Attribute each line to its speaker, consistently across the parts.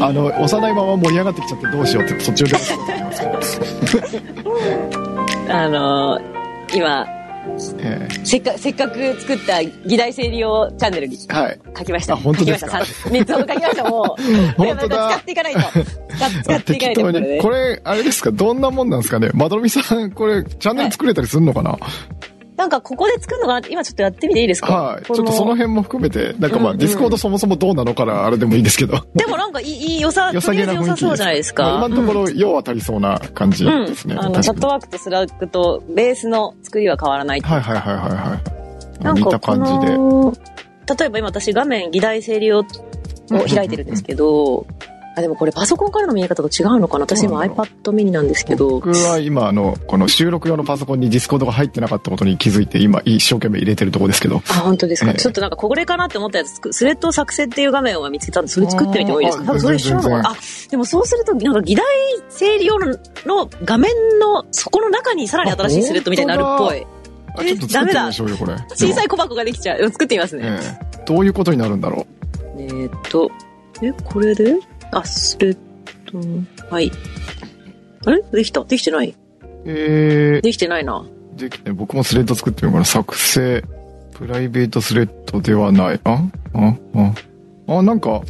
Speaker 1: あの幼いまま盛り上がってきちゃってどうしようって途中で思った ことありますけど、
Speaker 2: あのー今
Speaker 1: ええ
Speaker 2: せっかせっかく作った議題整理用チャンネルに書
Speaker 1: はい
Speaker 2: きました、
Speaker 1: あ本当です
Speaker 2: 書
Speaker 1: か
Speaker 2: きました3つほど書きましたもう
Speaker 1: 本当だ
Speaker 2: これまた使っていかない と使使っていかない
Speaker 1: 適
Speaker 2: と
Speaker 1: 当
Speaker 2: これ
Speaker 1: に
Speaker 2: ね
Speaker 1: これあれですかどんなもんなんですかねまどろみさんこれチャンネル作れたりするのかなはい、
Speaker 2: なんかここで作るのかなって今ちょっとやってみていいですか
Speaker 1: ちょっとその辺も含めてなんかまあ、ディスコードそもそもどうなのからあれでもいいですけど
Speaker 2: でもなんかいいいい良さ
Speaker 1: 良さ
Speaker 2: とりあ
Speaker 1: げ
Speaker 2: えず
Speaker 1: な雰
Speaker 2: 良
Speaker 1: 囲
Speaker 2: さ
Speaker 1: 気
Speaker 2: そうじゃないです
Speaker 1: まあ
Speaker 2: か
Speaker 1: 今のところ用当たりそうな感じ
Speaker 2: うん
Speaker 1: ですね、
Speaker 2: あの
Speaker 1: 確
Speaker 2: チ
Speaker 1: か
Speaker 2: ャッ
Speaker 1: に
Speaker 2: トワークとスラックとベースの作りは変わらない
Speaker 1: はいはいはいはいはい
Speaker 2: なん
Speaker 1: 似
Speaker 2: か
Speaker 1: た
Speaker 2: こ
Speaker 1: 感じで
Speaker 2: の例えば今私画面議題整理をを開いてるんですけど、あ、でもこれパソコンからの見え方と違うのかな私今
Speaker 1: そうなんだ
Speaker 2: iPad mini なんですけど
Speaker 1: 僕、は今あのこの収録用のパソコンにディスコードが入ってなかったことに気づいて今一生懸命入れてるところですけど
Speaker 2: あ、本当です
Speaker 1: え
Speaker 2: か。
Speaker 1: え
Speaker 2: ちょっとなんかこれかなって思ったやつ作、スレッド作成っていう画面を見つけたんで、それ作ってみてもいいですか
Speaker 1: あー
Speaker 2: 多分それ一緒なのか
Speaker 1: 全然
Speaker 2: なあ、でもそうすると、なんか議題整理用のの画面の、そこの中にさらに新しいスレッドみたいになるっぽい。
Speaker 1: あちょっと作ってみましょうよこれ
Speaker 2: 小さ
Speaker 1: い、
Speaker 2: い小箱ができちゃう。作ってみますね。
Speaker 1: ええどういうことになるんだろ
Speaker 2: えーっと、え、これであ、スレッド、はい。あれできたできてないう
Speaker 1: え
Speaker 2: できてないな。
Speaker 1: ー、できて僕もスレッド作ってみようかな作成プライベートスレッドではないああああなんか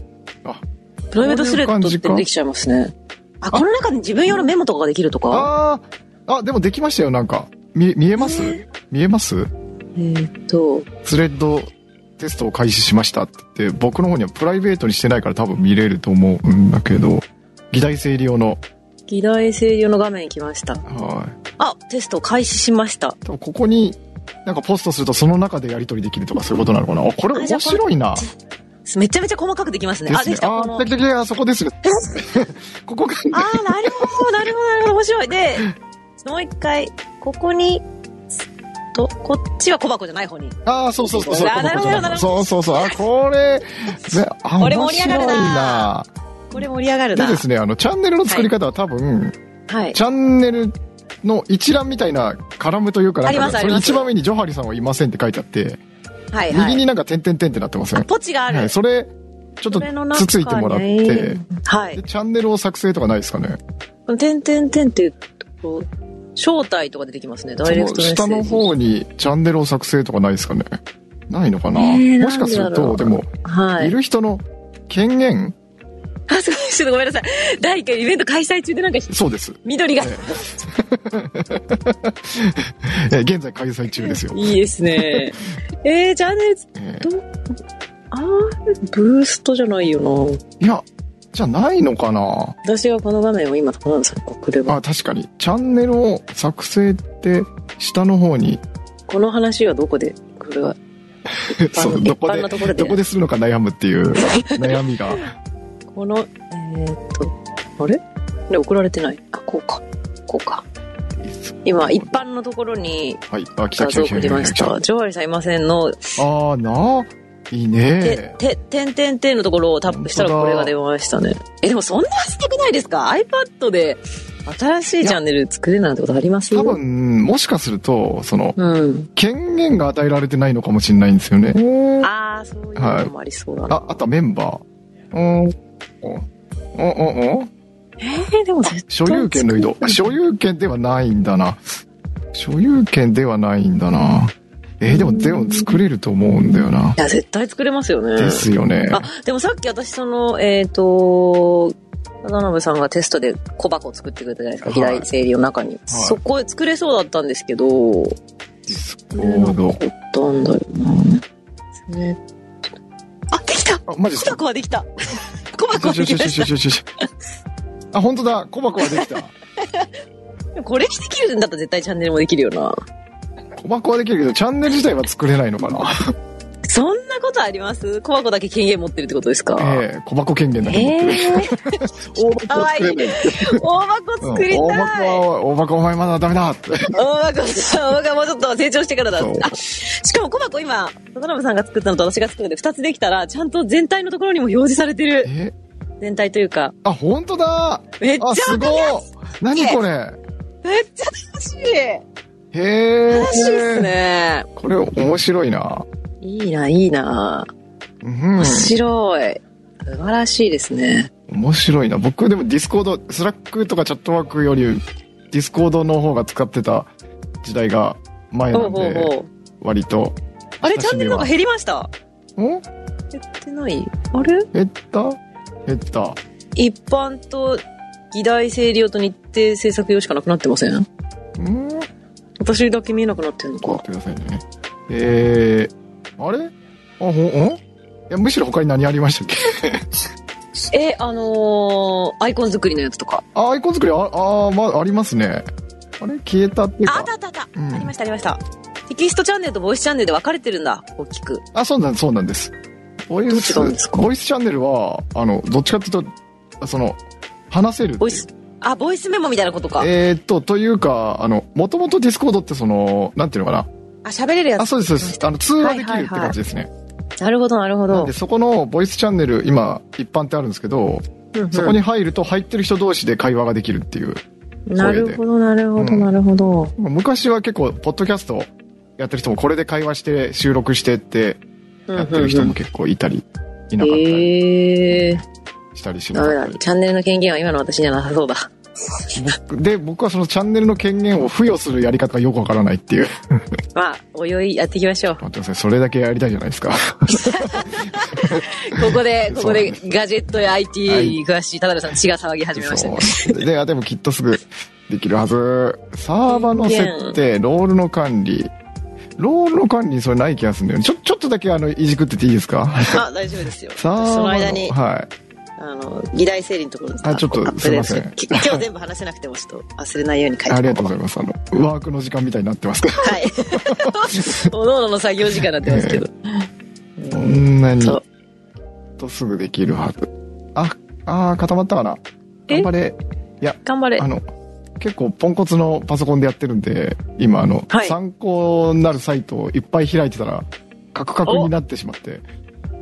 Speaker 2: プライベートスレッドってできちゃいますね。あ、この中で自分用のメモとかができるとか
Speaker 1: あーあでもできましたよなんか見見えます、見えます
Speaker 2: えーっと、
Speaker 1: スレッドテストを開始しましたって言って僕の方にはプライベートにしてないから多分見れると思うんだけど議題整理用の
Speaker 2: 議題整理用の画面に来ました。
Speaker 1: はい
Speaker 2: あ、テスト開始しました。
Speaker 1: 多分ここになんかポストするとその中でやり取りできるとかそういうことなのかなあこれ
Speaker 2: あじゃ
Speaker 1: 面
Speaker 2: あこれ
Speaker 1: 白いな
Speaker 2: めちゃめちゃ細かくできますね。
Speaker 1: で
Speaker 2: あ、
Speaker 1: す
Speaker 2: で
Speaker 1: ね
Speaker 2: きた。
Speaker 1: あ
Speaker 2: この
Speaker 1: ー来た来た来たあそこ ですねここが
Speaker 2: あー、なるほど、なるほど、なるほど、面白い。で、もう一回、ここに、と、こっちは小箱じゃない方に。
Speaker 1: ああそうそうそうそう
Speaker 2: あーなるほどなるほ
Speaker 1: そうそうそうあこれねあ
Speaker 2: これ
Speaker 1: 面
Speaker 2: 盛り上
Speaker 1: 白
Speaker 2: が
Speaker 1: い
Speaker 2: るな
Speaker 1: な
Speaker 2: これ盛り上がる
Speaker 1: で
Speaker 2: な。
Speaker 1: ですねあのチャンネルの作り方は多分、
Speaker 2: はい。
Speaker 1: チャンネルの一覧みたいなカラムというかなん
Speaker 2: ありま
Speaker 1: か
Speaker 2: すあ
Speaker 1: そ
Speaker 2: り
Speaker 1: れ
Speaker 2: ます
Speaker 1: 一番上にジョハリさんはいませんって書いてあって
Speaker 2: はい、は
Speaker 1: 右
Speaker 2: い。
Speaker 1: になんか点々点ってなってますよ
Speaker 2: あ
Speaker 1: ね。
Speaker 2: ポチがある。
Speaker 1: はい、それ、ちょっと
Speaker 2: それの
Speaker 1: つ
Speaker 2: 中
Speaker 1: ついてもらっ
Speaker 2: に
Speaker 1: て、
Speaker 2: はい
Speaker 1: で。チャンネルを作成とかないですかね。
Speaker 2: この点点点っていうとこ、招待とか出てきますね。ダ
Speaker 1: そ
Speaker 2: イレ
Speaker 1: の
Speaker 2: クトメッセージ。
Speaker 1: 下の方にチャンネルを作成とかないですかね。ないのかな、
Speaker 2: えー
Speaker 1: もしかする
Speaker 2: な
Speaker 1: と、
Speaker 2: んで
Speaker 1: で
Speaker 2: だろ
Speaker 1: も、
Speaker 2: はいい。
Speaker 1: る人の権限
Speaker 2: あ、すごい。ちょっとごめんなさい。第1回イベント開催中でなんか
Speaker 1: そうです。
Speaker 2: 緑が。
Speaker 1: えー現在開催中ですよ。
Speaker 2: いいで すね。えー、チャンネル、
Speaker 1: え
Speaker 2: あー、ブーストじゃないよな。
Speaker 1: ーいや、じゃないのかな
Speaker 2: 私がこの画面を今、この作送れば、
Speaker 1: あ、確かに。チャンネルを作成って、下の方に、
Speaker 2: この話はどこで、これは、般
Speaker 1: そ
Speaker 2: の
Speaker 1: う、どこ
Speaker 2: 一般
Speaker 1: で
Speaker 2: のところで
Speaker 1: どこでするのか悩むっていう 悩みが。
Speaker 2: この、えーっと、あれこれ送られてない。あ、こうか。こうか。今、一般のところに
Speaker 1: はい、あ、来た
Speaker 2: 画
Speaker 1: 来た
Speaker 2: 像を
Speaker 1: 来た
Speaker 2: 送りまし
Speaker 1: 来た。
Speaker 2: た。ジョーアリさんいませんの、
Speaker 1: ああなあいい
Speaker 2: て
Speaker 1: ね、
Speaker 2: て、点点点のところをタップしたら
Speaker 1: 本当
Speaker 2: こ
Speaker 1: だ
Speaker 2: れが出ましたね。え、でもそんなしたくないですか ?iPad で新しいチャンネル作れるなんてことあります
Speaker 1: 多分もしかするとその
Speaker 2: うん。
Speaker 1: 権限が与えられてないのかもしれないんですよね
Speaker 2: ああ、そういうのもありそうだな。
Speaker 1: ああとはメンバーうんおおおお
Speaker 2: えーでも絶対
Speaker 1: 所有権の移動あ所有権ではないんだな所有権ではないんだなえーでもでも作れると思うんだよない
Speaker 2: や、絶対作れますよね。
Speaker 1: ですよね
Speaker 2: あ、でもさっき私その、えっ、と、田辺さんがテストで小箱を作ってくれたじゃないですか、
Speaker 1: はい
Speaker 2: 左整理の中に。そこ作れそうだったんですけど、
Speaker 1: ディスコ
Speaker 2: 作れ
Speaker 1: ー
Speaker 2: なか
Speaker 1: ド
Speaker 2: ったんだよな。ね、あ、できた
Speaker 1: あマジで
Speaker 2: 小
Speaker 1: すか
Speaker 2: 箱はできた小箱はできまし
Speaker 1: よしよしよしよしよしあ本当だ小箱はできた
Speaker 2: た。これできるんだったら絶対チャンネルもできるよな。
Speaker 1: 小箱はできるけどチャンネル自体は作れないのかな
Speaker 2: そんなことあります小箱だけ権限持ってるってことですか
Speaker 1: ええ小箱権限だけ持ってる。
Speaker 2: えー、
Speaker 1: 大箱は作れない。
Speaker 2: 大箱作り
Speaker 1: うん大
Speaker 2: た
Speaker 1: 箱
Speaker 2: い
Speaker 1: は、大箱お前まだダメだって。
Speaker 2: 大箱さん、大箱はもうちょっと成長してからだ。
Speaker 1: そう
Speaker 2: あしかも小箱今、渡辺さんが作ったのと私が作ったので2つできたら、ちゃんと全体のところにも表示されてる。
Speaker 1: え
Speaker 2: 全体というか、
Speaker 1: あ、本当だ
Speaker 2: めっちゃ
Speaker 1: あ、
Speaker 2: わか
Speaker 1: す
Speaker 2: り
Speaker 1: ごい
Speaker 2: ます
Speaker 1: 何これ
Speaker 2: めっちゃ楽しい
Speaker 1: へえ。
Speaker 2: 楽しいっすね。
Speaker 1: これ面白いな。
Speaker 2: いいな、いいな。
Speaker 1: うん
Speaker 2: 面。白い。素晴らしいですね。
Speaker 1: 面白いな。僕でもディスコード、スラックとかチャットワークより、ディスコードの方が使ってた時代が前
Speaker 2: ほ
Speaker 1: な
Speaker 2: うんほう
Speaker 1: で、
Speaker 2: ほう。
Speaker 1: 割と。
Speaker 2: あれ、
Speaker 1: 親
Speaker 2: チャ
Speaker 1: しみ
Speaker 2: ンネルなん
Speaker 1: は
Speaker 2: か減りました
Speaker 1: お
Speaker 2: 減ってないあれ
Speaker 1: 減った減った。
Speaker 2: 一般と議題整理用と日程制作用しかなくなってません
Speaker 1: うんち
Speaker 2: 私だけ見えなくなってんの
Speaker 1: ょっ
Speaker 2: か。
Speaker 1: と待ってくださいね。えー、あれあ、ほ、んいや、むしろ他に何ありましたっけ
Speaker 2: え、あのー、アイコン作りのやつとか。
Speaker 1: あ、アイコン作り、あ、あー、まあ、ありますね。あれ消えたっていう
Speaker 2: あ、あ
Speaker 1: か
Speaker 2: っ。たあったあった。
Speaker 1: うん
Speaker 2: ありましたありました。テキストチャンネルとボイスチャンネルで分かれてるんだ。大きく。
Speaker 1: あ、そうなんです、そうなんです。ボイ
Speaker 2: どっち
Speaker 1: ス、
Speaker 2: なんですか
Speaker 1: ボイスチャンネルは、あの、どっちかっていうと、その、話せるっていう。
Speaker 2: ボイス、あ、ボイスメモみたいなことか。
Speaker 1: えーっと、というか、あの、もともとディスコードってその、なんていうのか
Speaker 2: あ、喋れるや
Speaker 1: な。あ、
Speaker 2: つ。
Speaker 1: そうです、そうです。あの、通話でき
Speaker 2: は
Speaker 1: る
Speaker 2: い
Speaker 1: って
Speaker 2: はいはい
Speaker 1: 感じですね。
Speaker 2: なるほどなるほ
Speaker 1: なん
Speaker 2: ど
Speaker 1: で、。そこのボイスチャンネル、今、一般ってあるんですけど、
Speaker 2: うんうん
Speaker 1: そこに入ると入ってる人同士で会話ができるっていう。
Speaker 2: なるほどなるほど
Speaker 1: うん
Speaker 2: なるほど。
Speaker 1: 昔は結構、ポッドキャストやってる人もこれで会話して収録してってやってる人も結構いたり、いなかったり
Speaker 2: ええー、
Speaker 1: したりしな
Speaker 2: ダ
Speaker 1: か
Speaker 2: メ
Speaker 1: った
Speaker 2: だ。
Speaker 1: り。
Speaker 2: チャンネルの権限は今の私にはなさそうだ。
Speaker 1: で僕はそのチャンネルの権限を付与するやり方がよくわからないっていう
Speaker 2: まあ、おいおいやっていきましょう。
Speaker 1: 待ってくださいそれだけやりたいじゃないですか
Speaker 2: ここで、ここで
Speaker 1: そ
Speaker 2: ガジェットや IT に詳しい田辺さん、血が騒ぎ始めましたね。
Speaker 1: そうでいやでもきっとすぐできるはずサーバーの設定ロールの管理ロールの管理それない気がするんだよねちょちょっとだけあのいじくってていいですか
Speaker 2: あ、大丈夫ですよ。そ
Speaker 1: サーバー
Speaker 2: の間に、
Speaker 1: はい
Speaker 2: あの、議題整理のところにさ
Speaker 1: あちょっと
Speaker 2: こうアップデートし
Speaker 1: すい
Speaker 2: て
Speaker 1: ません
Speaker 2: き今日全部話せなくてもちょっと忘れないように書いて
Speaker 1: ありがとうございますあのワークの時間みたいになってますから
Speaker 2: はい。おのおのの作業時間になってますけど。
Speaker 1: こんなに
Speaker 2: そう
Speaker 1: とすぐできるはずああー固まったかな
Speaker 2: え
Speaker 1: 頑張れ
Speaker 2: 頑張れ
Speaker 1: あ。の、結構ポンコツのパソコンでやってるんで、今あの、
Speaker 2: はい
Speaker 1: 参考になるサイトをいっぱい開いてたら、カクカクになってしまって。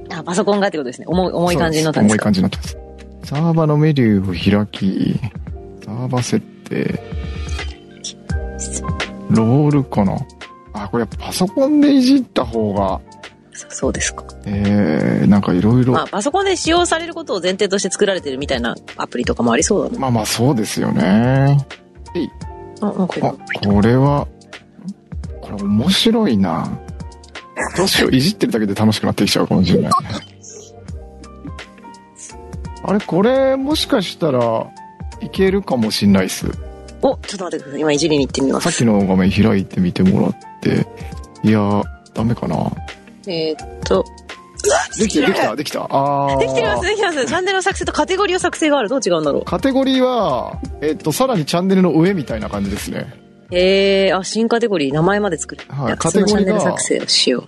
Speaker 2: あ、パソコンがってことですね。重い、重い感じになったんで
Speaker 1: 重
Speaker 2: す
Speaker 1: い
Speaker 2: か。
Speaker 1: 感じになってます。サーバーのメニューを開き、サーバー設定、ロールかな。あ、これやっぱパソコンでいじった方が、
Speaker 2: そそうですか。
Speaker 1: えー、なんかいろいろ、
Speaker 2: まあ、パソコンで使用されることを前提として作られてるみたいなアプリとかもありそうだな。
Speaker 1: まあまあそうですよね。
Speaker 2: あ、なんか
Speaker 1: あ
Speaker 2: 今、
Speaker 1: これは、これ面白いな。どうしよう、いじってるだけで楽しくなってきちゃうかもしれない。あれ、これ、もしかしたら、いけるかもしんないっす。
Speaker 2: お、ちょっと待ってください。今、いじりに行ってみま
Speaker 1: さっき
Speaker 2: す。
Speaker 1: の画面開いてみてもらって。いやー、ダメかな。
Speaker 2: えーっと、
Speaker 1: できた、できた、できた。あー。
Speaker 2: できてます、できてます。チャンネルの作成とカテゴリーの作成がある。どう違うんだろう。
Speaker 1: カテゴリーは、えっと、さらにチャンネルの上みたいな感じですね。
Speaker 2: えー、あ、新カテゴリー、名前まで作る。
Speaker 1: はい
Speaker 2: やその
Speaker 1: カテ
Speaker 2: チ
Speaker 1: ゴ
Speaker 2: ャ
Speaker 1: リ
Speaker 2: ン
Speaker 1: ー
Speaker 2: ネ
Speaker 1: が
Speaker 2: ル作成をしよ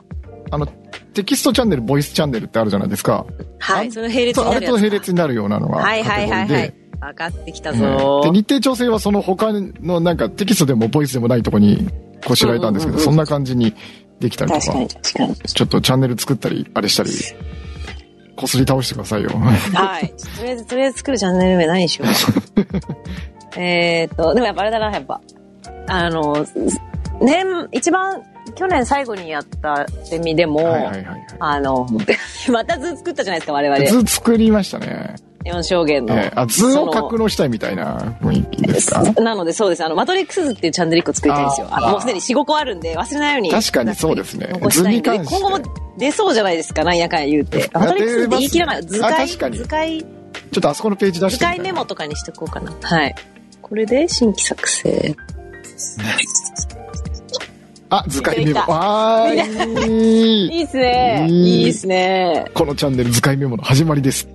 Speaker 2: う。
Speaker 1: テキストチャンネル、ボイスチャンネルってあるじゃないですか。
Speaker 2: は
Speaker 1: あ
Speaker 2: い、その並列
Speaker 1: そう
Speaker 2: に
Speaker 1: あ
Speaker 2: な
Speaker 1: れ
Speaker 2: るやつ
Speaker 1: と並列になるようなのが。
Speaker 2: はいはいはい
Speaker 1: カテゴリ
Speaker 2: は
Speaker 1: ーで
Speaker 2: い。分かってきた
Speaker 1: うん
Speaker 2: ぞ
Speaker 1: で、日程調整はその他のなんかテキストでもボイスでもないとこにこう知られたんですけど、
Speaker 2: うんうん
Speaker 1: そ
Speaker 2: うん
Speaker 1: んな感じにできたりと
Speaker 2: 確
Speaker 1: か
Speaker 2: か、に確かに。
Speaker 1: ちょっとチャンネル作ったり、あれしたり、こすり倒してくださいよ。
Speaker 2: はい。とりあえず、とりあえず作るチャンネル名何にしよ う。えーっと、でもやっぱあれだな、やっぱ。あの、年、一番、去年最後にやったセミでも、
Speaker 1: はいはいはい
Speaker 2: あの、 また図作ったじゃないですか、我
Speaker 1: はい。
Speaker 2: 々。
Speaker 1: 図作りましたね。
Speaker 2: 4証言の。
Speaker 1: ええあ、図を格納したいみたいな雰囲気ですか
Speaker 2: なのでそうです。あの、マトリックス図っていうチャンネル1個作りたいんですよ。
Speaker 1: あ
Speaker 2: あ
Speaker 1: ー
Speaker 2: の、もうすでに4、5個あるんで、忘れないように。
Speaker 1: 確かにそうですね
Speaker 2: 残したいんで
Speaker 1: 図に関して
Speaker 2: 今後も出そうじゃないですか、なんやかんや言うて。
Speaker 1: あ
Speaker 2: マトリックス図って言い切らない。
Speaker 1: 出ま
Speaker 2: 図
Speaker 1: すねあ
Speaker 2: 解、
Speaker 1: 確かに
Speaker 2: 図解、
Speaker 1: ちょっとあそこのページ出し
Speaker 2: 図
Speaker 1: てみた
Speaker 2: 解
Speaker 1: い
Speaker 2: メ
Speaker 1: な。
Speaker 2: モとかにしてこうかな。はい。これで新規作成。
Speaker 1: あ、図解メモ
Speaker 2: でき。た
Speaker 1: わーい。
Speaker 2: いいっすね。
Speaker 1: うん
Speaker 2: いいっすね。
Speaker 1: このチャンネル図解メモの始まりです。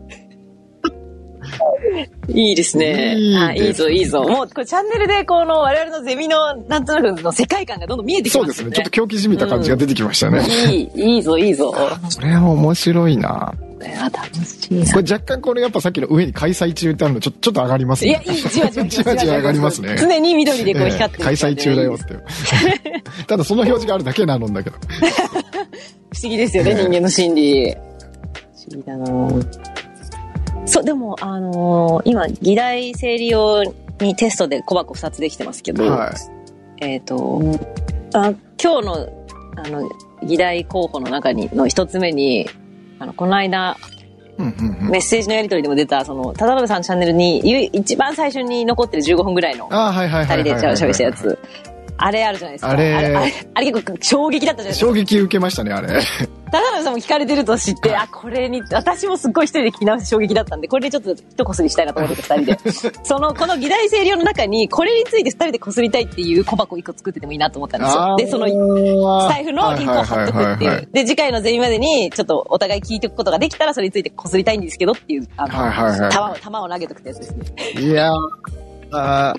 Speaker 2: いいですね。
Speaker 1: いい
Speaker 2: あい
Speaker 1: で
Speaker 2: い
Speaker 1: す
Speaker 2: ぞ、いいぞ。もう、これチャンネルで、この、我々のゼミの、なんとなくの世界観がどんどん見えてき
Speaker 1: そう
Speaker 2: ま
Speaker 1: ですすね。
Speaker 2: よね。
Speaker 1: ちょっと狂気じみた感じが出てきましたね。
Speaker 2: いい、いいぞ、いいぞ。
Speaker 1: それは面白いな。
Speaker 2: これは楽しいな。
Speaker 1: これ若干これやっぱさっきの上に開催中ってあるのちょちょっと上がります
Speaker 2: いや、
Speaker 1: ね
Speaker 2: い。い、じわじわ。
Speaker 1: じわじわ上がりますね
Speaker 2: 常に緑でこう
Speaker 1: ええ
Speaker 2: 光ってる、
Speaker 1: 開催中だ よっ。て。ただその表示があるだけなのんだけど。
Speaker 2: 不思議ですよね、
Speaker 1: ええ
Speaker 2: 人間の心理。不思議だなぁそう、でも、あのー今、議題整理用にテストで小箱2つできてますけど、
Speaker 1: は
Speaker 2: えっ、と、あ今日の、あの、議題候補の中に、の一つ目に、あの、この間、
Speaker 1: うんうんうん。
Speaker 2: メッセージのやり取りでも出た、その、ただのべさんのチャンネルに、ゆ一番最初に残ってる15分ぐらいの、
Speaker 1: ああ、はいはいは
Speaker 2: 二
Speaker 1: いは
Speaker 2: 人
Speaker 1: い。
Speaker 2: でちゃうしゃべしたや。つ。あれあるじゃないですか。
Speaker 1: あれ
Speaker 2: あれあれあれ結構衝撃だったじゃないですか。
Speaker 1: 衝撃受けましたね、あれ。
Speaker 2: 田辺さんも聞かれてると知って、あ、これに、私もすっごい一人で聞き直して衝撃だったんで、これでちょっと一こすりしたいなと思って二 人で。その、この議題整理の中に、これについて二人でこすりたいっていう小箱一個作っててもいいなと思ったんですよ。で、その、ス
Speaker 1: の
Speaker 2: タイフのリンクを貼っとくっていう。で、次回のゼミまでに、ちょっとお互い聞いておくことができたら、それについてこすりたいんですけどっていう、あ
Speaker 1: はいはい
Speaker 2: の、
Speaker 1: はい
Speaker 2: 玉を、玉を投げとくってやつですね。
Speaker 1: いやーあ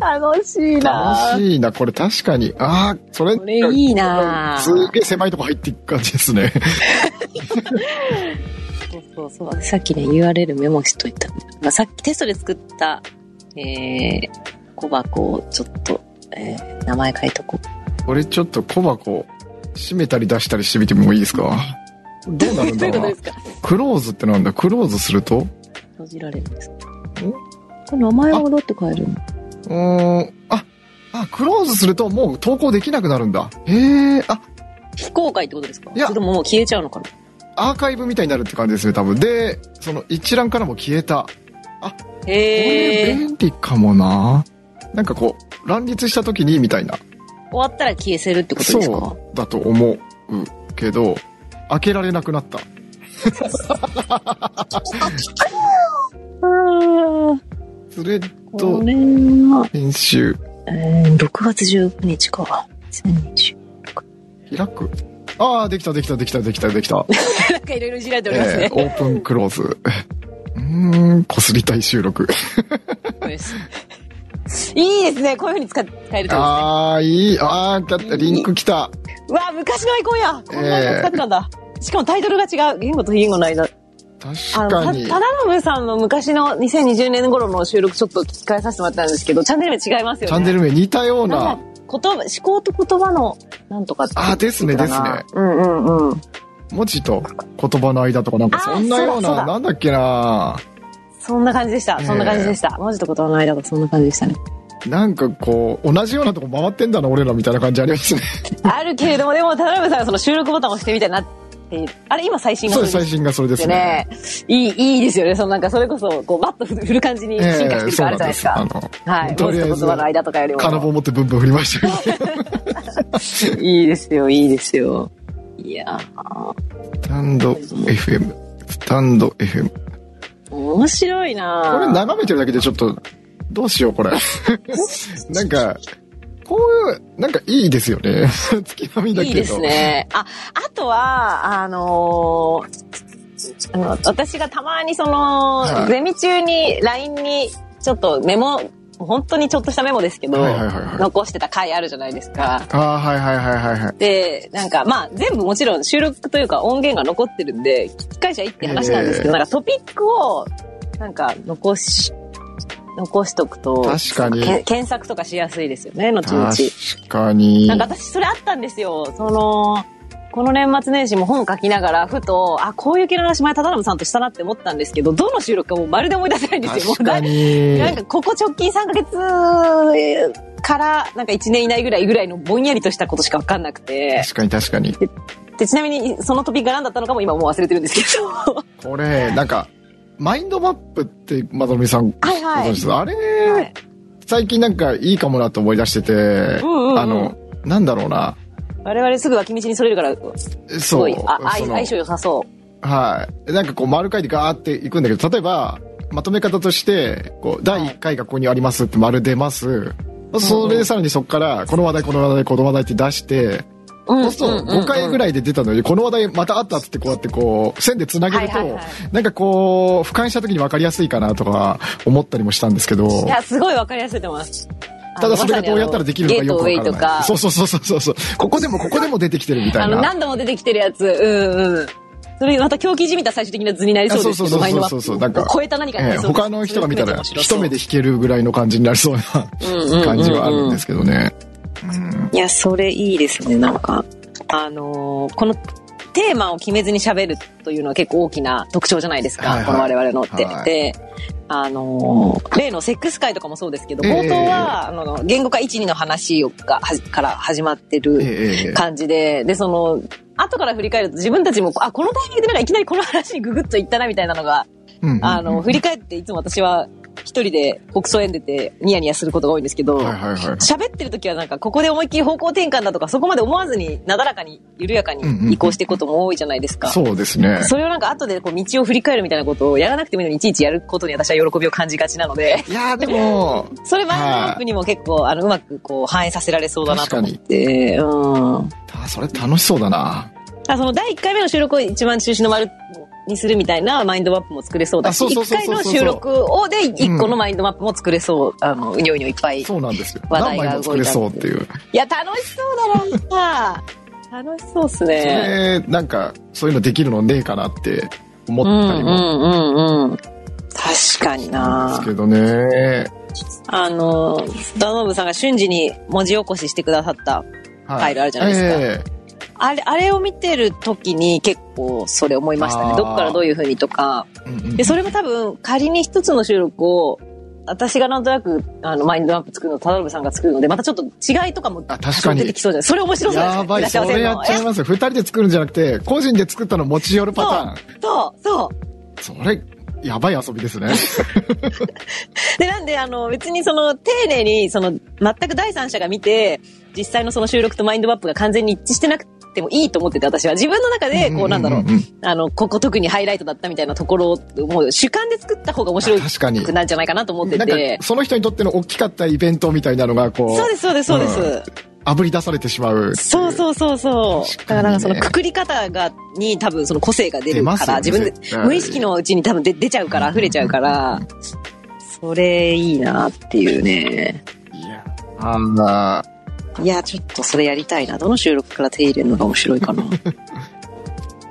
Speaker 2: 楽しい
Speaker 1: ー
Speaker 2: な
Speaker 1: 楽
Speaker 2: ぁ
Speaker 1: しいな、これ確かに。ああ、それ。
Speaker 2: これいいなぁ
Speaker 1: すげえ狭いとこ入っていく感じですね。
Speaker 2: そうそうそう。さっきね、URL メモしといた。まあ、さっきテストで作った、えー、小箱をちょっと、えー、名前変えとこ
Speaker 1: 俺ちょっと小箱、閉めたり出したりしてみてもいいですか
Speaker 2: う。
Speaker 1: どうなるんだろうな
Speaker 2: すか
Speaker 1: クローズってなんだクローズすると
Speaker 2: 閉じられるんですかこれ名前をどうやって変えるの
Speaker 1: うーん、あ、あ、クローズするともう投稿できなくなるんだ。へえ、あ、
Speaker 2: 非公開ってことですか
Speaker 1: いや
Speaker 2: それとももう消えちゃうのかな
Speaker 1: アーカイブみたいになるって感じですね、多分。で、その一覧からも消えた。こ
Speaker 2: へ
Speaker 1: れ
Speaker 2: え。
Speaker 1: 便利かもな。なんかこう、乱立した時にみたいな。
Speaker 2: 終わったら消えせるってことですか
Speaker 1: そうだと思うけど、開けられなくなった。
Speaker 2: あー
Speaker 1: スレッ
Speaker 2: こ
Speaker 1: ド
Speaker 2: れは、
Speaker 1: 編集、
Speaker 2: えー、6月19日か。2020。
Speaker 1: 開く。ああ、できたできたできたできたできた。
Speaker 2: なんかいろいろいじられております
Speaker 1: え
Speaker 2: ね
Speaker 1: ー。オープンクローズ。 うーん、こすりたい収録。
Speaker 2: いいですね。こういうふうに使使えるとですね。
Speaker 1: ああ、いい。ああ、だってリンク来た。
Speaker 2: うわ、昔のアイコンやこんなアイコン使ってたんだ。しかもタイトルが違う。言語と非言語の間。あ
Speaker 1: 確
Speaker 2: の、
Speaker 1: か
Speaker 2: た、
Speaker 1: に。
Speaker 2: ただのぶさんの昔の2020年頃の収録ちょっと聞き返させてもらったんですけど、チャンネル名違いますよね。
Speaker 1: チャンネル名似たよう
Speaker 2: な。
Speaker 1: なん
Speaker 2: か言葉、思考と言葉の、なんとかって。
Speaker 1: あーですねですね。
Speaker 2: うんうんうん。
Speaker 1: 文字と言葉の間とかなんかそんなよう
Speaker 2: あーそうだそ
Speaker 1: な、
Speaker 2: うだ
Speaker 1: なんだっけな。
Speaker 2: そんな感じでした。そんな感じでした。文字と言葉の間がそんな感じでしたね。
Speaker 1: なんかこう、同じようなとこ回ってんだな、俺らみたいな感じあり ますね。
Speaker 2: あるけれども、でも、ただのぶさんがその収録ボタンを押してみたいになって、あれ、今最新が
Speaker 1: そうです、
Speaker 2: れ
Speaker 1: 最新がそれで
Speaker 2: です
Speaker 1: ね。
Speaker 2: すね。いい、いいですよね。そのなんか、それこそ、こう、バッと振る感じに進化してる
Speaker 1: そ
Speaker 2: 感
Speaker 1: う
Speaker 2: あ
Speaker 1: なんで
Speaker 2: るじゃないです
Speaker 1: す。
Speaker 2: か。
Speaker 1: あの、
Speaker 2: はい。
Speaker 1: とりあえず
Speaker 2: 文字と言葉の間とかよりも。
Speaker 1: 金棒持ってブンブン振りましたけ
Speaker 2: いいですよ、いいですよ。いやー
Speaker 1: ど。スタンド FM。スタンド FM。こ
Speaker 2: 面白いな
Speaker 1: れ眺めてるだけでちょっと、どうしよう、こ れ。なんか、こういう、なんかいいですよね。 月並みだけ
Speaker 2: い
Speaker 1: ど。
Speaker 2: いですね。あ、あとは、あのーあの私がたまにその、
Speaker 1: はい
Speaker 2: ゼミ中に LINE にちょっとメモ、本当にちょっとしたメモですけど、
Speaker 1: はいはいはいはい
Speaker 2: 残してた回あるじゃないですか。
Speaker 1: ああ、はいはいはいはいはい。
Speaker 2: で、なんか、まあ、全部もちろん収録というか音源が残ってるんで、聞き返しはいいって話なんですけど、
Speaker 1: え
Speaker 2: なんかトピックを、なんか、残し、残しとくと、
Speaker 1: 確かに
Speaker 2: け検索とかしやすいですよね、後々。
Speaker 1: 確かに。
Speaker 2: なんか私、それあったんですよ。その、この年末年始も本書きながら、ふと、あ、こういう系の話前、忠信さんとしたなって思ったんですけど、どの収録かもうまるで思い出せないんですよ。もう
Speaker 1: 確かに。
Speaker 2: なんかここ直近3ヶ月からなんか1年以内ぐらいぐらいのぼんやりとしたことしかわかんなくて。
Speaker 1: 確かに確かに。
Speaker 2: で、ちなみにそのトピックが何だったのかも今もう忘れてるんですけど。は
Speaker 1: これ、なんか、マインドマップって、まどろみさん、
Speaker 2: い
Speaker 1: ご
Speaker 2: は
Speaker 1: 存知
Speaker 2: い
Speaker 1: で。すあれ、
Speaker 2: はい
Speaker 1: 最近なんかいいかもなと思い出してて、
Speaker 2: んうん
Speaker 1: あの、なんだろうな。
Speaker 2: 我々すぐ脇道にそれるから、す
Speaker 1: そ
Speaker 2: ご
Speaker 1: う
Speaker 2: い。あ、相
Speaker 1: その
Speaker 2: 相性良さそ
Speaker 1: はい。なんかこう丸書いてガーっていくんだけど、例えば、まとめ方として、こう、第1回がここにありますって丸出ます。それでさらにそこから、この話題、この話題、この話題って出して、
Speaker 2: う。うん
Speaker 1: そうすると5回ぐ
Speaker 2: い。
Speaker 1: らいで出たのに、この話題またあったっつってこうやってこう、線で繋げる
Speaker 2: はいはい
Speaker 1: と
Speaker 2: は、
Speaker 1: なんかこう、俯瞰した時に分かりやすいかなとか思ったりもしたんですけど、
Speaker 2: いや、すごいわかりやすいと思います。
Speaker 1: ただそれがどうやったらできるのかよくわから
Speaker 2: ゲートウェイとか
Speaker 1: ない。。そうそうそうそうそう。ここでもここでも出てきてるみた
Speaker 2: あ
Speaker 1: い
Speaker 2: の、
Speaker 1: な。
Speaker 2: 何度も出てきてるやつ。うんうん。それまた狂気じみた最終的な図になりそうですけど、
Speaker 1: あそうそうそうそう
Speaker 2: マインドマップ
Speaker 1: そうなんか
Speaker 2: 超えた何かにな
Speaker 1: ええ
Speaker 2: りそうです
Speaker 1: 他の人が見たら
Speaker 2: それ
Speaker 1: 一
Speaker 2: 含
Speaker 1: 目
Speaker 2: めて
Speaker 1: で弾けるぐらいの感じになりそうな
Speaker 2: 面白そううんうんうんうん
Speaker 1: 感じはあるんですけどね。
Speaker 2: いや、それいいですね、なんか。あのーこのテーマを決めずに喋るというのは結構大きな特徴じゃないですか、
Speaker 1: はいはい
Speaker 2: この我々のって。
Speaker 1: はい
Speaker 2: で、あのー例のセックス会とかもそうですけど、
Speaker 1: ええ
Speaker 2: 冒頭は、あの、言語化1、2の話をがはじから始まって
Speaker 1: え
Speaker 2: る
Speaker 1: えええ
Speaker 2: 感じで、で、その、後から振り返ると自分たちも、あ、このタイミングでなんかいきなりこの話にググッといったなみたいなのが、
Speaker 1: うんうん
Speaker 2: あの、振り返っていつも私は一人で北総園出てニヤニヤすることが多いんですけど、
Speaker 1: はいはいはい
Speaker 2: 喋ってる時はなんかここで思いっきり方向転換だとかそこまで思わずになだらかに緩やかに移行していくことも多いじゃないですか。
Speaker 1: そうですね
Speaker 2: それをなんか後でこう道を振り返るみたいなことをやらなくてもいいのにいちいちやることに私は喜びを感じがちな ので、
Speaker 1: いやーでも
Speaker 2: それマインドマップにも結構あのうまくこう反映させられそうだなと思って、うん。
Speaker 1: あそれ楽しそうだな
Speaker 2: あその第1回目の収録を一番中心の丸にするみたいなマインドマップも作れそうだ
Speaker 1: あ
Speaker 2: し、
Speaker 1: そうそう
Speaker 2: 1
Speaker 1: そうそう
Speaker 2: 回の収録をで1個のマインドマップも作れそう、あの、うにょうにょいっぱい。い
Speaker 1: そうなんですよ
Speaker 2: 話
Speaker 1: 何
Speaker 2: 題
Speaker 1: 枚
Speaker 2: が
Speaker 1: も
Speaker 2: 動
Speaker 1: 作
Speaker 2: い
Speaker 1: れ
Speaker 2: た
Speaker 1: そうっていう
Speaker 2: や、楽しそうだな 楽しそうっす
Speaker 1: そ
Speaker 2: ね。
Speaker 1: れなんかそういうのできるのねえかなって思
Speaker 2: うんう
Speaker 1: ったり
Speaker 2: んう
Speaker 1: も
Speaker 2: んうん。確かに
Speaker 1: なんで
Speaker 2: な
Speaker 1: すけどね
Speaker 2: あの、ダノブさんが瞬時に文字起こししてくださった。
Speaker 1: はい
Speaker 2: ファイルあるじゃないですか
Speaker 1: え
Speaker 2: あれ、あれを見てる時に結構それ思いました
Speaker 1: あ
Speaker 2: ね。
Speaker 1: ー
Speaker 2: どこからどういう風にとか。
Speaker 1: えうんうん
Speaker 2: で、それも多分、仮に一つの収録を、私がなんとなく、あの、マインドマップ作るの、田辺さんが作るので、またちょっと違いとかも、
Speaker 1: あ確かに
Speaker 2: 出てきそうじゃないそれ面白そうじゃな
Speaker 1: や
Speaker 2: い
Speaker 1: ばい
Speaker 2: ですか
Speaker 1: それやっちゃい
Speaker 2: いらっしゃいま
Speaker 1: ますよ2人で作るんじゃなくて個人で作ったの持ち寄る
Speaker 2: せんの
Speaker 1: パ
Speaker 2: そう、そう、そう。
Speaker 1: ターンそれやばい遊びですね
Speaker 2: で、なんで、あの、別にその、丁寧に、その、全く第三者が見て、実際のその収録とマインドマップが完全に一致してなくてもいいと思ってて、私は。自分の中で、こう、なんだろう、
Speaker 1: んんん
Speaker 2: あの、ここ特にハイライトだったみたいなところを、もう主観で作った方が面白
Speaker 1: 確かに
Speaker 2: くなるんじゃないかなと思って
Speaker 1: なんか
Speaker 2: て。
Speaker 1: その人にとっての大きかったイベントみたいなのがこ
Speaker 2: そうです、そうです、そうです。
Speaker 1: うんあぶり出されてしまう
Speaker 2: そう
Speaker 1: う
Speaker 2: そうそうそう。だ
Speaker 1: 確
Speaker 2: か
Speaker 1: からにね
Speaker 2: なんかそのくくり方が、に多分その個性が出るか
Speaker 1: 出ます
Speaker 2: ら、
Speaker 1: よね
Speaker 2: 自分で
Speaker 1: 絶対
Speaker 2: 無意識のうちに多分出出ちゃうから、溢れちゃうから、それいいなっていうね。
Speaker 1: いやあんない
Speaker 2: や、ちょっとそれやりたいな。どの収録から手入れるのが面白いかな。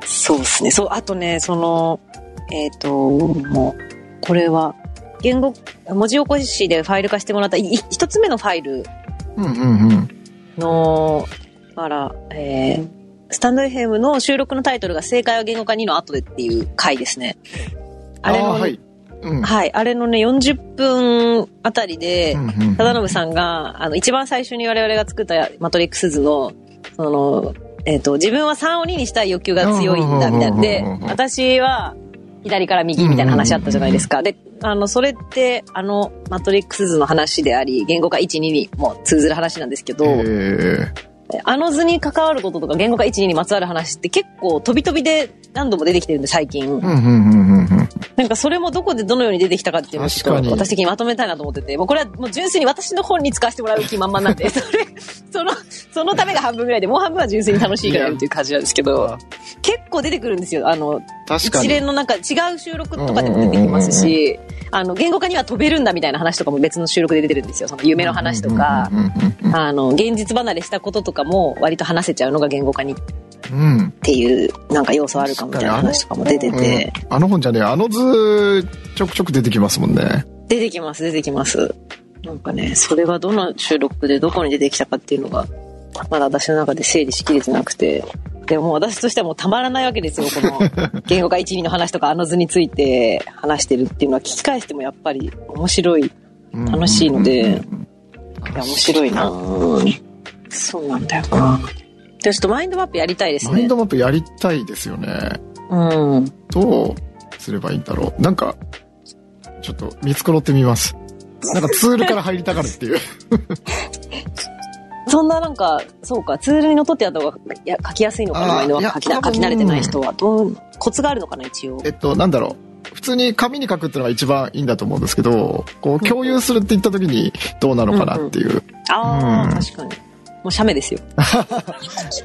Speaker 2: そうですね。そう、あとね、その、えっ、と、もう、これは、言語、文字起こしでファイル化してもらった、いい一つ目のファイル
Speaker 1: うんうんうん
Speaker 2: の、あら、えー、スタンド FM の収録のタイトルが正解は言語化2の後でっていう回ですね。あれの、
Speaker 1: ー
Speaker 2: は、
Speaker 1: はいいうん
Speaker 2: あれのね、40分あたりで、
Speaker 1: うんうんうん
Speaker 2: 忠信さんが、あの、一番最初に我々が作ったマトリックス図の、その、えっ、と、自分は3鬼にしたい欲求が強いんだ、みたいな。で
Speaker 1: うんうんうんうんうん、
Speaker 2: 私は、左から右みたいな話あったじゃないですか。で、あの、それって、あの、マトリックス図の話であり、言語化1、2にも通ずる話なんですけど、
Speaker 1: え
Speaker 2: あの図に関わることとか言語化1、2にまつわる話って結構飛び飛びで何度も出てきてるんで最近。
Speaker 1: ーうんうんうんうんうん
Speaker 2: なんかそれもどこでどのように出てきたかっていうのをちょっ
Speaker 1: 確か
Speaker 2: と
Speaker 1: に
Speaker 2: 私的にまとめたいなと思ってて、もうこれはもう純粋に私の本に使わせてもらう気満々な んで、それ、その、そのためが半分ぐらいで、もう半分は純粋に楽しいからやるっていう感じなんですけど、結構出てくるんですよ。あの、
Speaker 1: 確か
Speaker 2: 一
Speaker 1: に
Speaker 2: 連のなんか違う収録とかでも出てきますし、あの、言語化には飛べるんだみたいな話とかも別の収録で出てるんですよ。その夢の話とか
Speaker 1: う、んうん
Speaker 2: あの、現実離れしたこととかも割と話せちゃうのが言語化にっ
Speaker 1: うんうん
Speaker 2: ていう、なんか要素あるかもみたいな話とかも出てて、
Speaker 1: うんあの本じゃねえあの図ちょくちょく出てきますもんね
Speaker 2: 出てきます、出てきます。なんかね、それがどの収録でどこに出てきたかっていうのが、まだ私の中で整理しきれてなくて、でももう私としてはもうたまらないわけですよ、こ の言語化1、2の話とかあの図について話してるっていうのは聞き返してもやっぱり面白い、い楽しいので
Speaker 1: うんうんうん
Speaker 2: や面白いなそうなんだよな。でちょっとマインドマップやりたいです
Speaker 1: マイン
Speaker 2: ね。
Speaker 1: ドマップやりたいですよね
Speaker 2: うん。
Speaker 1: どうすればいいんだろうなんかちょっと見繕ってみますなんかツールから入りたがるって いう
Speaker 2: そんななんか、そうか、ツールにのっとってやった方がいや書きやすいのかな、
Speaker 1: あー
Speaker 2: マインドマップ書きない
Speaker 1: や
Speaker 2: 書き慣れてない人は。どう、コツがあるのかな、一応
Speaker 1: え。っとなんだろう普通に紙に書くってのが一番いいんだと思うんですけどこう共有するって言った時にどうなのかなっていう、
Speaker 2: ああ、
Speaker 1: うん
Speaker 2: 確かに。もう写メですよ。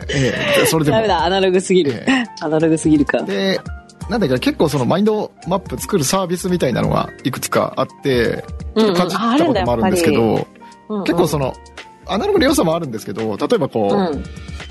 Speaker 1: ええそれでも
Speaker 2: ダメだ、アナログすぎる。
Speaker 1: ええ
Speaker 2: アナログすぎるか。
Speaker 1: でなんだっけど結構そのマインドマップ作るサービスみたいなのがいくつかあってちょっとかじったこともあるんですけど、結構そのアナログの良さもあるんですけど例えばこう、
Speaker 2: の、うん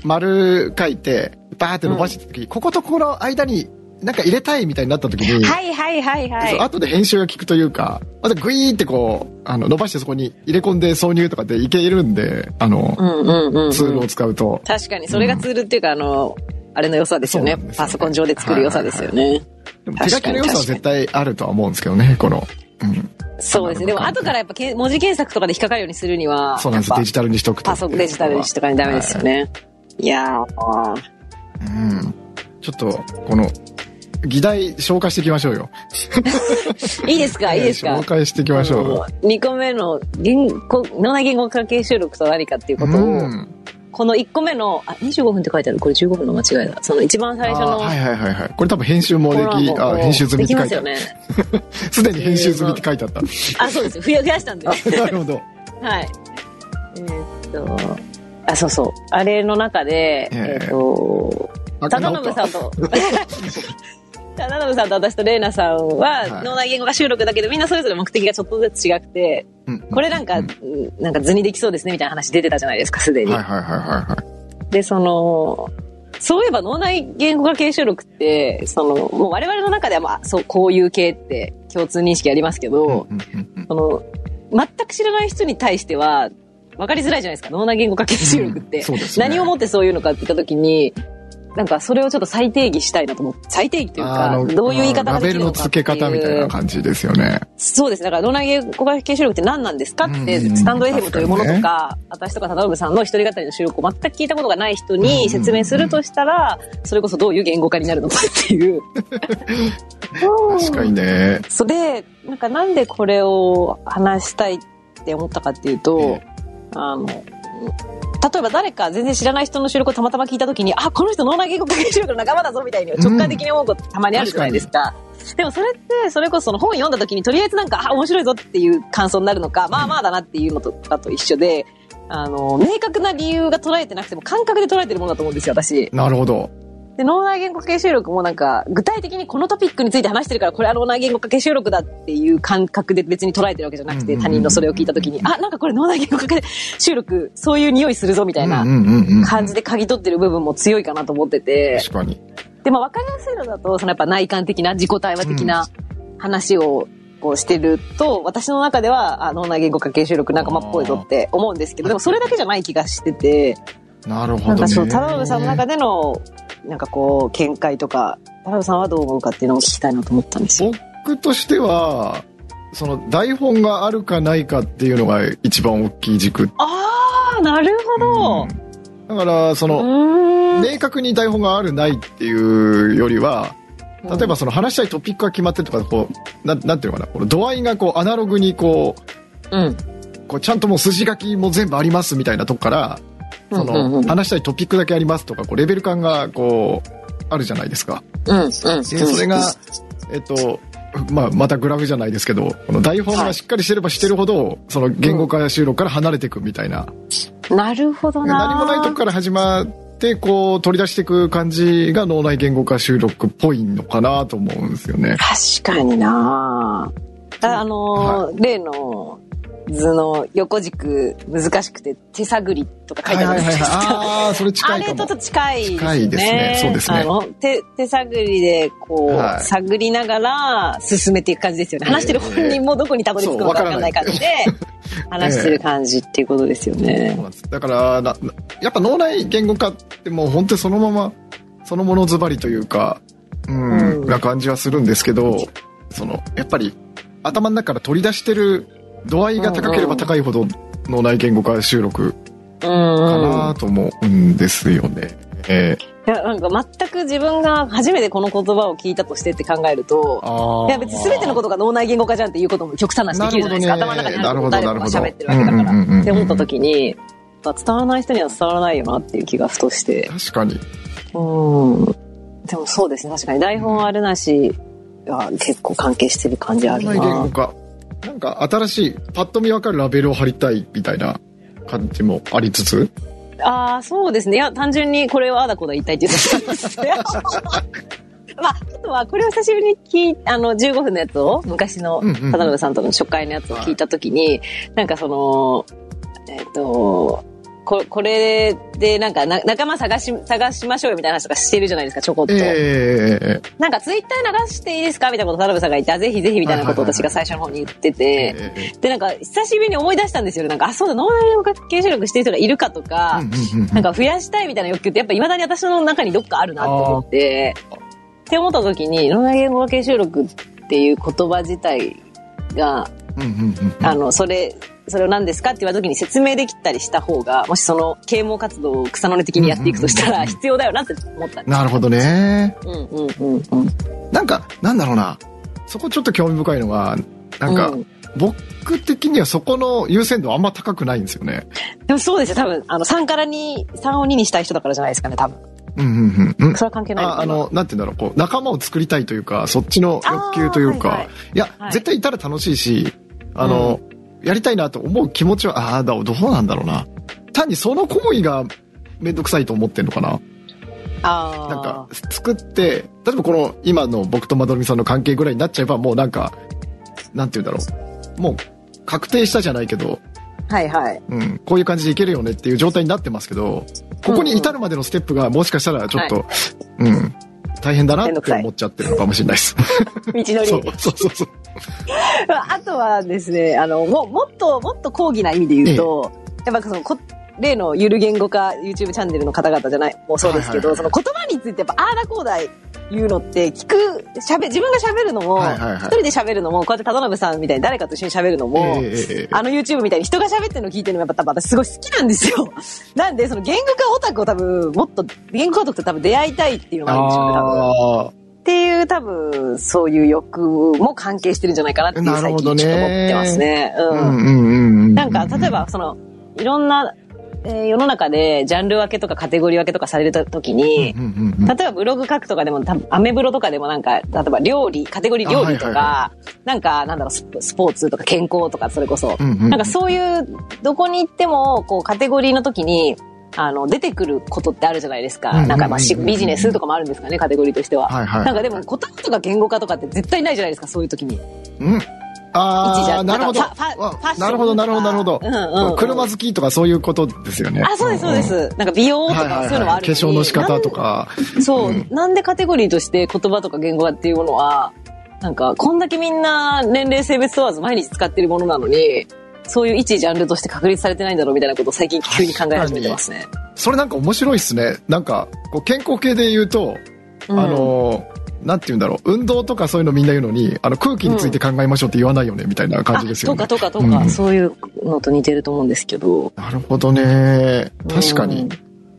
Speaker 1: 丸書いてバーって伸ばしてた時、こことここの間になんか入れたいみたいになった時に、
Speaker 2: はいはいはいはい。
Speaker 1: 後で編集が効くというかまたグイーってこうあの伸ばしてそこに入れ込んで挿入とかでいけるんであの、
Speaker 2: うんうんうんうん。
Speaker 1: ツールを使うと、
Speaker 2: 確かに、それがツールっていうか、あの、あれの良さですよね
Speaker 1: そうなんですよね
Speaker 2: パソコン上で作る良さですよね。
Speaker 1: でも手書きの良さは絶対あるとは思うんですけどねこの
Speaker 2: そうですね。でも、後からやっぱけ文字検索とかで引っかかるようにするには、
Speaker 1: そうなんです
Speaker 2: やっぱ
Speaker 1: デジタルにしとくと
Speaker 2: あ、そう、デジタルにしとかにダメですよね。いやー、
Speaker 1: うんちょっとこの議題紹介していきましょうよ
Speaker 2: いいですか、いいですか。
Speaker 1: 紹介していきましょう
Speaker 2: 2個目の言語、7言語関係収録とは何かっていうことを、
Speaker 1: うん
Speaker 2: この1個目の、あ、25分って書いてある。これ15分の間違いだ。その一番最初
Speaker 1: あ
Speaker 2: の、
Speaker 1: はいはいはいはいこれ多分編集もで
Speaker 2: コラボ
Speaker 1: きあ編集済みって
Speaker 2: でき
Speaker 1: 書
Speaker 2: ま
Speaker 1: い
Speaker 2: す
Speaker 1: てあ
Speaker 2: よ
Speaker 1: る
Speaker 2: ね。
Speaker 1: すでに編集済みって書いてあった
Speaker 2: あ、そうです。増や増やしたんで。は
Speaker 1: なるほど
Speaker 2: い。えーっと、あ、そうそう。あれの中で、
Speaker 1: え
Speaker 2: え
Speaker 1: え
Speaker 2: ーっと、
Speaker 1: あ
Speaker 2: 忠
Speaker 1: 直
Speaker 2: 信
Speaker 1: った
Speaker 2: さんと、 忠信さんと私と玲奈さん
Speaker 1: い
Speaker 2: は、脳内言語が収録だけど、みんなそれぞれ目的がちょっとずつ違くて、
Speaker 1: うん
Speaker 2: これなんか、
Speaker 1: うん
Speaker 2: なんか図にできそうですねみたいな話出てたじゃないですか、すでに。
Speaker 1: はいはいはいはいはい
Speaker 2: で、その、そういえば脳内言語化系収録って、その、もう我々の中では、まあ、そう、こういう系って共通認識ありますけど、
Speaker 1: うんうんうん
Speaker 2: その、全く知らない人に対しては、分かりづらいじゃないですか、脳内言語化系収録って。
Speaker 1: うんそうですね
Speaker 2: 何をもってそういうのかって言った時に、なんかそれをちょっと再定義したいなと思って、再定義という
Speaker 1: あ
Speaker 2: か
Speaker 1: の、
Speaker 2: どういう言い方ができるのかってい
Speaker 1: ラベルの付け
Speaker 2: う。
Speaker 1: 方みたいな感じですよね
Speaker 2: そうですね。だから、脳内言語化系収録って何なんですかって、
Speaker 1: うん
Speaker 2: スタンド FM というものとか、
Speaker 1: 確
Speaker 2: 私とか忠信さんの一人語りの収録を全く聞いたことがない人に説明するとしたら、それこそどういう言語化になるのかっていう。
Speaker 1: 確かにね
Speaker 2: それなんかなんでこれを話したいって思ったかっていうと
Speaker 1: え、
Speaker 2: あの、例えば誰か全然知らない人の収録をたまたま聞いた時に、あ、この人脳内言語系収録の仲間だぞみたいに直感的に思うことたまにあるじゃないですか。でもそれって、それこそその本読んだ時にとりあえずなんか、あ、面白いぞっていう感想になるのか、まあまあだなっていうのとかと一緒で、あの、明確な理由が捉えてなくても感覚で捉えてるものだと思うんですよ、私。
Speaker 1: なるほど
Speaker 2: で、脳内言語系収録もなんか、具体的にこのトピックについて話してるから、これは脳内言語系収録だっていう感覚で別に捉えてるわけじゃな
Speaker 1: う
Speaker 2: く
Speaker 1: ん
Speaker 2: て、
Speaker 1: うんうん
Speaker 2: 他人のそれを聞いた時に、あ、なんかこれ脳内言語系収録、そういう匂いするぞみたいな感じ
Speaker 1: で
Speaker 2: で嗅ぎ取ってる部分も強いかなと思ってて、
Speaker 1: 確かに
Speaker 2: で、まあ分かりやすいのだと、そのやっぱ内観的な自己対話的な話を、こうしてると、私の中では、あ、脳内言語系収録仲間っぽいぞって思うんですけど、でもそれだけじゃない気がしてて、
Speaker 1: なる
Speaker 2: な
Speaker 1: ほ
Speaker 2: ん
Speaker 1: ど
Speaker 2: か
Speaker 1: ね
Speaker 2: その田辺さんの中でのなんかこう見解とか田辺さんはどう思うかっていうのを聞きたいなと思ったんですよ。
Speaker 1: 僕としてはその台本があるかないかっていうのが一番大きい軸
Speaker 2: ああなるほど。
Speaker 1: うんだからそうの
Speaker 2: ーん
Speaker 1: 明確に台本があるないっていうよりは例えばその話したいトピックが決まってるとかこうなんなんていうのかなこの度合いがこうアナログにこ
Speaker 2: うん
Speaker 1: うこうちゃんともう筋書きも全部ありますみたいなとこからそ
Speaker 2: うんうんう
Speaker 1: の
Speaker 2: ん
Speaker 1: 話したいトピックだけありますとかこうレベル感がこうあるじゃないですか。
Speaker 2: うんうんうん
Speaker 1: でそれが、えっとまあ、またグラフじゃないですけどこの台本がしっかりしてればしてるほど、その言語化収録から離れていくみたいな、
Speaker 2: なるほどな。
Speaker 1: 何もないとこから始まってこう取り出していく感じが脳内言語化収録っぽいのかなと思うんですよね。
Speaker 2: 確かにな。ああのー例の図の横軸難しくて手探りとか書いてあるじゃないですか。
Speaker 1: ああーそれ近
Speaker 2: あ
Speaker 1: い
Speaker 2: れ
Speaker 1: か
Speaker 2: と
Speaker 1: も
Speaker 2: ちょっと近いですね。
Speaker 1: 近いですねそうですね
Speaker 2: あの、手、手探りで、こう、
Speaker 1: はい
Speaker 2: 探りながら進めていく感じですよね。
Speaker 1: ええ
Speaker 2: 話してる本人もどこにたどり着くのか
Speaker 1: そう
Speaker 2: わかんない感 じで、話してる感じっていうことですよ
Speaker 1: そう
Speaker 2: ね。
Speaker 1: なんですだからななやっぱ脳内言語化ってもう本当にそのままそのものズバリというかうん、
Speaker 2: うん
Speaker 1: な感じはするんですけどそのやっぱり頭の中から取り出してる度合いが高ければ高いほど脳内言語化収録
Speaker 2: うん
Speaker 1: か
Speaker 2: うん。
Speaker 1: なとも思うんですよね。えー
Speaker 2: いや、なんか全く自分が初めてこの言葉を聞いたとしてって考えると、
Speaker 1: あー
Speaker 2: いや別に全てのことが脳内言語化じゃんっていうことも極端なしできるじゃないですか。
Speaker 1: なる
Speaker 2: 頭
Speaker 1: ほ
Speaker 2: の
Speaker 1: ど
Speaker 2: 中
Speaker 1: ね
Speaker 2: にあることを誰もが喋ってるわけだ
Speaker 1: なるほどなるほどうんうんうんうんうん
Speaker 2: から。って思った時に、まあ伝わらない人には伝わらないよなっていう気がふとして。
Speaker 1: 確かに
Speaker 2: うん。でもそうですね、確かに台本あるなしは結構関係してる感じある
Speaker 1: 脳内言語
Speaker 2: な。
Speaker 1: 化なんか新しいパッと見わかるラベルを貼りたいみたいな感じもありつつ
Speaker 2: ああ、そうですね。いや、単純にこれはあだこだ言いたいって言ってたんです ねまあ、あとは、これを久しぶりに聞いあの、15分のやつを、昔の、
Speaker 1: うんうんうん
Speaker 2: 田辺さんとの初回のやつを聞いたときに、なんかその、えっ、と、ここれで、なんかな、仲間探し、探しましょうよみたいな話とかしてるじゃないですか、ちょこっと。
Speaker 1: えー
Speaker 2: なんかツイッター流していいですかみたいなこと田辺さんが言って、あぜひぜひみたいなことを私が最初の方に言ってて、
Speaker 1: えー
Speaker 2: で、なんか久しぶりに思い出したんですよね。なんか、あ、そうだ、脳内言語化系収録してる人がいるかとか、
Speaker 1: うんうんうん
Speaker 2: なんか増やしたいみたいな欲求ってやっぱ未だに私の中にどっかあるなと思って、って思った時に、脳内言語化系収録っていう言葉自体が、
Speaker 1: うんうんうん
Speaker 2: あの、それ、それを何ですかって言われた時に説明できたりした方が、もしその啓蒙活動を草の根的にやっていくとし
Speaker 1: う
Speaker 2: た
Speaker 1: んうんうんう
Speaker 2: ら
Speaker 1: ん
Speaker 2: 必要だよなって思ったんです。
Speaker 1: なるほどね
Speaker 2: うんうんうんうん。
Speaker 1: なんかなんだろうなそこちょっと興味深いのはなんか、
Speaker 2: う
Speaker 1: 僕的にはそこの優先度あんま高くないんですよね
Speaker 2: でもそうですよ、多分。あの、3から2、3を2にしたい人だからじゃないですか ね、多分。
Speaker 1: うんうんうんうん
Speaker 2: それは関係ないの
Speaker 1: ああ
Speaker 2: かな
Speaker 1: のなんて言うんだろうこう仲間を作りたいというかそっちの欲求というか、
Speaker 2: あーはい
Speaker 1: い
Speaker 2: は
Speaker 1: や、
Speaker 2: はい
Speaker 1: 絶対いたら楽しいしあの、やりたいなと思う気持ちはああだどうなんだろうな単にその行為がめんどくさいと思ってんのかな
Speaker 2: あー
Speaker 1: なんか作って例えばこの今の僕とまどろみさんの関係ぐらいになっちゃえばもうなんかなんて言うんだろうもう確定したじゃないけど、
Speaker 2: はいはい。
Speaker 1: うん、こういう感じでいけるよねっていう状態になってますけどここに至るまでのステップがもしかしたらちょっと、うん大変だなって思っちゃってるのかもしれないで す。
Speaker 2: 道の
Speaker 1: そう
Speaker 2: り。
Speaker 1: そうそうそう。
Speaker 2: あとはですね、あの、ももっと、もっと講義な意味で言うと、やっぱそのこ、例のゆる言語化 YouTube チャンネルの方々じゃない、もうそうですけど、
Speaker 1: はいはいは
Speaker 2: その言葉についてやっぱ、ああだこうだ言うのって、聞く、喋、自分が喋るのも、一、
Speaker 1: はいはいはい
Speaker 2: 人で喋るのも、こうやって田辺さんみたいに誰かと一緒に喋るのも、
Speaker 1: ええええええ
Speaker 2: あの YouTube みたいに人が喋ってるの聞いてるのやっぱ多分私すごい好きなんですよ。 なんで、その言語化オタクを多分、もっと、言語化オタクと多分出会いたいっていうのがあるんでしょうね、多分。
Speaker 1: あ
Speaker 2: っていう多分そういう欲も関係してるんじゃないかなっていう
Speaker 1: なる
Speaker 2: 最
Speaker 1: ほど
Speaker 2: 近
Speaker 1: ね
Speaker 2: ちょっと思ってますね。
Speaker 1: あ。
Speaker 2: うん
Speaker 1: うんうんうんうん。
Speaker 2: なんか例えばそのいろんな、えー世の中でジャンル分けとかカテゴリー分けとかされるときに
Speaker 1: うん、うんうん、
Speaker 2: 例えばブログ書くとかでも多分アメブロとかでもなんか例えば料理カテゴリー料理
Speaker 1: あ
Speaker 2: とか、
Speaker 1: はいはいは
Speaker 2: なんかなんだろうスポスポーツとか健康とかそれこそ、
Speaker 1: うんうんうん
Speaker 2: なんかそういうどこに行ってもこうカテゴリーの時にあの出てくることってあるじゃないですか、
Speaker 1: うんうんうんうん
Speaker 2: なんかまあしビジネスとかもあるんですかねカテゴリーとしては、
Speaker 1: はいはい
Speaker 2: なんかでも言葉とか言語化とかって絶対ないじゃないですかそういう時に
Speaker 1: うん。
Speaker 2: 一時
Speaker 1: あ
Speaker 2: は
Speaker 1: あ、なるほど。
Speaker 2: なんかファファファッ
Speaker 1: わ
Speaker 2: ション
Speaker 1: なるほど、なるほど、なるほど。
Speaker 2: うんうんうん
Speaker 1: 車好きとかそういうことですよね。
Speaker 2: あそうですそうで
Speaker 1: んん。
Speaker 2: す、なんか美容と
Speaker 1: はい
Speaker 2: か
Speaker 1: はい
Speaker 2: そういうのも
Speaker 1: は
Speaker 2: あ
Speaker 1: い。
Speaker 2: る
Speaker 1: 化
Speaker 2: の
Speaker 1: 粧
Speaker 2: に
Speaker 1: の仕方とか。
Speaker 2: そう、
Speaker 1: うん
Speaker 2: なんでカテゴリーとして言葉とか言語化っていうものは、なんか、こんだけみんな年齢性別問わず毎日使ってるものなのに、そういう一ジャンルとして確立されてないんだろうみたいなことを最近急に考え始めてますね。
Speaker 1: それなんか面白いっすね。なんか、こう健康系で言うと、あ
Speaker 2: うん
Speaker 1: のー、なんて言うんだろう。運動とかそういうのみんな言うのに、あの、空気について考えましょうって言わないよね、みたいな感じですよね
Speaker 2: あ。とかとかとか、
Speaker 1: うん
Speaker 2: そういうのと似てると思うんですけど。
Speaker 1: なるほどね。確か
Speaker 2: う
Speaker 1: に
Speaker 2: ん。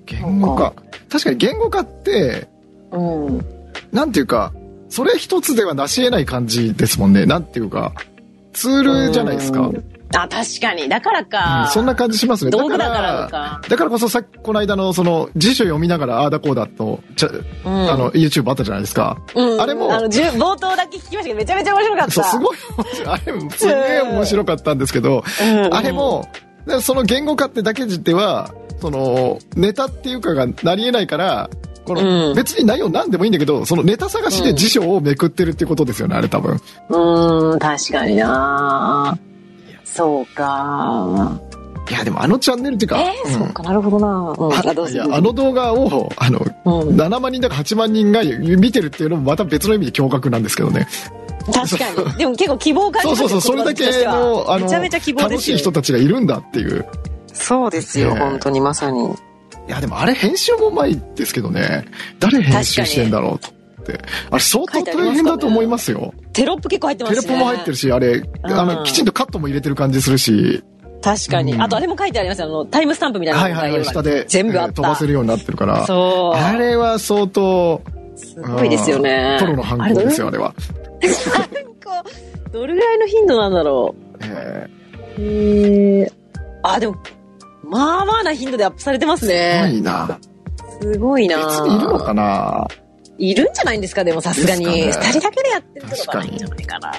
Speaker 1: 言語
Speaker 2: なん
Speaker 1: 化。確かに言語化って、
Speaker 2: うん。
Speaker 1: なんていうか、それ一つでは成し得ない感じですもんね。なんていうか、ツールじゃないですか。
Speaker 2: うんあ、確かに。だか
Speaker 1: う
Speaker 2: ら
Speaker 1: ん
Speaker 2: か。
Speaker 1: そんな感じしますね。
Speaker 2: 道具だからか。
Speaker 1: だからこそさっきこの間のその辞書読みながらああだこうだとちゃ、
Speaker 2: うん
Speaker 1: あの YouTube あったじゃないですか。
Speaker 2: うん
Speaker 1: あれも
Speaker 2: あの、じゅ冒頭だけ聞きましたけど、めちゃめちゃ面白かった。
Speaker 1: そうすごい面白いあれもすげえ面白かったんですけど、
Speaker 2: うん
Speaker 1: あれ、もでその言語化ってだけではそのネタっていうかがなり得ないからこの、
Speaker 2: うん
Speaker 1: 別に内容何でもいいんだけどそのネタ探しで辞書をめくってるってことですよねあれ多分。
Speaker 2: うーん、確かになそうか
Speaker 1: いやでもあのチャンネルっていう
Speaker 2: え
Speaker 1: か、
Speaker 2: ー
Speaker 1: うん
Speaker 2: そうか、なるほどなうん、あ、どう
Speaker 1: あい
Speaker 2: する
Speaker 1: やあの動画をあの
Speaker 2: うん、
Speaker 1: 7万人だか8万人が見てるっていうのもまた別の意味で驚愕なんですけど ね
Speaker 2: 確かに。でも結構希望を感じ
Speaker 1: そう
Speaker 2: ます
Speaker 1: そうそうそれだ
Speaker 2: 子供たちとし
Speaker 1: け
Speaker 2: ては
Speaker 1: のあの
Speaker 2: めちゃめちゃ希望で
Speaker 1: 楽
Speaker 2: す
Speaker 1: しい
Speaker 2: よ
Speaker 1: 人たちがいるんだっていう
Speaker 2: そうです
Speaker 1: ね
Speaker 2: よ、
Speaker 1: え
Speaker 2: 本当にまさに。
Speaker 1: いやでもあれ編集もうまいですけどね誰編集してんだろうとってあれ相当大変だと思いますよ
Speaker 2: テロップ結構入ってます
Speaker 1: テ
Speaker 2: ね。
Speaker 1: レポも入ってるしあれあ
Speaker 2: う
Speaker 1: の
Speaker 2: ん
Speaker 1: きちんとカットも入れてる感じするし
Speaker 2: 確かに。
Speaker 1: うん
Speaker 2: あと、あれも書いてありますよあの、タイムスタンプみたいなの
Speaker 1: は
Speaker 2: が
Speaker 1: いはいはい下で
Speaker 2: 全部あっ
Speaker 1: えー
Speaker 2: た。
Speaker 1: 飛ばせるようになってるから
Speaker 2: そう。
Speaker 1: あれは相当
Speaker 2: すごいですよね。
Speaker 1: プロの犯行ですよあ
Speaker 2: あれ
Speaker 1: れは
Speaker 2: どれ。犯行どれぐらいの頻度なんだろ
Speaker 1: え
Speaker 2: う。へーあ、でも、まあまあな頻度でアップされてます
Speaker 1: ー
Speaker 2: ね。
Speaker 1: ないな
Speaker 2: すごいな
Speaker 1: 別にいるのかない
Speaker 2: るんじゃないんですかでもさすがに。二、
Speaker 1: ですかね
Speaker 2: 人だけでやってるとかないんじゃないかな。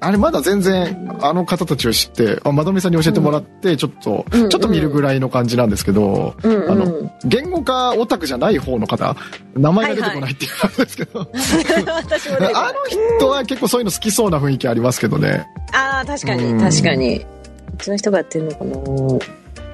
Speaker 1: あれまだ全然あの方たちを知ってあまどみさんに教えてもらってちょっと、
Speaker 2: うん
Speaker 1: ちょっと見るぐらいの感じなんですけど、
Speaker 2: うんうん
Speaker 1: あの言語化オタクじゃない方の方名前が出てこないっていう感じですけど、
Speaker 2: 私もね。
Speaker 1: あの人は結構そういうの好きそうな雰囲気ありますけどね
Speaker 2: ああ、確か
Speaker 1: うん
Speaker 2: に、確かに。こっちの人がやってるのかな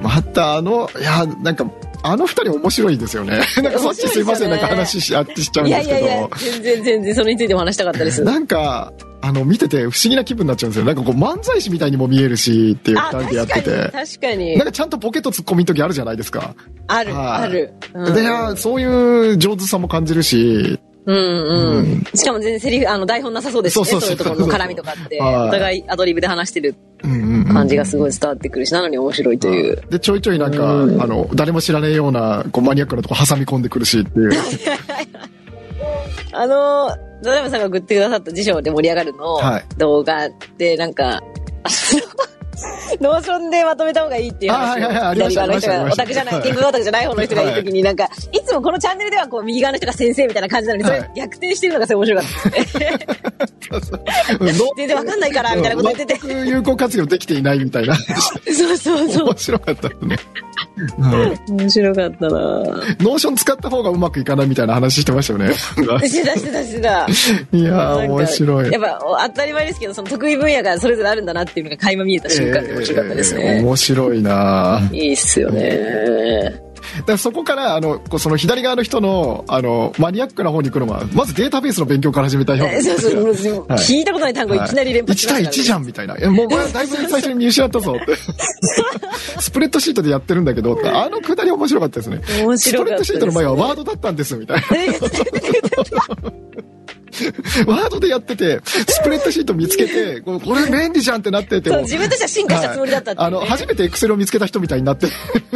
Speaker 1: またあのいやなんかあの二人面白いですよねなんかそっちすいません、な
Speaker 2: 面白いですよね
Speaker 1: んか話しあっちしちゃうん
Speaker 2: い
Speaker 1: で
Speaker 2: や
Speaker 1: す
Speaker 2: い
Speaker 1: けど
Speaker 2: やいや、全然全然それについても話したかったです。
Speaker 1: なんかあの見てて不思議な気分になっちゃうんですよなんかこう漫才師みたいにも見えるしっていう
Speaker 2: あ、
Speaker 1: 感じ
Speaker 2: 確
Speaker 1: でやって
Speaker 2: かに、
Speaker 1: て
Speaker 2: 確かに
Speaker 1: なん。かちゃんとポケット突っ込みの時あるじゃないですか
Speaker 2: ある、
Speaker 1: はい
Speaker 2: ある。
Speaker 1: で、そういう上手さも感じるし、
Speaker 2: ううんう。
Speaker 1: うん
Speaker 2: しかも全然セリフ、あの、台本なさそうですしね。そ
Speaker 1: そううそうそう
Speaker 2: いうところの絡みとかって、お
Speaker 1: はい
Speaker 2: 互いアドリブで話してる
Speaker 1: うんうんうん
Speaker 2: 感じがすごい伝わってくるし、なのに面白いという。
Speaker 1: で、ちょいちょいなんか、
Speaker 2: うん
Speaker 1: あの、誰も知らねえような、こう、マニアックなとこ挟み込んでくるしっていう。
Speaker 2: あの、ドラムさんが送ってくださった辞書で盛り上がるの
Speaker 1: はい
Speaker 2: 動画で、なんか、あのノーションでまとめた方がいいっていう話を
Speaker 1: あはいはいはいありました
Speaker 2: 左側の人
Speaker 1: あり
Speaker 2: が、
Speaker 1: ま
Speaker 2: オ
Speaker 1: した
Speaker 2: タクじゃない、天狗オタクじゃない方の人がいるときに、なんか、いつもこのチャンネルではこう、右側の人が先生みたいな感じなのに、そ
Speaker 1: は
Speaker 2: れ
Speaker 1: い
Speaker 2: 逆転してるのがすごい面白かったですね。 全然わかんないから、みたいなこと言って て。
Speaker 1: 全く有効活用できていないみたいな。
Speaker 2: そうそうそう
Speaker 1: 面。白かったですね。うん
Speaker 2: 面白かったな
Speaker 1: ノーション使った方がうまくいかないみたいな話してましたよ ね。
Speaker 2: してたしてたして た。
Speaker 1: いや
Speaker 2: な
Speaker 1: ー、
Speaker 2: んか
Speaker 1: 面白い
Speaker 2: や。っぱお当たり前ですけど、その得意分野がそれぞれあるんだなっていうのが垣間見えた瞬間で面白かったです
Speaker 1: えーえー
Speaker 2: ね。
Speaker 1: 面白いなー
Speaker 2: いいっすよね。
Speaker 1: だからそこから、あの、こうその左側の人の、あの、マニアックな方に行くのは、まずデータベースの勉強から始めたよ。
Speaker 2: そうそう、もう
Speaker 1: はい
Speaker 2: 聞いたことない単語いきなり連発し
Speaker 1: 1
Speaker 2: ま
Speaker 1: 対1
Speaker 2: した
Speaker 1: じゃんみたいな。えもうお前だいぶ最初に見失った ぞって。スプレッドシートでやってるんだけどって、あのくだり面白かったですね。
Speaker 2: 面
Speaker 1: スプ
Speaker 2: 白か
Speaker 1: レッ
Speaker 2: った
Speaker 1: ド
Speaker 2: です
Speaker 1: シートの前はワードだったんですみたいな。
Speaker 2: え
Speaker 1: ワードでやってて、スプレッドシート見つけて、こうこれ便利じゃんってなってて
Speaker 2: そ
Speaker 1: も
Speaker 2: う、自分としては進化したつもりだったってい
Speaker 1: は
Speaker 2: う
Speaker 1: いあの、初めてエクセルを見つけた人みたいになってる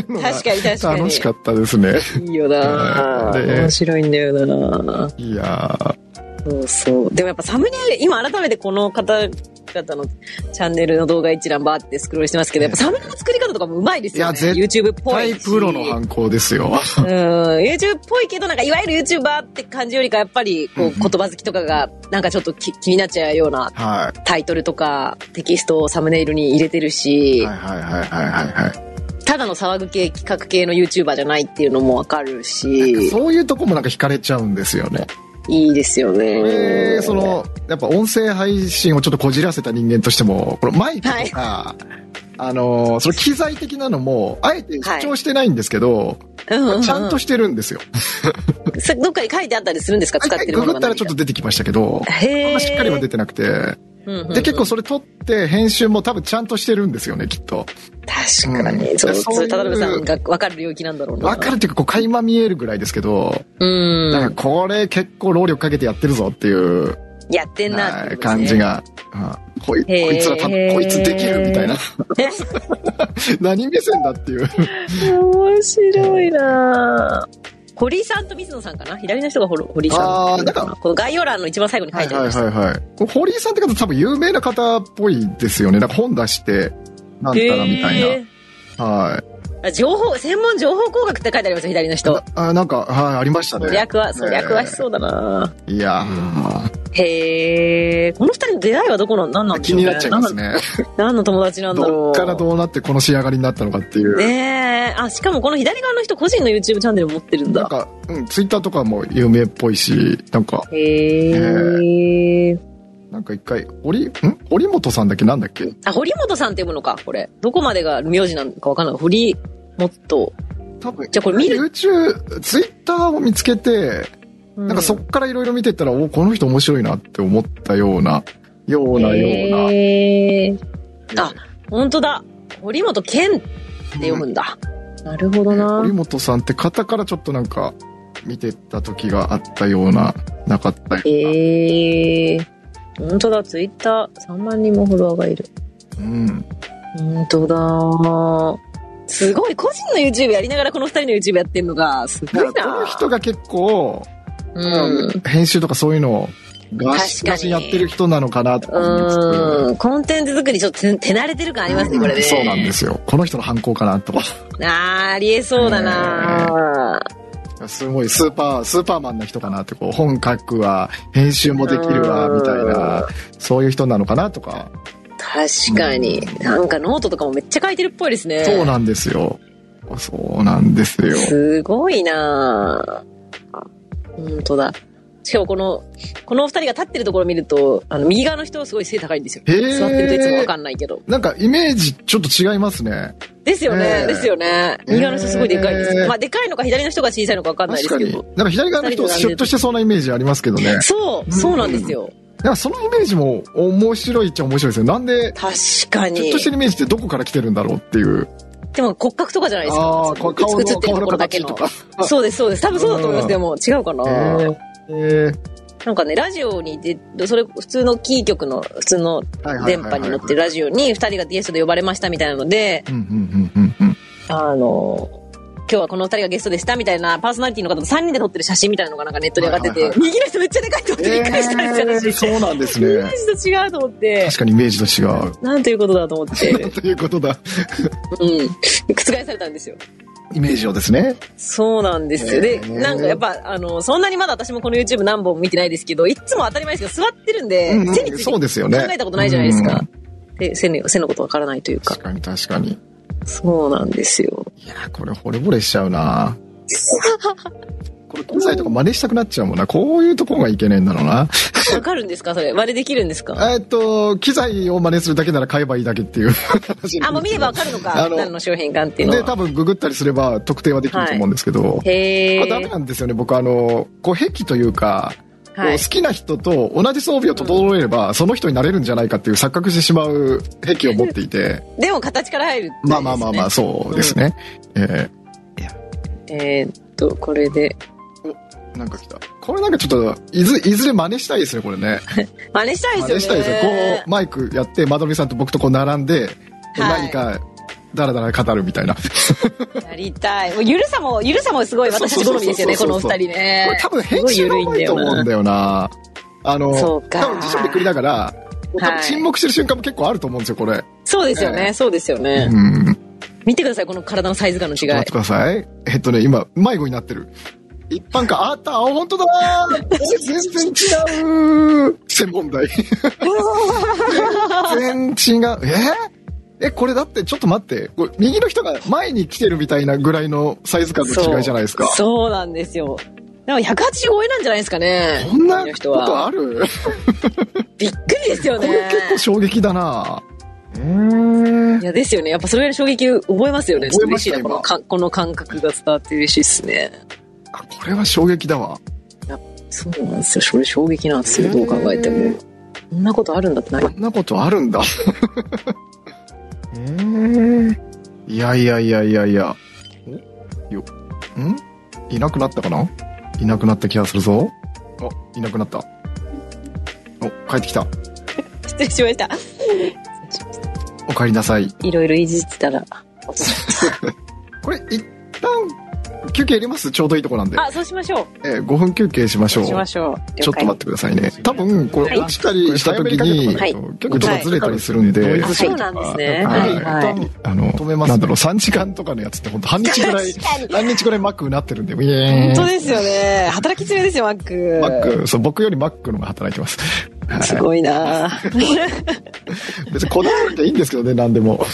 Speaker 1: のが
Speaker 2: 確かに確かに
Speaker 1: 楽しかったですね。
Speaker 2: いいよな
Speaker 1: はいで
Speaker 2: 面白いんだよない
Speaker 1: やー
Speaker 2: そうそう。でもやっぱサムネイル、今改めてこの方々のチャンネルの動画一覧バーってスクロールしてますけど、やっぱサムネイルの作り方とかもうまいですよね。
Speaker 1: いや絶
Speaker 2: YouTube っぽい
Speaker 1: 大
Speaker 2: し。
Speaker 1: プロの犯行ですよ。
Speaker 2: うん、YouTube っぽいけど、なんかいわゆる YouTuber って感じよりか、やっぱりこう言葉好きとかが、なんかちょっとき気になっちゃうような
Speaker 1: は
Speaker 2: タイトルとかテキストをサムネイルに入れてる
Speaker 1: い。
Speaker 2: し
Speaker 1: はい、はいはいはいはいはい。
Speaker 2: ただの騒ぐ系企画系の YouTuber じゃないっていうのもわかるし、
Speaker 1: そういうとこもなんか惹かれちゃうんですよね。
Speaker 2: いいですよね。
Speaker 1: で、その、やっぱ音声配信をちょっとこじらせた人間としても、このマイクとか、あの、その機材的なのも、あえて主張してないんですけど、
Speaker 2: うんうんうん、
Speaker 1: ちゃんとしてるんですよ。
Speaker 2: さどっかに書いてあったりするんですか使ってる
Speaker 1: グ
Speaker 2: もの
Speaker 1: グ
Speaker 2: が
Speaker 1: ったらちょっと出てきましたけど、あん
Speaker 2: へ
Speaker 1: ましっかりは出てなくて、で、
Speaker 2: で
Speaker 1: 結構それ撮って編集も多分ちゃんとしてるんですよね、きっと。
Speaker 2: 確かに、
Speaker 1: うん
Speaker 2: そう
Speaker 1: そういう
Speaker 2: それ田辺さんが分かる領域なんだろうな
Speaker 1: わかるっていうか、こう、垣間見えるぐらいですけど、
Speaker 2: うん
Speaker 1: なんかこれ結構労力かけてやってるぞっていう、
Speaker 2: やってんなっ
Speaker 1: は
Speaker 2: て
Speaker 1: い
Speaker 2: ことですね
Speaker 1: 感じが、うんこいこ
Speaker 2: へー
Speaker 1: いつら多分、こいつできるみ たいな。何目線だっていう。
Speaker 2: 面白いなぁ堀井さんと水野さんかな左の人が堀堀井さん
Speaker 1: あー
Speaker 2: っていうの
Speaker 1: な
Speaker 2: なこの概要欄の一番最後に書いてありました。
Speaker 1: いはい。堀井さんって方多分有名な方っぽいですよね。なんか本出して、なんたらみた
Speaker 2: へ
Speaker 1: い
Speaker 2: ー
Speaker 1: な。はい。
Speaker 2: あ情報、専門情報工学って書いてありますよ、左の人。
Speaker 1: あ、なんか、はい、ありましたね。
Speaker 2: 略は、そう、略はしそうだない
Speaker 1: やー
Speaker 2: ぁへえ。この二人の出会いはどこの、何なんでし
Speaker 1: 気
Speaker 2: ょう
Speaker 1: に
Speaker 2: ね。
Speaker 1: なっちゃいますね。
Speaker 2: 何の。何の友達なんだろ
Speaker 1: ど
Speaker 2: う。
Speaker 1: っからどうなってこの仕上がりになったのかっていう。
Speaker 2: ねえ。あ、しかもこの左側の人個人の YouTube チャンネル持ってるん
Speaker 1: なん
Speaker 2: だ。
Speaker 1: か、うん、ツイッターとかも有名っぽいし、なんか、
Speaker 2: へえ。
Speaker 1: なんか一回、堀、ん堀本さんだっけなんだっけ
Speaker 2: あ、堀本さんって読むのか、これ。どこまでが名字なのかわかんない。堀本。
Speaker 1: 多分、
Speaker 2: じゃあこれ見る
Speaker 1: YouTube、ツイッターを見つけて、
Speaker 2: な
Speaker 1: なんかそっからいろいろ見てったら、おこの人面白いなって思ったような、ようなような。
Speaker 2: へーあ、本当だ。堀本健って読むんだ。なるほどな。
Speaker 1: 堀本さんって方からちょっとなんか、見てた時があったような、なかったような。
Speaker 2: へえ。本当だ、ツイッター3万人もフォロワーがいる。
Speaker 1: うん。
Speaker 2: 本当だ。すごい、個人の YouTube やりながらこの2人の YouTube やってんのが、すご
Speaker 1: だ
Speaker 2: い
Speaker 1: か
Speaker 2: な。
Speaker 1: らこの人が結構、
Speaker 2: うん。
Speaker 1: 編集とかそういうのをガシ
Speaker 2: 確かに
Speaker 1: ガシやってる人なのかなとか思いつつ
Speaker 2: うん。コンテンツ作りちょっと手手慣れてる感ありますね、これね。
Speaker 1: そうなんですよ。この人の犯行かなとか。
Speaker 2: あーありえそうだな、
Speaker 1: すごいスーパー、スーパーマンな人かなって、こう、本書くわ、編集もできるわ、
Speaker 2: うん
Speaker 1: みたいな、そういう人なのかなとか。
Speaker 2: 確かに。なんかノートとかもめっちゃ書いてるっぽいですね。
Speaker 1: そうなんですよ。そうなんですよ。
Speaker 2: すごいなぁ。本当だ。しかもこの、このお二人が立ってるところを見ると、あの、右側の人すごい背高いんですよ。
Speaker 1: へー
Speaker 2: 座ってるといつもわかんないけど。
Speaker 1: なんかイメージちょっと違いますね。
Speaker 2: ですよね、
Speaker 1: ねえ
Speaker 2: ですよね。右側の人すごいでかいです。
Speaker 1: ねえ
Speaker 2: まあ、でかいのか左の人が小さいのかわかんないで
Speaker 1: 確
Speaker 2: す
Speaker 1: か
Speaker 2: け
Speaker 1: に。
Speaker 2: ど。
Speaker 1: なんか左側の人、シュッとしてそうなイメージありますけどね。
Speaker 2: そう、
Speaker 1: ん
Speaker 2: そうなんですよ。
Speaker 1: なんかそのイメージも面白いっちゃ面白いですよ。なんで、
Speaker 2: 確か
Speaker 1: シュッ
Speaker 2: に
Speaker 1: とし。てるイメージってどこから来てるんだろうっていう。
Speaker 2: でも骨格とかじゃないですか。
Speaker 1: あー
Speaker 2: その
Speaker 1: 顔の
Speaker 2: 写ってるところだけの
Speaker 1: 顔の形。
Speaker 2: そうです、そうです。多分そうだと思いま
Speaker 1: う
Speaker 2: す。
Speaker 1: ん
Speaker 2: でも、違うかな。
Speaker 1: へーえー
Speaker 2: なんかね、ラジオにで、それ、普通のキー局の、普通の
Speaker 1: はいはいはいはい
Speaker 2: 電波に乗ってるラジオに、二人がゲストで呼ばれましたみたいなので、
Speaker 1: うんうんうんうんうん。
Speaker 2: あの、今日はこの二人がゲストでしたみたいな、パーソナリティの方と三人で撮ってる写真みたいなのがなんかネットに上がって
Speaker 1: は
Speaker 2: て
Speaker 1: いは、い
Speaker 2: 右の人めっちゃでかいと思ってびっくりしたんですよ、
Speaker 1: えー
Speaker 2: 私。
Speaker 1: そうなんです
Speaker 2: イメ
Speaker 1: ね。
Speaker 2: ージと違うと思って、
Speaker 1: 確かにイメージと違う。
Speaker 2: なんということだと 思って、
Speaker 1: ということだ。
Speaker 2: うん、覆されたんですよ。
Speaker 1: イメージをですね。
Speaker 2: そうなんですよ。
Speaker 1: へ
Speaker 2: で、
Speaker 1: ー
Speaker 2: なんかやっぱ、あの、そんなにまだ私もこの YouTube 何本も見てないですけど、いっつも当たり前ですけど、座ってるんで、
Speaker 1: うんうん
Speaker 2: 手について
Speaker 1: そうですよ
Speaker 2: 考
Speaker 1: ね
Speaker 2: えたことないじゃないですか。で背の背のことわからないというか
Speaker 1: 確。かに確かに。
Speaker 2: そうなんですよ。
Speaker 1: いやー、これ惚れ惚れしちゃうな。これ、今歳とか真似したくなっちゃうもんな。こういうとこがいけねえんだろうな。
Speaker 2: わかるんですかそれ。割れできるんですか
Speaker 1: えーっと、機材を真似するだけなら買えばいいだけっていう話
Speaker 2: あ、もう見ればわかるのか
Speaker 1: あの
Speaker 2: 何の商品かっていうの
Speaker 1: で、
Speaker 2: は。
Speaker 1: 多分ググったりすれば特定はできると思うんですけど。
Speaker 2: へ
Speaker 1: これダメ
Speaker 2: ー。
Speaker 1: なんですよね。僕、あの、こう、癖というか、こう
Speaker 2: はい
Speaker 1: 好きな人と同じ装備を整えれば、その人になれるんじゃないかっていう錯覚してしまう癖を持ってい て、
Speaker 2: でも形から入る、
Speaker 1: まあまあまあまあ、。そうですね。え
Speaker 2: えーっと、これで。
Speaker 1: ーなんか来た。これなんかちょっと、いずいずれ真似したいですね、これね。
Speaker 2: 真似したいですよね。
Speaker 1: 真似したいですね。こう、マイクやって、まどりさんと僕とこう並んで、
Speaker 2: はい
Speaker 1: 何か、だらだら語るみたいな。
Speaker 2: やりたい。もうゆるさも、ゆるさもすごい私好みですよね、
Speaker 1: そ
Speaker 2: こ
Speaker 1: うそ
Speaker 2: の
Speaker 1: う
Speaker 2: お
Speaker 1: そうそう
Speaker 2: 二人ね
Speaker 1: これ。多分編集がうまいと思うんだよな。あの、
Speaker 2: そ
Speaker 1: 多
Speaker 2: うか
Speaker 1: 分辞書めくりながら、多分沈黙してる瞬間も結構あると思うんですよ、これ。
Speaker 2: そうですよね、そうですよね。
Speaker 1: うん。
Speaker 2: 見てください、この体のサイズ感の違
Speaker 1: ちょっ
Speaker 2: い
Speaker 1: と待って。ください。えっとね、今、迷子になってる。一般化、あった、あ、本当だえ全然違う専門題。全然違う。ええ、これだって、ちょっと待って。これ右の人が前に来てるみたいなぐらいのサイズ 感の違いじゃないですか。
Speaker 2: そうそうなんですよ。なんか180超えなんじゃないですかね。
Speaker 1: こんな
Speaker 2: この
Speaker 1: こ
Speaker 2: 人
Speaker 1: と
Speaker 2: は。
Speaker 1: ある
Speaker 2: びっくりですよ
Speaker 1: こ
Speaker 2: ね。
Speaker 1: れ結構衝撃だなえー
Speaker 2: いや、ですよね。やっぱそれぐらいの衝撃覚えますよね。ちょっ
Speaker 1: 覚えまし
Speaker 2: と嬉しい
Speaker 1: た
Speaker 2: な。このかこの感覚が伝わって嬉しいっすね。
Speaker 1: あこれは衝撃だわ。
Speaker 2: そうなんですよ。それ衝撃なんですよ。どう考えて
Speaker 1: へ
Speaker 2: も
Speaker 1: ー。
Speaker 2: こんなことあるんだってない
Speaker 1: こ。んなことあるんだ。 えーいやいやいやいやいや。およ、んいなくなったかないなくなった気がするぞ。あ、いなくなった。お、帰ってきた。
Speaker 2: 失礼しました。
Speaker 1: お帰りなさい。
Speaker 2: いろいろいじってたら。
Speaker 1: これ、一旦、休憩入れますちょうどいいとこなんで。
Speaker 2: あ、そうしましょ
Speaker 1: えー、5分休憩しまし
Speaker 2: う。
Speaker 1: ょう。
Speaker 2: しましょう。
Speaker 1: ちょっと待ってくださいね。多分、これ
Speaker 2: はい
Speaker 1: 落ちたりした時に、
Speaker 2: はい
Speaker 1: 結構時間ずれたりするんで、
Speaker 3: はい
Speaker 2: あそうなんですね。
Speaker 1: は
Speaker 2: はいいはい。
Speaker 1: あの、止めます、なんだろう、3時間とかのやつって本当半日ぐらい、半日ぐらいマックになってるんで、ウィーン
Speaker 2: 本当ですよね。働き詰めですよ、マック。
Speaker 1: マック、そう、僕よりマックの方が働いてます。
Speaker 2: すごいな
Speaker 1: 別にこだわりでいいんですけどね、何でも。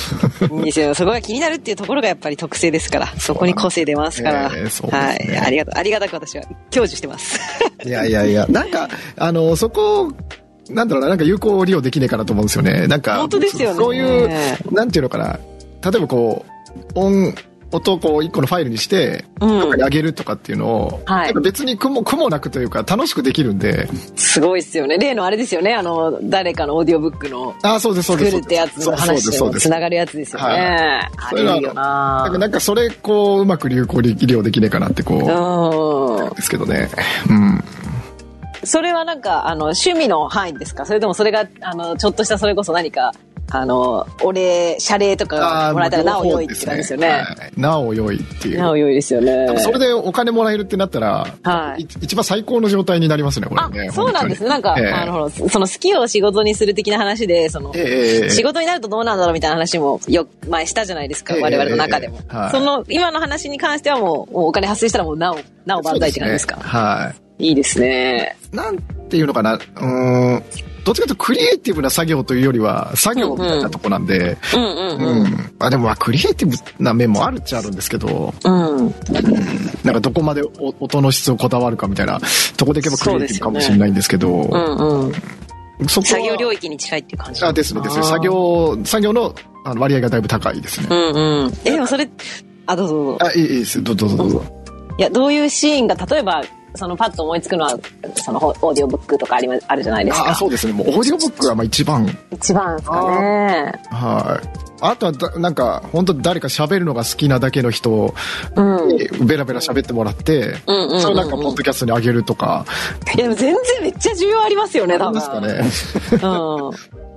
Speaker 2: いいですよ。そこが気になるっていうところがやっぱり特性ですから、そこに個性出ますから。
Speaker 1: ええそう
Speaker 2: は
Speaker 1: ですね
Speaker 2: い。ありがとう。ありがたく私は享受してます。
Speaker 1: いやいやいや、なんか、あの、そこ、なんだろうな、なんか有効利用できねえかなと思うんですよね。なんか、
Speaker 2: 本当ですよね。
Speaker 1: そういう、なんていうのかな、例えばこう、音、音をこう、一個のファイルにして、
Speaker 2: うん。
Speaker 1: あげるとかっていうのを、
Speaker 2: はい
Speaker 1: なんか別に苦も苦もなくというか、楽しくできるんで、
Speaker 2: すごいですよね。例のあれですよね。あの、誰かのオーディオブックの
Speaker 1: ああ、そうです、そう
Speaker 2: 作
Speaker 1: です。
Speaker 2: るってやつの話
Speaker 1: そ
Speaker 2: と
Speaker 1: うです、そうです。
Speaker 2: つながるやつですよね。あ
Speaker 1: そう
Speaker 2: れ
Speaker 1: いうの
Speaker 2: いいよな
Speaker 1: なんかなんかそれ、こう、うまく流行利用できねえかなって、こう、
Speaker 2: うん。
Speaker 1: ですけどね。うん。
Speaker 2: それはなんか、あの、趣味の範囲ですかそれともそれが、あの、ちょっとしたそれこそ何か、あの、お礼、謝礼とかもらえたらなお良いって感じですよね。
Speaker 1: はいなお良いってい
Speaker 2: な
Speaker 1: う。
Speaker 2: お良いですよね。
Speaker 1: それでお金もらえるってなったら、
Speaker 2: はい
Speaker 1: い一番最高の状態になりますね、これ
Speaker 2: あ
Speaker 1: ね。、
Speaker 2: そうなんですね。なんか、
Speaker 1: ええ
Speaker 2: あの、その好きを仕事にする的な話で、そ
Speaker 1: 本
Speaker 2: の
Speaker 1: 当、に。ええ
Speaker 2: 仕事になるとどうなんだろうみたいな話もよく前したじゃないですか、
Speaker 1: ええ
Speaker 2: 我々の中でも
Speaker 1: え。えはい
Speaker 2: その、今の話に関してはもう、もうお金発生したらもうなお、なお万歳って感じですか。
Speaker 1: そうねはい
Speaker 2: いですね。
Speaker 1: い。なんていうのかな、うーん、どっちかというとクリエイティブな作業というよりは、作業みたいなとこなんで、
Speaker 2: うんうん
Speaker 1: うん。あでもまあ、クリエイティブな面もあるっちゃあるんですけど、
Speaker 2: うん。うん。
Speaker 1: なんかどこまでお音の質をこだわるかみたいなとこでいけばクリエイティブかもしれないんですけど、そ
Speaker 2: うんうん。
Speaker 1: こは
Speaker 2: 作業領域に近いっていう感じ
Speaker 1: あですねですね作。業作業のあの割合がだいぶ高いですね、
Speaker 2: うんうん。え、でもそれ、あ、どうぞどうぞ。
Speaker 1: あいいいいですどうぞどうぞどうぞ
Speaker 2: いや、どういうシーンが、例えば、そのパッと思いつくのは、そのオーディオブックとかありま、あるじゃないです
Speaker 1: ああ
Speaker 2: か。
Speaker 1: そうですねもうオーディオブックがまあ一番
Speaker 2: 一番ですかね。
Speaker 1: はいあとはだなんか本当誰か喋るのが好きなだけの人
Speaker 2: うん。い
Speaker 1: にベラベラ喋ってもらって、
Speaker 2: うんうんうんうん
Speaker 1: それをなんかポッドキャストにあげるとか、
Speaker 2: や、でも全然めっちゃ需要ありますよね、
Speaker 1: な
Speaker 2: 多
Speaker 1: ん
Speaker 2: 分。
Speaker 1: ですかね
Speaker 2: うん。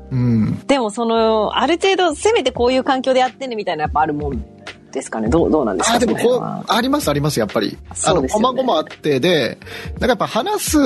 Speaker 1: うん
Speaker 2: でもその、ある程度、せめてこういう環境でやってねみたいなやっぱあるもんですかね。どう、どうなんですか
Speaker 1: あでも
Speaker 2: その
Speaker 1: こ
Speaker 2: 辺は
Speaker 1: うありますありますやっぱりあ
Speaker 2: そう
Speaker 1: の
Speaker 2: です
Speaker 1: こ
Speaker 2: よね
Speaker 1: まごまあってでなんかやっぱ話す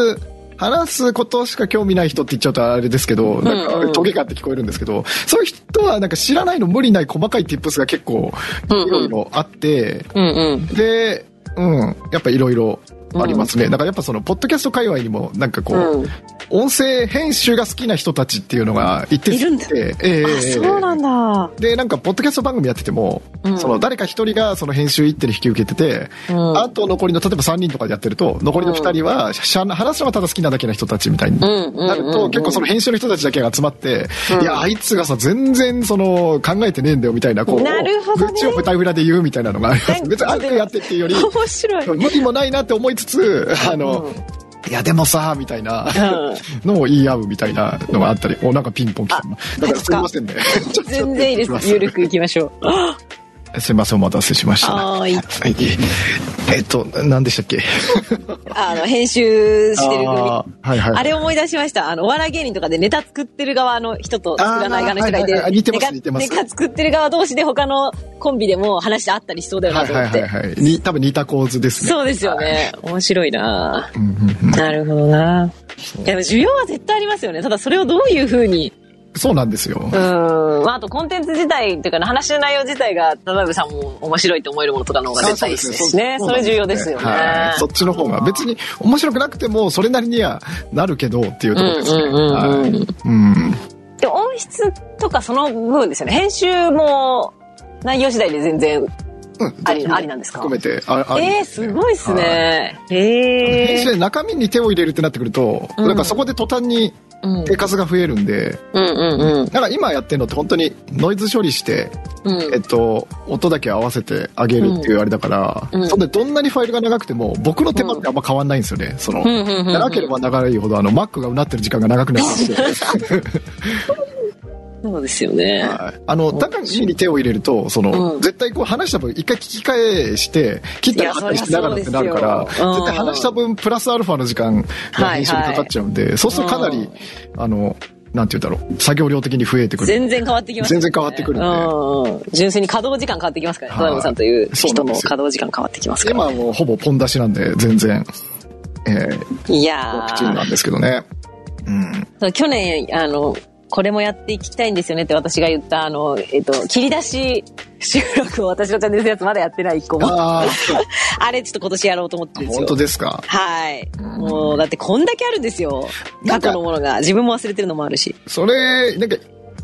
Speaker 1: 話すことしか興味ない人って言っちゃうとあれですけど、
Speaker 2: うん
Speaker 1: なん
Speaker 2: うん
Speaker 1: か、トゲがあって聞こえるんですけど、そういう人はなんか知らないの無理ない細かい tips が結構、い
Speaker 2: うんうん
Speaker 1: ろいろあって、
Speaker 2: うんうん。
Speaker 1: で、うん、やっぱいろいろありますね。だからやっぱその、ポッドキャスト界隈にも、なんかこう、
Speaker 2: うん
Speaker 1: 音声編集が好きな人たちっていうのが一定数
Speaker 2: いるんだ
Speaker 1: てええ
Speaker 2: あ、そうなんだ。
Speaker 1: で、なんか、ポッドキャスト番組やってても、
Speaker 2: うん
Speaker 1: その、誰か一人がその編集一手に引き受けてて、
Speaker 2: うん
Speaker 1: あと残りの、例えば3人とかでやってると、残りの2人は、しゃ話すのがただ好きなだけの人たちみたいに
Speaker 2: うんうんうんうん
Speaker 1: なると、結構その編集の人たちだけが集まって、
Speaker 2: うん
Speaker 1: いや、あいつがさ、全然その、考えてねえんだよみたいな、こう、
Speaker 2: なるほどね
Speaker 1: 愚痴を舞台裏で言うみたいなのがありま
Speaker 2: なん
Speaker 1: す。
Speaker 2: か
Speaker 1: 別にあえてやってっていう より、
Speaker 2: 面白い。うん。
Speaker 1: 無理もないなって思いつつ、あの、
Speaker 2: うん
Speaker 1: いやでもさみたいなのを言い合うみたいなのがあったり、おなんかピンポン来た
Speaker 2: あ
Speaker 1: だからすみませんねちょちょ
Speaker 2: 全然いいで。
Speaker 1: 行きます
Speaker 2: ゆるくいきましょう。
Speaker 1: すいませんお待たせしました
Speaker 2: はーい
Speaker 1: はいえっと何でしたっ け
Speaker 2: あの、編集してる組。
Speaker 1: あーはいはい
Speaker 2: あれ思い出しました。あの、お笑い芸人とかでネタ作ってる側の人と作らない側の人が
Speaker 1: あーは
Speaker 2: いて
Speaker 1: いはいはい似てます
Speaker 2: ネタ
Speaker 1: 似てます
Speaker 2: ネタ作ってる側同士で他のコンビでも話あったりしそうだよ
Speaker 1: は
Speaker 2: ないと思
Speaker 1: はい
Speaker 2: っ
Speaker 1: はい
Speaker 2: て。
Speaker 1: はいに多分似た構図ですね
Speaker 2: そうですよね。面白いな
Speaker 1: うんうんうん
Speaker 2: なるほどな。いやでも需要は絶対ありますよね。ただそれをどういうふうに。
Speaker 1: そうなんですよ
Speaker 2: うーん。まあ、あとコンテンツ自体っていうか、話の内容自体が、田辺さんも面白いと思えるものとかの方が絶対いいですしね。それ重要ですよね。
Speaker 1: はいそっちの方が別に面白くなくてもそれなりにはなるけどっていうところですね
Speaker 2: うんうんうんうん
Speaker 1: はいうん
Speaker 2: で音質とかその部分ですよね。編集も内容次第で全然あり,、ありなんですか
Speaker 1: 含めてああり
Speaker 2: えー、
Speaker 1: ます
Speaker 2: す
Speaker 1: ね
Speaker 2: ごいです
Speaker 1: は
Speaker 2: ね。
Speaker 1: 編
Speaker 2: へ
Speaker 1: 集
Speaker 2: え。
Speaker 1: で中身に手を入れるってなってくると、
Speaker 2: うん
Speaker 1: なんかそこで途端に
Speaker 2: うん
Speaker 1: 手数が増えるんで、
Speaker 2: うんうん
Speaker 1: なんか今やってるのって本当にノイズ処理して、
Speaker 2: うん。
Speaker 1: えっと、音だけ合わせてあげるっていうあれだから、
Speaker 2: うん
Speaker 1: そんでどんなにファイルが長くても僕の手間ってあんま変わんないんですよね。その、
Speaker 2: うんうんうんうん
Speaker 1: 長ければ長いほどあの Mac がうなってる時間が長くなるんですよ。
Speaker 2: そうですよね。
Speaker 1: はいあの、中身に手を入れると、その、
Speaker 2: うん
Speaker 1: 絶対こう話した分一回聞き返して、切ったり貼ったりしながらってなるから、
Speaker 2: いやそりゃそうですようん
Speaker 1: 絶対話した分プラスアルファの時間が編集にかかっちゃうんで、そうするとかなり、あの、なんて言うんだろう、作業量的に増えてくる。
Speaker 2: 全然変わってきますよ
Speaker 1: 全
Speaker 2: ね。
Speaker 1: 然変わってくるね
Speaker 2: うんうん。純粋に稼働時間変わってきますから
Speaker 1: はい
Speaker 2: ね。田辺さんという
Speaker 1: そうな
Speaker 2: 人
Speaker 1: んで
Speaker 2: の
Speaker 1: すよ
Speaker 2: 稼働時間変わってきますから。
Speaker 1: 今はもうほぼポン出しなんで、全然、えー、
Speaker 2: いや
Speaker 1: 特注
Speaker 2: ー
Speaker 1: なんですけどね。うん。
Speaker 2: そう去年、あの、これもやっていきたいんですよねって私が言った、あの、えっと、切り出し収録を私のチャンネルのやつまだやってない一個も。
Speaker 1: あ
Speaker 2: あれちょっと今年やろうと思って
Speaker 1: あ、
Speaker 2: るんです
Speaker 1: 本
Speaker 2: よ
Speaker 1: 当。ですか。
Speaker 2: はい。もう、だってこんだけあるんですよ。
Speaker 1: なん
Speaker 2: 過
Speaker 1: か
Speaker 2: 去のものが。自分も忘れてるのもあるし。
Speaker 1: それ、なんか、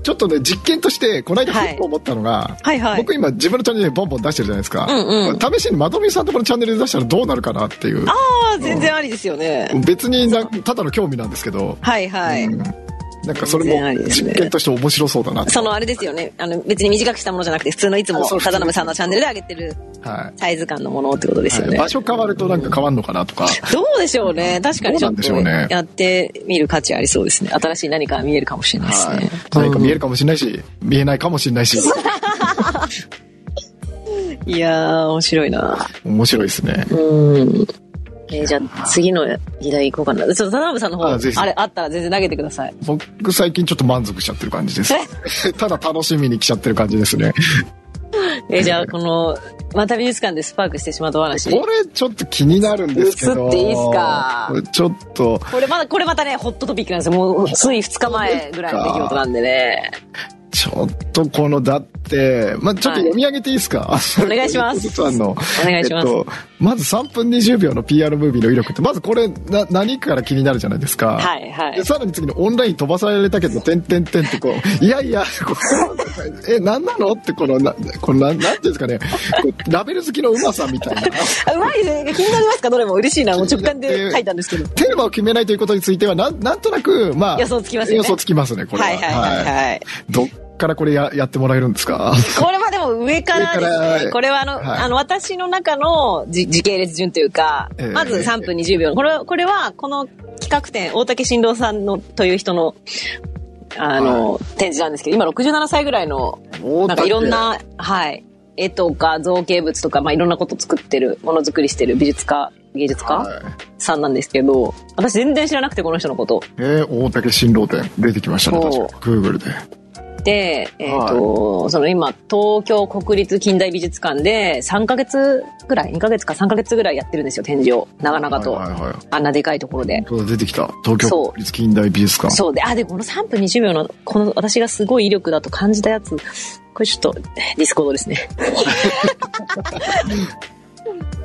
Speaker 1: ちょっとね、実験として、この間
Speaker 2: はい
Speaker 1: ふっと思ったのが、
Speaker 2: はいはい
Speaker 1: 僕今自分のチャンネルでボンボン出してるじゃないですか。
Speaker 2: うんうん
Speaker 1: 試しにまとめさんとこのチャンネルで出したらどうなるかなっていう。
Speaker 2: ああ、全然ありですよね。
Speaker 1: 別にな、ただの興味なんですけど、
Speaker 2: はいはい。
Speaker 1: うんなんかそれ
Speaker 2: 全然あり
Speaker 1: も
Speaker 2: ですね
Speaker 1: 実験として面白そうだなと
Speaker 2: そのあれですよね。あの、別に短くしたものじゃなくて、普通のいつも、
Speaker 1: あそう
Speaker 2: ただのぶさんのチャンネルで上げてる
Speaker 1: はい
Speaker 2: サイズ感のものってことですよ
Speaker 1: はい。
Speaker 2: ね。
Speaker 1: 場所変わるとなんか変わんのかなとか。
Speaker 2: どうでしょうね。確かにちょっ
Speaker 1: どうなん
Speaker 2: と
Speaker 1: でしょうね
Speaker 2: やってみる価値ありそうですね。新しい何か見えるかもしれないです
Speaker 1: はい
Speaker 2: ね。。
Speaker 1: 何か見えるかもしれないし、見えないかもしれないし、
Speaker 2: いやー、面白いな。
Speaker 1: 面白いですね。
Speaker 2: うん。えーじゃあ次の議題行こうかな。ちょっと田辺さんの方、
Speaker 1: あぜひ
Speaker 2: あれあったら全然投げてください。
Speaker 1: 僕最近ちょっと満足しちゃってる感じです。 ただ楽しみに来ちゃってる感じですね。
Speaker 2: えーじゃあこの、また美術館でスパークしてしまったお話。
Speaker 1: これちょっと気になるんですけど。
Speaker 2: 映っていいっすか
Speaker 1: これちょっと、
Speaker 2: これまだ、これまたね、ホットトピックなんですよ。もう、つい2日前ぐらいの出来事なんでね。
Speaker 1: ちょっとこの、だって、まあ、ちょっと読み上げていいですか、
Speaker 2: いお願いします
Speaker 1: さんの。お
Speaker 2: 願いします
Speaker 1: まず3分20秒の PR ムービーの威力って、まずこれ、な、何から気になるじゃないですか。
Speaker 2: はいはい
Speaker 1: でさらに次にオンライン飛ばされたけど、てんてんてんってこう、いやいや、こう え、なんなのってこの、な、このなん、なんていうんですかね、こうラベル好きのうまさみたいな。
Speaker 2: あうまいですね。気になりますかどれも嬉しいな。もう直感で書いたんですけど。
Speaker 1: テーマを決めないということについては、なん、なんとなく、まあ。
Speaker 2: 予想つきますよね
Speaker 1: 予想つきますね、これは。
Speaker 2: はいはいはいはい
Speaker 1: どっからこれややってもらえるんですか
Speaker 2: これはでも上からで
Speaker 1: 上か
Speaker 2: すね。
Speaker 1: ら
Speaker 2: これはあの、
Speaker 1: はい
Speaker 2: あの、私の中のじ時系列順というか、
Speaker 1: ええ
Speaker 2: まず3分20秒。これは、これは、この企画展、大竹新郎さんの、という人の、あの、展示なんですけど、今67歳ぐらいの、
Speaker 1: 大竹
Speaker 2: なんかいろんな、はい、絵とか造形物とか、まあいろんなこと作ってる、ものづくりしてる美術家、芸術家、
Speaker 1: はい
Speaker 2: さんなんですけど、私全然知らなくて、この人のこと。
Speaker 1: えー、大竹新郎店出てきましたね確
Speaker 2: そう
Speaker 1: か Google で
Speaker 2: で、えっ、と、その今、東京国立近代美術館で3ヶ月ぐらい、2ヶ月か3ヶ月ぐらいやってるんですよ、展示を。長々と。
Speaker 1: はいはいはい
Speaker 2: あんなでかいところで。
Speaker 1: そうだ出てきた東
Speaker 2: そう
Speaker 1: 京国立近代美術館
Speaker 2: そうで、あ、で、この3分20秒の、この私がすごい威力だと感じたやつ、これちょっと、ディスコードで すね。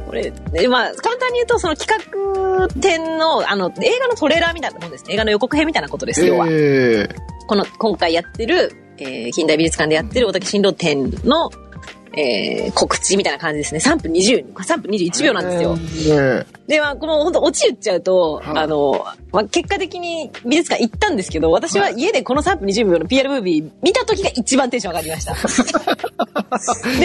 Speaker 2: これ、でまあ、簡単に言うと、その企画展の、あの、映画のトレーラーみたいなもんですね。映画の予告編みたいなことです、要は。
Speaker 1: えー、
Speaker 2: この、今回やってる、えー近代美術館でやってる大竹新郎展の、えー告知みたいな感じですね。3分20、3分21秒なんですよ。
Speaker 1: えー
Speaker 2: で、まあ、この本当落ち言っちゃうと、
Speaker 1: はい
Speaker 2: あの、まあ、結果的に美術館行ったんですけど、私は家でこの3分20秒の PR ムービー見た時が一番テンション上が りました。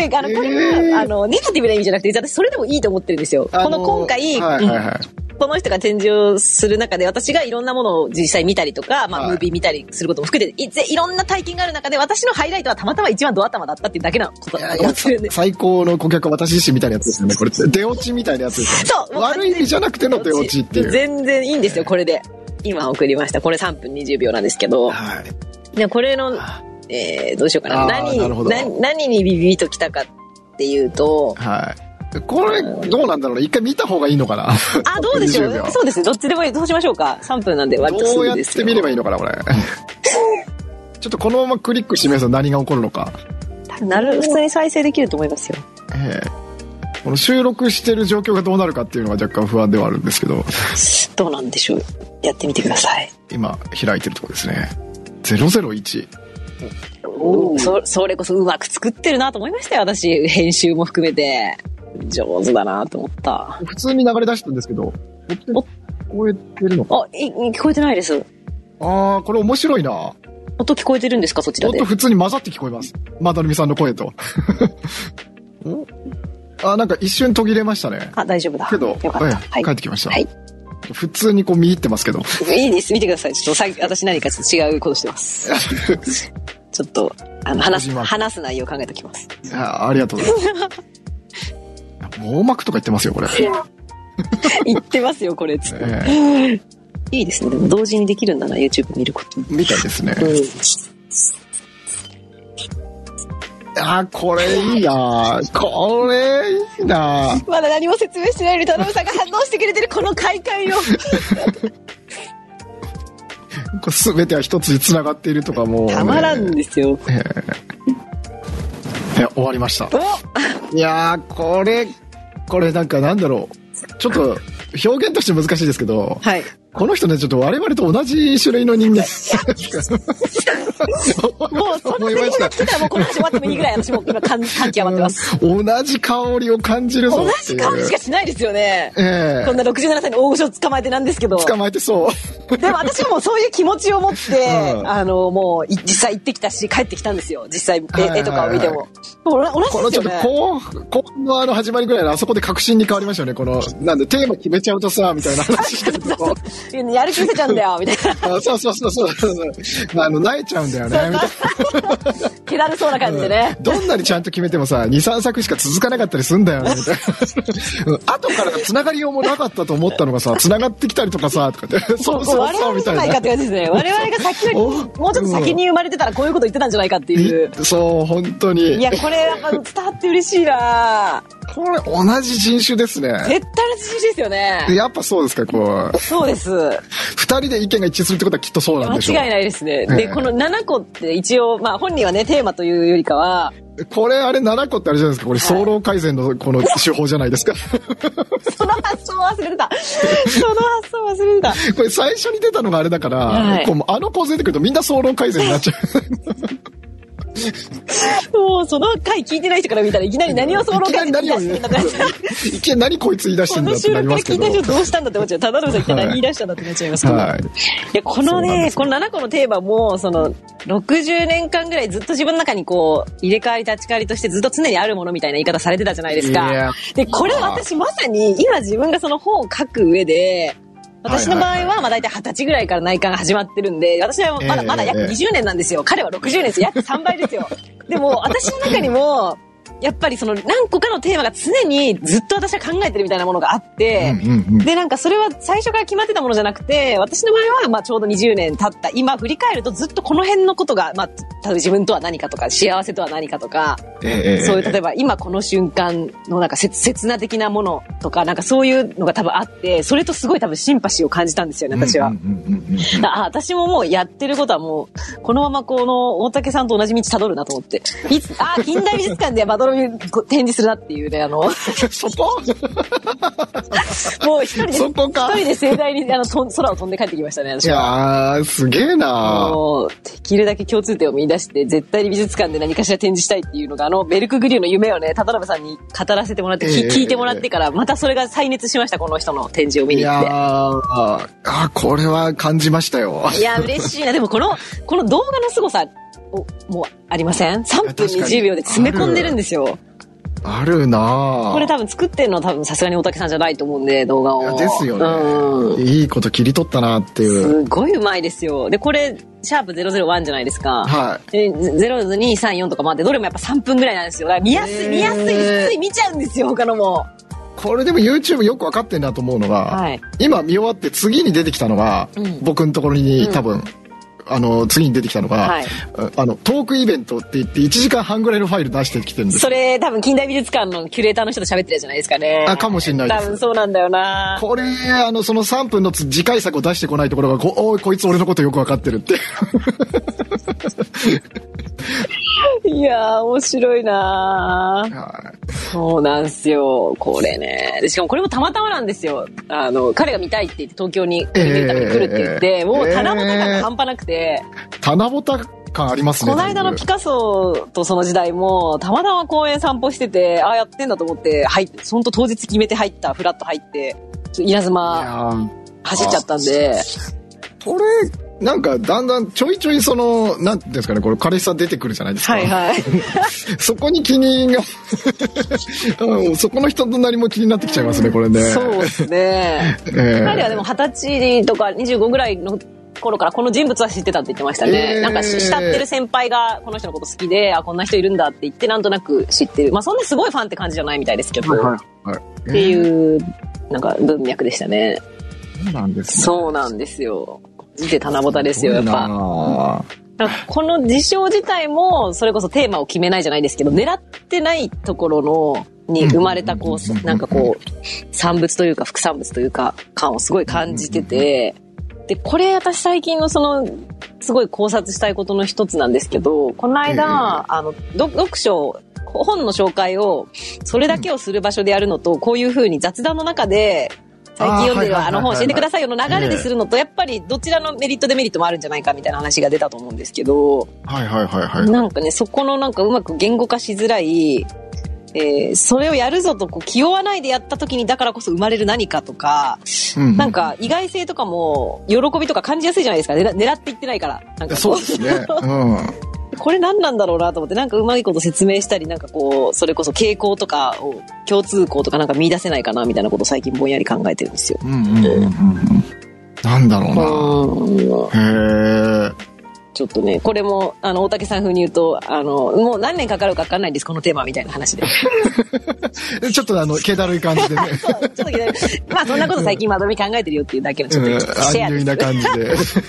Speaker 2: で、あの、これ
Speaker 1: えー
Speaker 2: は、あの、ネガティブな意味じゃなくて、私それでもいいと思ってるんですよ。こ
Speaker 1: あ
Speaker 2: の今回、
Speaker 1: はいはいはい
Speaker 2: この人が展示をする中で私がいろんなものを実際見たりとか、ま
Speaker 1: は
Speaker 2: あ、
Speaker 1: い
Speaker 2: ムービー見たりすることも含めていぜいろんな体験がある中で私のハイライトはたまたま一番ド頭だったっていうだけのことだと思ってるんで。
Speaker 1: 最高の顧客は私自身みたいなやつですよねこれ出落ちみたいなやつですよね
Speaker 2: そうもう完全
Speaker 1: 悪
Speaker 2: に
Speaker 1: い意味じゃなくての出落ちっていう
Speaker 2: 全然いいんですよ、これで。今送りました。これ3分20秒なんですけど。
Speaker 1: はい
Speaker 2: で、これの、えー、どうしようかな。
Speaker 1: あー
Speaker 2: 何
Speaker 1: なるほど
Speaker 2: 何、何にビビビッときたかっていうと、
Speaker 1: はいこれどうなんだろうね一回見た方がいいのかな
Speaker 2: あ、どうでしょ
Speaker 1: 20秒
Speaker 2: うそうですね。どっちでもいい。どうしましょうか。3分なんで割とす
Speaker 1: どうや
Speaker 2: ぐ
Speaker 1: っ
Speaker 2: です
Speaker 1: て見ればいい
Speaker 2: の
Speaker 1: のかなこれちょっとこのままクリックしてみますと何が起こるのか
Speaker 2: なる、普通に再生できると思いますよ。
Speaker 1: ええこの収録してる状況がどうなるかっていうのは若干不安ではあるんですけど
Speaker 2: どうなんでしょう。やってみてください。
Speaker 1: 今開いてるとこですね001
Speaker 2: そそれこそうまく作ってるなと思いましたよ、私。編集も含めて。上手だなと思った。
Speaker 1: 普通に流れ出したんですけど
Speaker 2: お
Speaker 1: こうやってるのか
Speaker 2: あ、い、い聞こえてないです。
Speaker 1: ああこれ面白いな
Speaker 2: 音聞こえてるんですか、そちら
Speaker 1: もっ
Speaker 2: で
Speaker 1: と。普通に混ざって聞こえますまどろみさんの声と おあなんか一瞬途切れましたね
Speaker 2: あ、大丈夫だ。
Speaker 1: けど、
Speaker 2: よかった。
Speaker 1: え
Speaker 2: は
Speaker 1: え
Speaker 2: い
Speaker 1: 帰っ。てきました、
Speaker 2: はい
Speaker 1: 普通にこう見入ってますけど
Speaker 2: いいです、見てください。ちょっとさ私何かちょっと違うことし てます。ちょっと、あの、話
Speaker 1: 小
Speaker 2: す、
Speaker 1: 島
Speaker 2: 話す内容を考えておきます。
Speaker 1: あありがとうございます網膜とか言ってますよこれ、
Speaker 2: 言ってますよ、これ。つって
Speaker 1: え
Speaker 2: いいですね。でも同時にできるんだな、YouTube 見ること。
Speaker 1: えみたいですね、
Speaker 2: うん。
Speaker 1: あー、これいいなーこれいいなー
Speaker 2: まだ何も説明してないのに、田辺さんが反応してくれてる、この快感よ。
Speaker 1: これ全ては一つに繋がっているとかもうね、
Speaker 2: たまらん
Speaker 1: い
Speaker 2: ですよ。
Speaker 1: や、終わりました。
Speaker 2: お
Speaker 1: いやー、これ、これなんかなんだろう。ちょっと、表現として難しいですけど、
Speaker 2: はい。
Speaker 1: この人ね、ちょっと我々と同じ種類の人間。
Speaker 2: もう、そのセリフが来てたらもうこの始まってもいいぐらい、私もう今、感感極まっ てます。
Speaker 1: 同じ香りを感じるぞ
Speaker 2: 同
Speaker 1: ってい
Speaker 2: じ
Speaker 1: う。
Speaker 2: 感じしかしないですよね。
Speaker 1: ええ
Speaker 2: こんな67歳の大御所を捕まえてなんですけど。
Speaker 1: 捕まえてそう。
Speaker 2: でも私はもうそういう気持ちを持って、
Speaker 1: うん
Speaker 2: あの、もうい実際行ってきたし、帰ってきたんですよ。実際
Speaker 1: はいはいは
Speaker 2: 絵
Speaker 1: い
Speaker 2: 絵とかを見ても。もう同
Speaker 1: こ
Speaker 2: じで
Speaker 1: の
Speaker 2: す
Speaker 1: ちょ
Speaker 2: よ
Speaker 1: っと
Speaker 2: ね。
Speaker 1: 後半、後半のあの始まりぐらいのあそこで確信に変わりましたよね。この、なんでテーマ決めちゃうとさ、みたいな話 してるとこ。
Speaker 2: やる気見せちゃうんだよ、みたいな。
Speaker 1: あそうそうそうそうそう。あの、泣いちゃうんだよね。みたい
Speaker 2: けだるそうな感じで
Speaker 1: な
Speaker 2: ね。
Speaker 1: どんなにちゃんと決めてもさ、2、3作しか続かなかったりすんだよ ね。みたいなうん後からつながりようもなかったと思ったのがさ、つながってきたりとかさ、とか って。
Speaker 2: も
Speaker 1: そうう
Speaker 2: こう
Speaker 1: そう
Speaker 2: 我
Speaker 1: そう、
Speaker 2: 々
Speaker 1: み
Speaker 2: じ
Speaker 1: た
Speaker 2: ゃ
Speaker 1: い
Speaker 2: ないか
Speaker 1: な
Speaker 2: っ。て感じですね。我々が先より、
Speaker 1: お
Speaker 2: もうちょっと先に生まれてたらこういうこと言ってたんじゃないかっていう。
Speaker 1: そう、本当に。
Speaker 2: いや、これやっぱ伝わって嬉しいな
Speaker 1: これ、同じ人種ですね。
Speaker 2: 絶対嬉しいですよ
Speaker 1: で
Speaker 2: ね。
Speaker 1: やっぱそうですか、こう。
Speaker 2: そうです。
Speaker 1: 二人で意見が一致するってことはきっとそうなん
Speaker 2: 間
Speaker 1: でしょう。
Speaker 2: 違いないですね。
Speaker 1: ええ
Speaker 2: で、この7個って一応、まあ本人はね、テーマというよりかは、
Speaker 1: これ、あれ、7個ってあれじゃないですか。これ、早漏改善のこの手法じゃないです か。
Speaker 2: その発想忘れてた。その発想忘れてた。
Speaker 1: これ最初に出たのがあれだから、
Speaker 2: はい
Speaker 1: こうあの構図出てくるとみんな総論改善になっちゃう。
Speaker 2: もうその回聞いてない人から見たらいきなり何をその
Speaker 1: いきな
Speaker 2: 回
Speaker 1: り
Speaker 2: で
Speaker 1: 何
Speaker 2: 出
Speaker 1: を
Speaker 2: して
Speaker 1: 言
Speaker 2: んだからさ。
Speaker 1: う いきなり何こいつ言い出して
Speaker 2: こ
Speaker 1: んだ
Speaker 2: の
Speaker 1: って
Speaker 2: 収
Speaker 1: なり
Speaker 2: 録
Speaker 1: ま
Speaker 2: から
Speaker 1: すけ
Speaker 2: 聞い
Speaker 1: ど
Speaker 2: た。人どうしたんだって思 っちゃう。ただのさん一体何言い出したんだってなっちゃいますけど。
Speaker 1: はい。
Speaker 2: いや、この
Speaker 1: そうなんで
Speaker 2: ね、
Speaker 1: す
Speaker 2: この7個のテーマも、その、60年間ぐらいずっと自分の中にこう、入れ替わり立ち替わりとしてずっと常にあるものみたいな言い方されてたじゃないです
Speaker 1: いや
Speaker 2: か。で、これ私まさに、今自分がその本を書く上で、私の場
Speaker 1: はいは
Speaker 2: 合
Speaker 1: いは
Speaker 2: は、まあ大体20歳ぐらいから内観が始まってるんで、私はまだ
Speaker 1: ええ
Speaker 2: まだ約
Speaker 1: ええ
Speaker 2: 20年なんですよ。彼は60年です。約3倍ですよ。でも、私の中にも、やっぱりその何個かのテーマが常にずっと私は考えてるみたいなものがあって、
Speaker 1: うんうんうん。
Speaker 2: で、なんかそれは最初から決まってたものじゃなくて、私の場合は、まあちょうど20年経った、今振り返るとずっとこの辺のことが、まあ、例えば自分とは何かとか、幸せとは何かとか、
Speaker 1: ええ
Speaker 2: そういう、例
Speaker 1: え
Speaker 2: えば今この瞬間のなんか切切な的なものとか、なんかそういうのが多分あって、それとすごい多分シンパシーを感じたんですよね、
Speaker 1: え
Speaker 2: 私は。
Speaker 1: うんうんうんうんうん
Speaker 2: あ私ももうやってることはもう、このままこの大竹さんと同じ道辿るなと思って。いつ、あ、近代美術館でバトル展示するなっていう ね、あの、もう
Speaker 1: そこ
Speaker 2: 一人で
Speaker 1: そこか
Speaker 2: 一。人で盛大にあのとん空を飛んで帰ってきましたね、
Speaker 1: い
Speaker 2: 私は。
Speaker 1: やー、すげえ
Speaker 2: あ
Speaker 1: な
Speaker 2: のできるだけ共通点を見出して、絶対に美術館で何かしら展示したいっていうのが、あの、ベルクグリューの夢をね、田辺さんに語らせてもらって、き
Speaker 1: ええ
Speaker 2: 聞いてもらってから、またそれが再熱しました、この人の展示を見
Speaker 1: い
Speaker 2: に行
Speaker 1: や
Speaker 2: って
Speaker 1: ー、。あー、これは感じましたよ。
Speaker 2: いや、嬉しいな。でもこの、この動画の凄さ、おもうありません ?3
Speaker 1: 確
Speaker 2: 分
Speaker 1: かに
Speaker 2: 20秒で詰め込んでるんですよ。
Speaker 1: あるな
Speaker 2: これ多分作ってるのは多分さすがに大竹さんじゃないと思うんで、動画
Speaker 1: いや
Speaker 2: を。
Speaker 1: ですよね
Speaker 2: うん。
Speaker 1: いいこと切り取ったなっていう。
Speaker 2: すごいうまいですよ。で、これ、シャープ001じゃないですか。
Speaker 1: は
Speaker 2: で02334とかもあってどれもやっぱ3分ぐらいなんですよだから見やすい、
Speaker 1: へー
Speaker 2: 見やすいしつい見ちゃうんですよ他のも
Speaker 1: い。これでも YouTube よくわかってんなと思うのが、
Speaker 2: はい
Speaker 1: 今見終わって次に出てきたのが、
Speaker 2: うん
Speaker 1: 僕のところに多分、あの、次に出てきたのが、
Speaker 2: はい
Speaker 1: あの、トークイベントって言って1時間半ぐらいのファイル出してきてるんです
Speaker 2: それ多分近代美術館のキュレーターの人と喋ってるじゃないですかね
Speaker 1: あかもしんないです
Speaker 2: 多分そうなんだよな
Speaker 1: これ、あの、その3分のつ次回作を出してこないところが、こおい、こいつ俺のことよくわかってるって。
Speaker 2: いやー面白いな
Speaker 1: はい
Speaker 2: そうなんですよこれねでしかもこれもたまたまなんですよあの彼が見たいって言って東京に見るために来るって言って、
Speaker 1: ええ
Speaker 2: もう棚も高が半端なくて、
Speaker 1: 棚ぼた感ありますね。
Speaker 2: この間の
Speaker 1: だい
Speaker 2: ピカソとその時代も、たまたま公園散歩してて、ああ、やってんだと思って、入って、そんと当日決めて入った、フラッと入って、ちょ稲
Speaker 1: ぶ
Speaker 2: 妻
Speaker 1: いやー
Speaker 2: 走っちゃったんで、
Speaker 1: これ、なんか、だんだん、ちょいちょい、その、なんていうんですかね、これ、彼氏さん出てくるじゃないですか。
Speaker 2: はいはい。
Speaker 1: そこに気にが、うんそこの人となりも気になってきちゃいますね、これね。
Speaker 2: そうですね。
Speaker 1: え
Speaker 2: 彼はでも二十歳とか25ぐらいの頃からこの人物は知ってたって言ってましたね。
Speaker 1: えー
Speaker 2: なんかし慕ってる先輩がこの人のこと好きで、あ、こんな人いるんだって言ってなんとなく知ってる。まあそんなすごいファンって感じじゃないみたいですけど、
Speaker 1: はい
Speaker 2: って
Speaker 1: え
Speaker 2: いう、なんか文脈でしたね。
Speaker 1: ーそうなんですね。
Speaker 2: そうなんですよ。見て七夕ですよ、やっぱ。
Speaker 1: ぱ。
Speaker 2: だからこの事象自体も、それこそテーマを決めないじゃないですけど、狙ってないところの、に生まれた、こ
Speaker 1: うん
Speaker 2: う、なんかこう、産物というか、副産物というか、感をすごい感じてて、で、これ私最近のその、すごい考察したいことの一つなんですけど、この間、あの、読読書、本の紹介を、それだけをする場所でやるのと、こういうふうに雑談の中で、最近読んでる
Speaker 1: あーはいはいはいはい
Speaker 2: あの本教えてくださいよの流れでするのと、やっぱりどちらのメリットデメリットもあるんじゃないかみたいな話が出たと思うんですけど、
Speaker 1: はいはいはいはい。
Speaker 2: なんかね、そこのなんかうまく言語化しづらい、えーそれをやるぞとこう気負わないでやった時にだからこそ生まれる何かとか、
Speaker 1: う
Speaker 2: なん、か意外性とかも喜びとか感じやすいじゃないですか。ねら狙っていってないから。なんかこ
Speaker 1: そうです ね。うん。
Speaker 2: これ何なんだろうなと思って、なんかうまいこと説明したり、なんかこう、それこそ傾向とかを共通項とかなんか見出せないかなみたいなことを最近ぼんやり考えてるんですよ。
Speaker 1: うんうんうんうんうん。なんだろう
Speaker 2: う
Speaker 1: な。
Speaker 2: ん。
Speaker 1: へえ。
Speaker 2: ちょっとね、これも、あの、大竹さん風に言うと、あの、もう何年かかるか分かんないです、このテーマみたいな話で。
Speaker 1: えちょっとあの、気だるい感じでね。
Speaker 2: そうちょっとねまあ、そんなこと最近まとめ考えてるよっていうだけ の、ち
Speaker 1: う
Speaker 2: ょっ
Speaker 1: ん、
Speaker 2: とシェア
Speaker 1: 安
Speaker 2: で
Speaker 1: 易な
Speaker 2: す。
Speaker 1: 感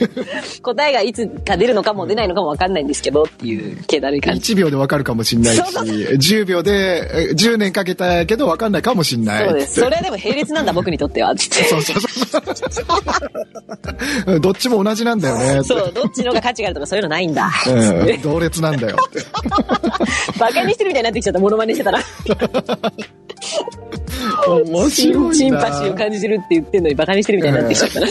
Speaker 1: じ で。
Speaker 2: 答えがいつか出るのかも出ないのかも分かんないんですけど、っていう、気だるい感じ。
Speaker 1: 1秒でわかるかもしんないし、
Speaker 2: そうそうそ
Speaker 1: 10秒で、え10年かけたけどわかんないかもしんない。
Speaker 2: そうです。それはでも並列なんだ、僕にとっては、つって。
Speaker 1: そうそうそう そう。どっちも同じなんだよねって。
Speaker 2: そう、どっちの方が価値があるとかそういうのないんだ。
Speaker 1: うん、同列なんだよって。
Speaker 2: バカにしてるみたいになってきちゃった、モノマネしてたら。
Speaker 1: 面
Speaker 2: シン
Speaker 1: 白いな。
Speaker 2: シンパシーを感じてるって言ってんのにバカにしてるみたいになってきちゃったな。
Speaker 1: い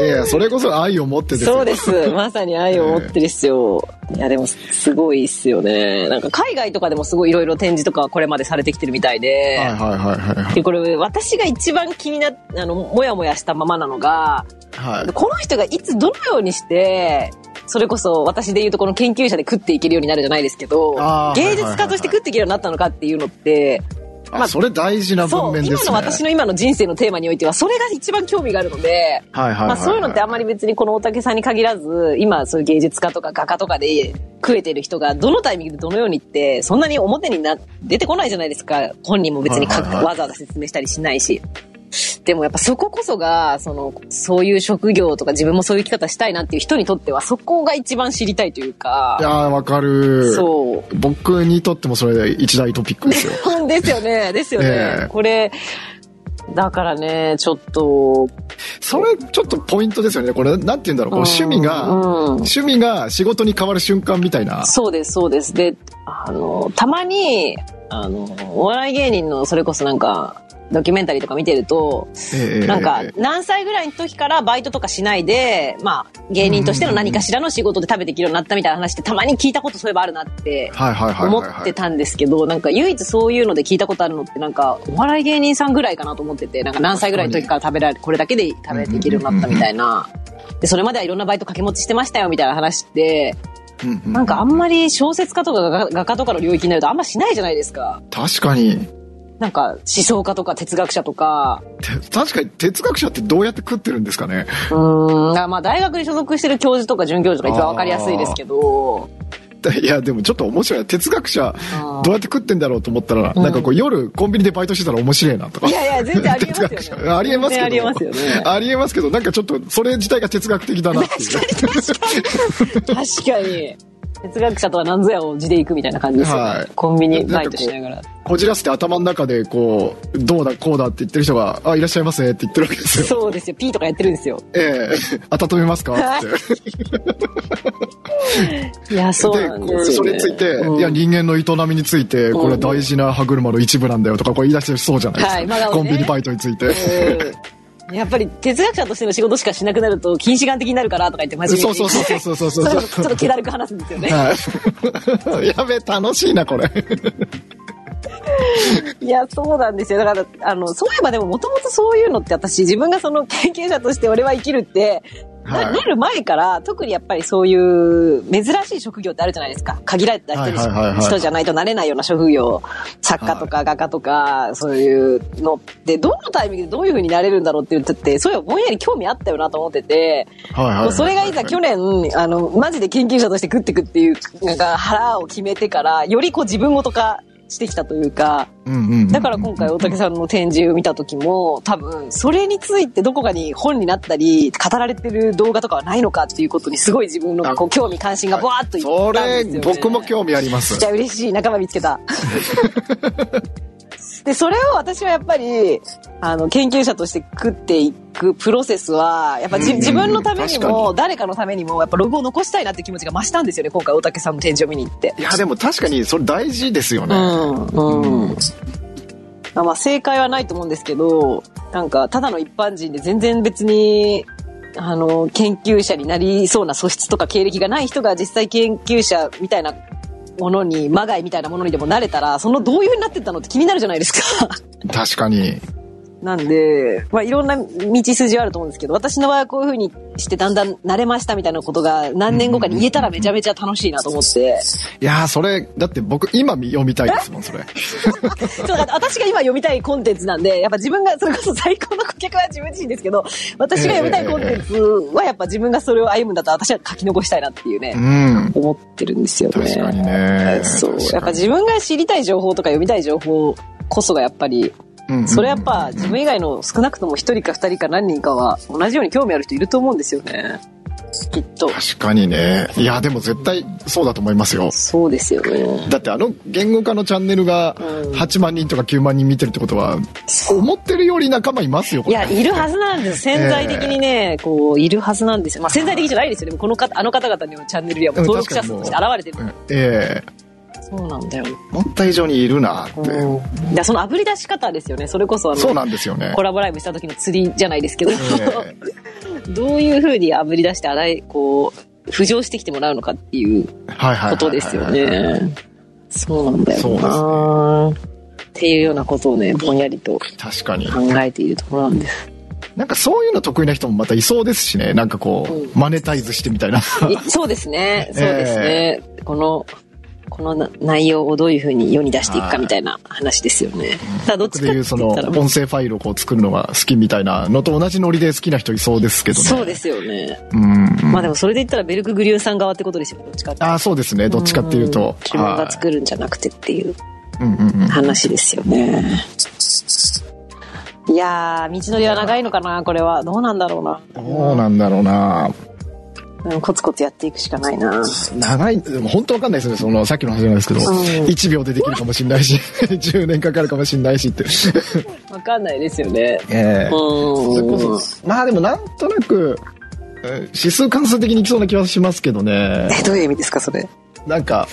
Speaker 1: やいやそれこそ愛を持ってですよ
Speaker 2: そう です。まさに愛を持ってるっすよ。いや、でも、すごいっすよね。なんか、海外とかでもすごいいろいろ展示とかこれまでされてきてるみたいで。
Speaker 1: はいはいはいはいはい
Speaker 2: で、これ、私が一番気になっあの、もやもやしたままなのが、
Speaker 1: はい
Speaker 2: この人がいつどのようにして、それこそ私で言うとこの研究者で食っていけるようになるじゃないですけど
Speaker 1: あ、ー
Speaker 2: 芸術家として食っていけるようになったのかっていうのって、ま
Speaker 1: あ
Speaker 2: あ
Speaker 1: それ大事な
Speaker 2: そ
Speaker 1: 文
Speaker 2: う、
Speaker 1: 面で
Speaker 2: 今
Speaker 1: す
Speaker 2: の
Speaker 1: ね
Speaker 2: 私の今の人生のテーマにおいては、それが一番興味があるので、
Speaker 1: はいはいはい
Speaker 2: まあそういうのってあんまり別にこの大竹さんに限らず、今そういう芸術家とか画家とかで食えてる人がどのタイミングでどのようにって、そんなに表にな、出てこないじゃないですか。本人も別に
Speaker 1: は
Speaker 2: か
Speaker 1: いはいはい
Speaker 2: わざわざ説明したりしないし。でもやっぱそここそが、その、そういう職業とか自分もそういう生き方したいなっていう人にとっては、そこが一番知りたいという
Speaker 1: い
Speaker 2: か、
Speaker 1: やーわかる
Speaker 2: そう。
Speaker 1: 僕にとってもそれ一大トピック ですよ
Speaker 2: ですよね。ですよね。
Speaker 1: ええ
Speaker 2: これ、だからね、ちょっと、
Speaker 1: それちょっとポイントですよねこれなんて言うんだろうこう趣味が、
Speaker 2: うん、
Speaker 1: 趣味が仕事に変わる瞬間みたいな
Speaker 2: そうです、そうです。で、あの、たまに、あの、お笑い芸人のそれこそなんか、ドキュメンタリーとか見てると、
Speaker 1: ええ
Speaker 2: なんか
Speaker 1: え、
Speaker 2: 何歳ぐらいの時からバイトとかしないで、まあ、芸人としての何かしらの仕事で食べていけるようになったみたいな話ってたまに聞いたことそういえばあるなっ
Speaker 1: え
Speaker 2: て
Speaker 1: はいはいはい
Speaker 2: 思
Speaker 1: はい、は
Speaker 2: っ
Speaker 1: い
Speaker 2: て、たんですけど、なんか唯一そういうので聞いたことあるのって、なんかお笑い芸人さんぐらいかなと思ってて、なんか何歳ぐらいの時から食べられ、これだけで食べていけるようになったみたいな。で、それまではいろんなバイト掛け持ちしてましたよみたいな話って、
Speaker 1: うんうん
Speaker 2: なんかあんまり小説家とかが画家とかの領域になるとあんましないじゃないですか。
Speaker 1: 確かに
Speaker 2: なんか思想家とか哲学者とか、
Speaker 1: て 確かに哲学者ってどうやって食ってるんですかね
Speaker 2: うーん、まあ大学に所属してる教授とか准教授とか一番わかりやすいですけど、
Speaker 1: いやでもちょっと面白い哲学者
Speaker 2: あー
Speaker 1: どうやって食ってんだろうと思ったら、なんかこう夜コンビニでバイトしてたら面白いなとか
Speaker 2: いやいや、全然ありえ ますよ
Speaker 1: 哲学
Speaker 2: ね。
Speaker 1: 者ありえますけど
Speaker 2: 全然ありえますよね。
Speaker 1: ありえますけどなんかちょっとそれ自体が哲学的だなっていう
Speaker 2: 確かに。哲学者とは何ぞやを字で行くみたいな感じですよね。
Speaker 1: はい
Speaker 2: コンビニバイトしながら。
Speaker 1: こじらせて頭の中でこうどうだこうだって言ってる人が「あいらっしゃいませ」って言ってるわけですよ
Speaker 2: そうですよ。P とかやってるんですよ。
Speaker 1: 「ええ 温めますか?」って
Speaker 2: いや、そうなん
Speaker 1: こ
Speaker 2: で
Speaker 1: う
Speaker 2: す
Speaker 1: そ
Speaker 2: よ、
Speaker 1: れ
Speaker 2: ね。
Speaker 1: について、
Speaker 2: うん
Speaker 1: いや人間の営みについてこれは大事な歯車の一部なんだよとかこう言い出してそうじゃないですか、
Speaker 2: はいまだね
Speaker 1: コンビニバイトについて、
Speaker 2: うんやっぱり哲学者としての仕事しかしなくなると近視眼的になるからとか言って真面目に
Speaker 1: そうそうそうそうそうそうそう
Speaker 2: れを ちょっと気だるく話すんですよね。
Speaker 1: はい やべえ楽しいなこれ
Speaker 2: いや、そうなんですよ。だから、あの、そういえばでも、もともとそういうのって私、自分がその研究者として俺は生きるって、な
Speaker 1: はい
Speaker 2: なる前から、特にやっぱりそういう珍しい職業ってあるじゃないですか。限られた人に
Speaker 1: はい
Speaker 2: し
Speaker 1: はいはいはい
Speaker 2: 人じゃないとなれないような職業。作家とか画家とか、そういうのって、どのタイミングでどういう風になれるんだろうって言ってて、そういえばぼんやり興味あったよなと思ってて、
Speaker 1: はいは
Speaker 2: もうそれがいざ去年、あの、マジで研究者として食ってくっていう、なんか腹を決めてから、よりこう自分ごと化してきたというか、
Speaker 1: うんうんうん
Speaker 2: だから今回大竹さんの展示を見た時も多分それについてどこかに本になったり語られてる動画とかはないのかっていうことにすごい自分のこう興味関心がバーッとい
Speaker 1: そ
Speaker 2: ったんで
Speaker 1: れ
Speaker 2: すよ、ね、
Speaker 1: 僕も興味あります
Speaker 2: じゃあ嬉しい仲間見つけた でそれを私はやっぱりあの研究者として食っていくプロセスはやっぱじ、
Speaker 1: うん
Speaker 2: 自分のために
Speaker 1: 確か
Speaker 2: も誰かのためにもやっぱログを残したいなって気持ちが増したんですよね今回大竹さんの展示を見に行って
Speaker 1: いやでも確かにそれ大事ですよね、
Speaker 2: うんうんまあまあ正解はないと思うんですけどなんかただの一般人で全然別にあの研究者になりそうな素質とか経歴がない人が実際研究者みたいなものにまがいみたいなものにでもなれたらそのどういう風になってったのって気になるじゃないですか。
Speaker 1: 確かに
Speaker 2: なんで、まあ、いろんな道筋はあると思うんですけど、私の場合はこういう風にしてだんだん慣れましたみたいなことが何年後かに言えたらめちゃめちゃ楽しいなと思って。
Speaker 1: いやーそれだって僕今読みたいですもんそれ
Speaker 2: そうだから私が今読みたいコンテンツなんで、やっぱ自分が、それこそ最高の顧客は自分自身ですけど、私が読みたいコンテンツはやっぱ自分がそれを歩むんだったら私は書き残したいなっていうね
Speaker 1: う、ん
Speaker 2: 思ってるんですよね。
Speaker 1: 確かにね
Speaker 2: そう。
Speaker 1: 確かに
Speaker 2: やっぱ自分が知りたい情報とか読みたい情報こそがやっぱり、
Speaker 1: うん
Speaker 2: それやっぱ自分以外の少なくとも一人か二人か何人かは同じように興味ある人いると思うんですよね。きっと。
Speaker 1: 確かにねいやでも絶対そうだと思いますよ
Speaker 2: そうですよね。
Speaker 1: だってあの言語化のチャンネルが
Speaker 2: うん
Speaker 1: 8万人とか9万人見てるってことは思ってるより仲間いますよこ
Speaker 2: い
Speaker 1: れ
Speaker 2: や、いるはずなんですよ。潜在的にね、こう、いるはずなんですよ。まあ、潜在的じゃないですよ。でも、この方、あの方々のチャンネルにはもう
Speaker 1: うん
Speaker 2: 登録者数として現れてる。
Speaker 1: ええ
Speaker 2: そうなんだよ。
Speaker 1: 思った以上にいるなって、
Speaker 2: うん。だその炙り出し方ですよね。それこそ、あ
Speaker 1: そう
Speaker 2: の、
Speaker 1: なんですよね
Speaker 2: コラボライブした時の釣りじゃないですけど、
Speaker 1: え
Speaker 2: どういう風に炙り出して洗い、こう、浮上してきてもらうのかっていう
Speaker 1: はいはいはいはいはい。
Speaker 2: ことですよね。そうなんだよな、っていうようなことをね、ぼんやりと
Speaker 1: 確かに。
Speaker 2: 考えているところなんです。
Speaker 1: なんかそういうの得意な人もまたいそうですしね。なんかこ
Speaker 2: う
Speaker 1: う、マネタイズしてみたいな。
Speaker 2: いそうですね。そうですね。この、このな内容をどういう風に世に出していくかみたいな話ですよね。さあ、どっち
Speaker 1: で
Speaker 2: かっ
Speaker 1: い
Speaker 2: て
Speaker 1: うそ
Speaker 2: 言
Speaker 1: の、
Speaker 2: ったらもう
Speaker 1: 音声ファイルをこう作るのが好きみたいなのと同じノリで好きな人いそうですけどね。
Speaker 2: そうですよね。
Speaker 1: うん。
Speaker 2: まあでもそれで言ったらベルクグリューさん側ってことですよね、どっちかって。
Speaker 1: ああ、そうですね。どっちかっていうと。
Speaker 2: 自分が
Speaker 1: は
Speaker 2: 作るんじゃなくてっていう
Speaker 1: いうんうんうん。
Speaker 2: 話ですよね。いやー、道のりは長いのかな、これは。どうなんだろうな。
Speaker 1: どうなんだろうな
Speaker 2: うん、コツコツやっていくしかないな。
Speaker 1: 長い、でも本当わかんないですよね。その、さっきの話じゃないですけど、
Speaker 2: ん
Speaker 1: 1秒でできるかもしれないし、10年 かかるかもしれないしって。
Speaker 2: わかんないですよね。
Speaker 1: ええそれ
Speaker 2: うん
Speaker 1: こ。そ、まあでもなんとなく、えー指数関数的にいきそうな気はしますけどね。
Speaker 2: え、どういう意味ですか、それ。
Speaker 1: なんか、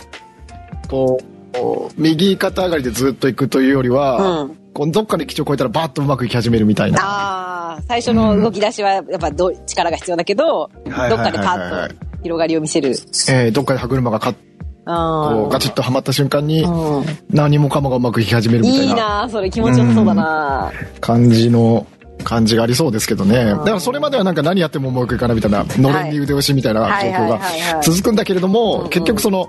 Speaker 1: こうこう、右肩上がりでずっと行くというよりは、
Speaker 2: うん
Speaker 1: こうどっかで基調を超えたらバーッとうまくいき始めるみたいな。
Speaker 2: ああ、最初の動き出しはやっぱどう力が必要だけど、どっ
Speaker 1: はいはいはいはい
Speaker 2: かでパッと広がりを見せる。
Speaker 1: えーどっかで歯車がかこ
Speaker 2: あ
Speaker 1: うガチッとはまった瞬間に、
Speaker 2: あ。
Speaker 1: 何もかもがうまくいき始めるみたい
Speaker 2: いい
Speaker 1: な
Speaker 2: なあそれ気持ちよさそうだなあ
Speaker 1: 感じの感じがありそうですけどね。だからそれまではなんか何やってもうまくいかないみたいな、の れんに腕押しみたいな状
Speaker 2: は
Speaker 1: 況
Speaker 2: いはいはいはいは
Speaker 1: が
Speaker 2: い
Speaker 1: 続くんだけれど
Speaker 2: うんう
Speaker 1: も、
Speaker 2: ん
Speaker 1: 結局その、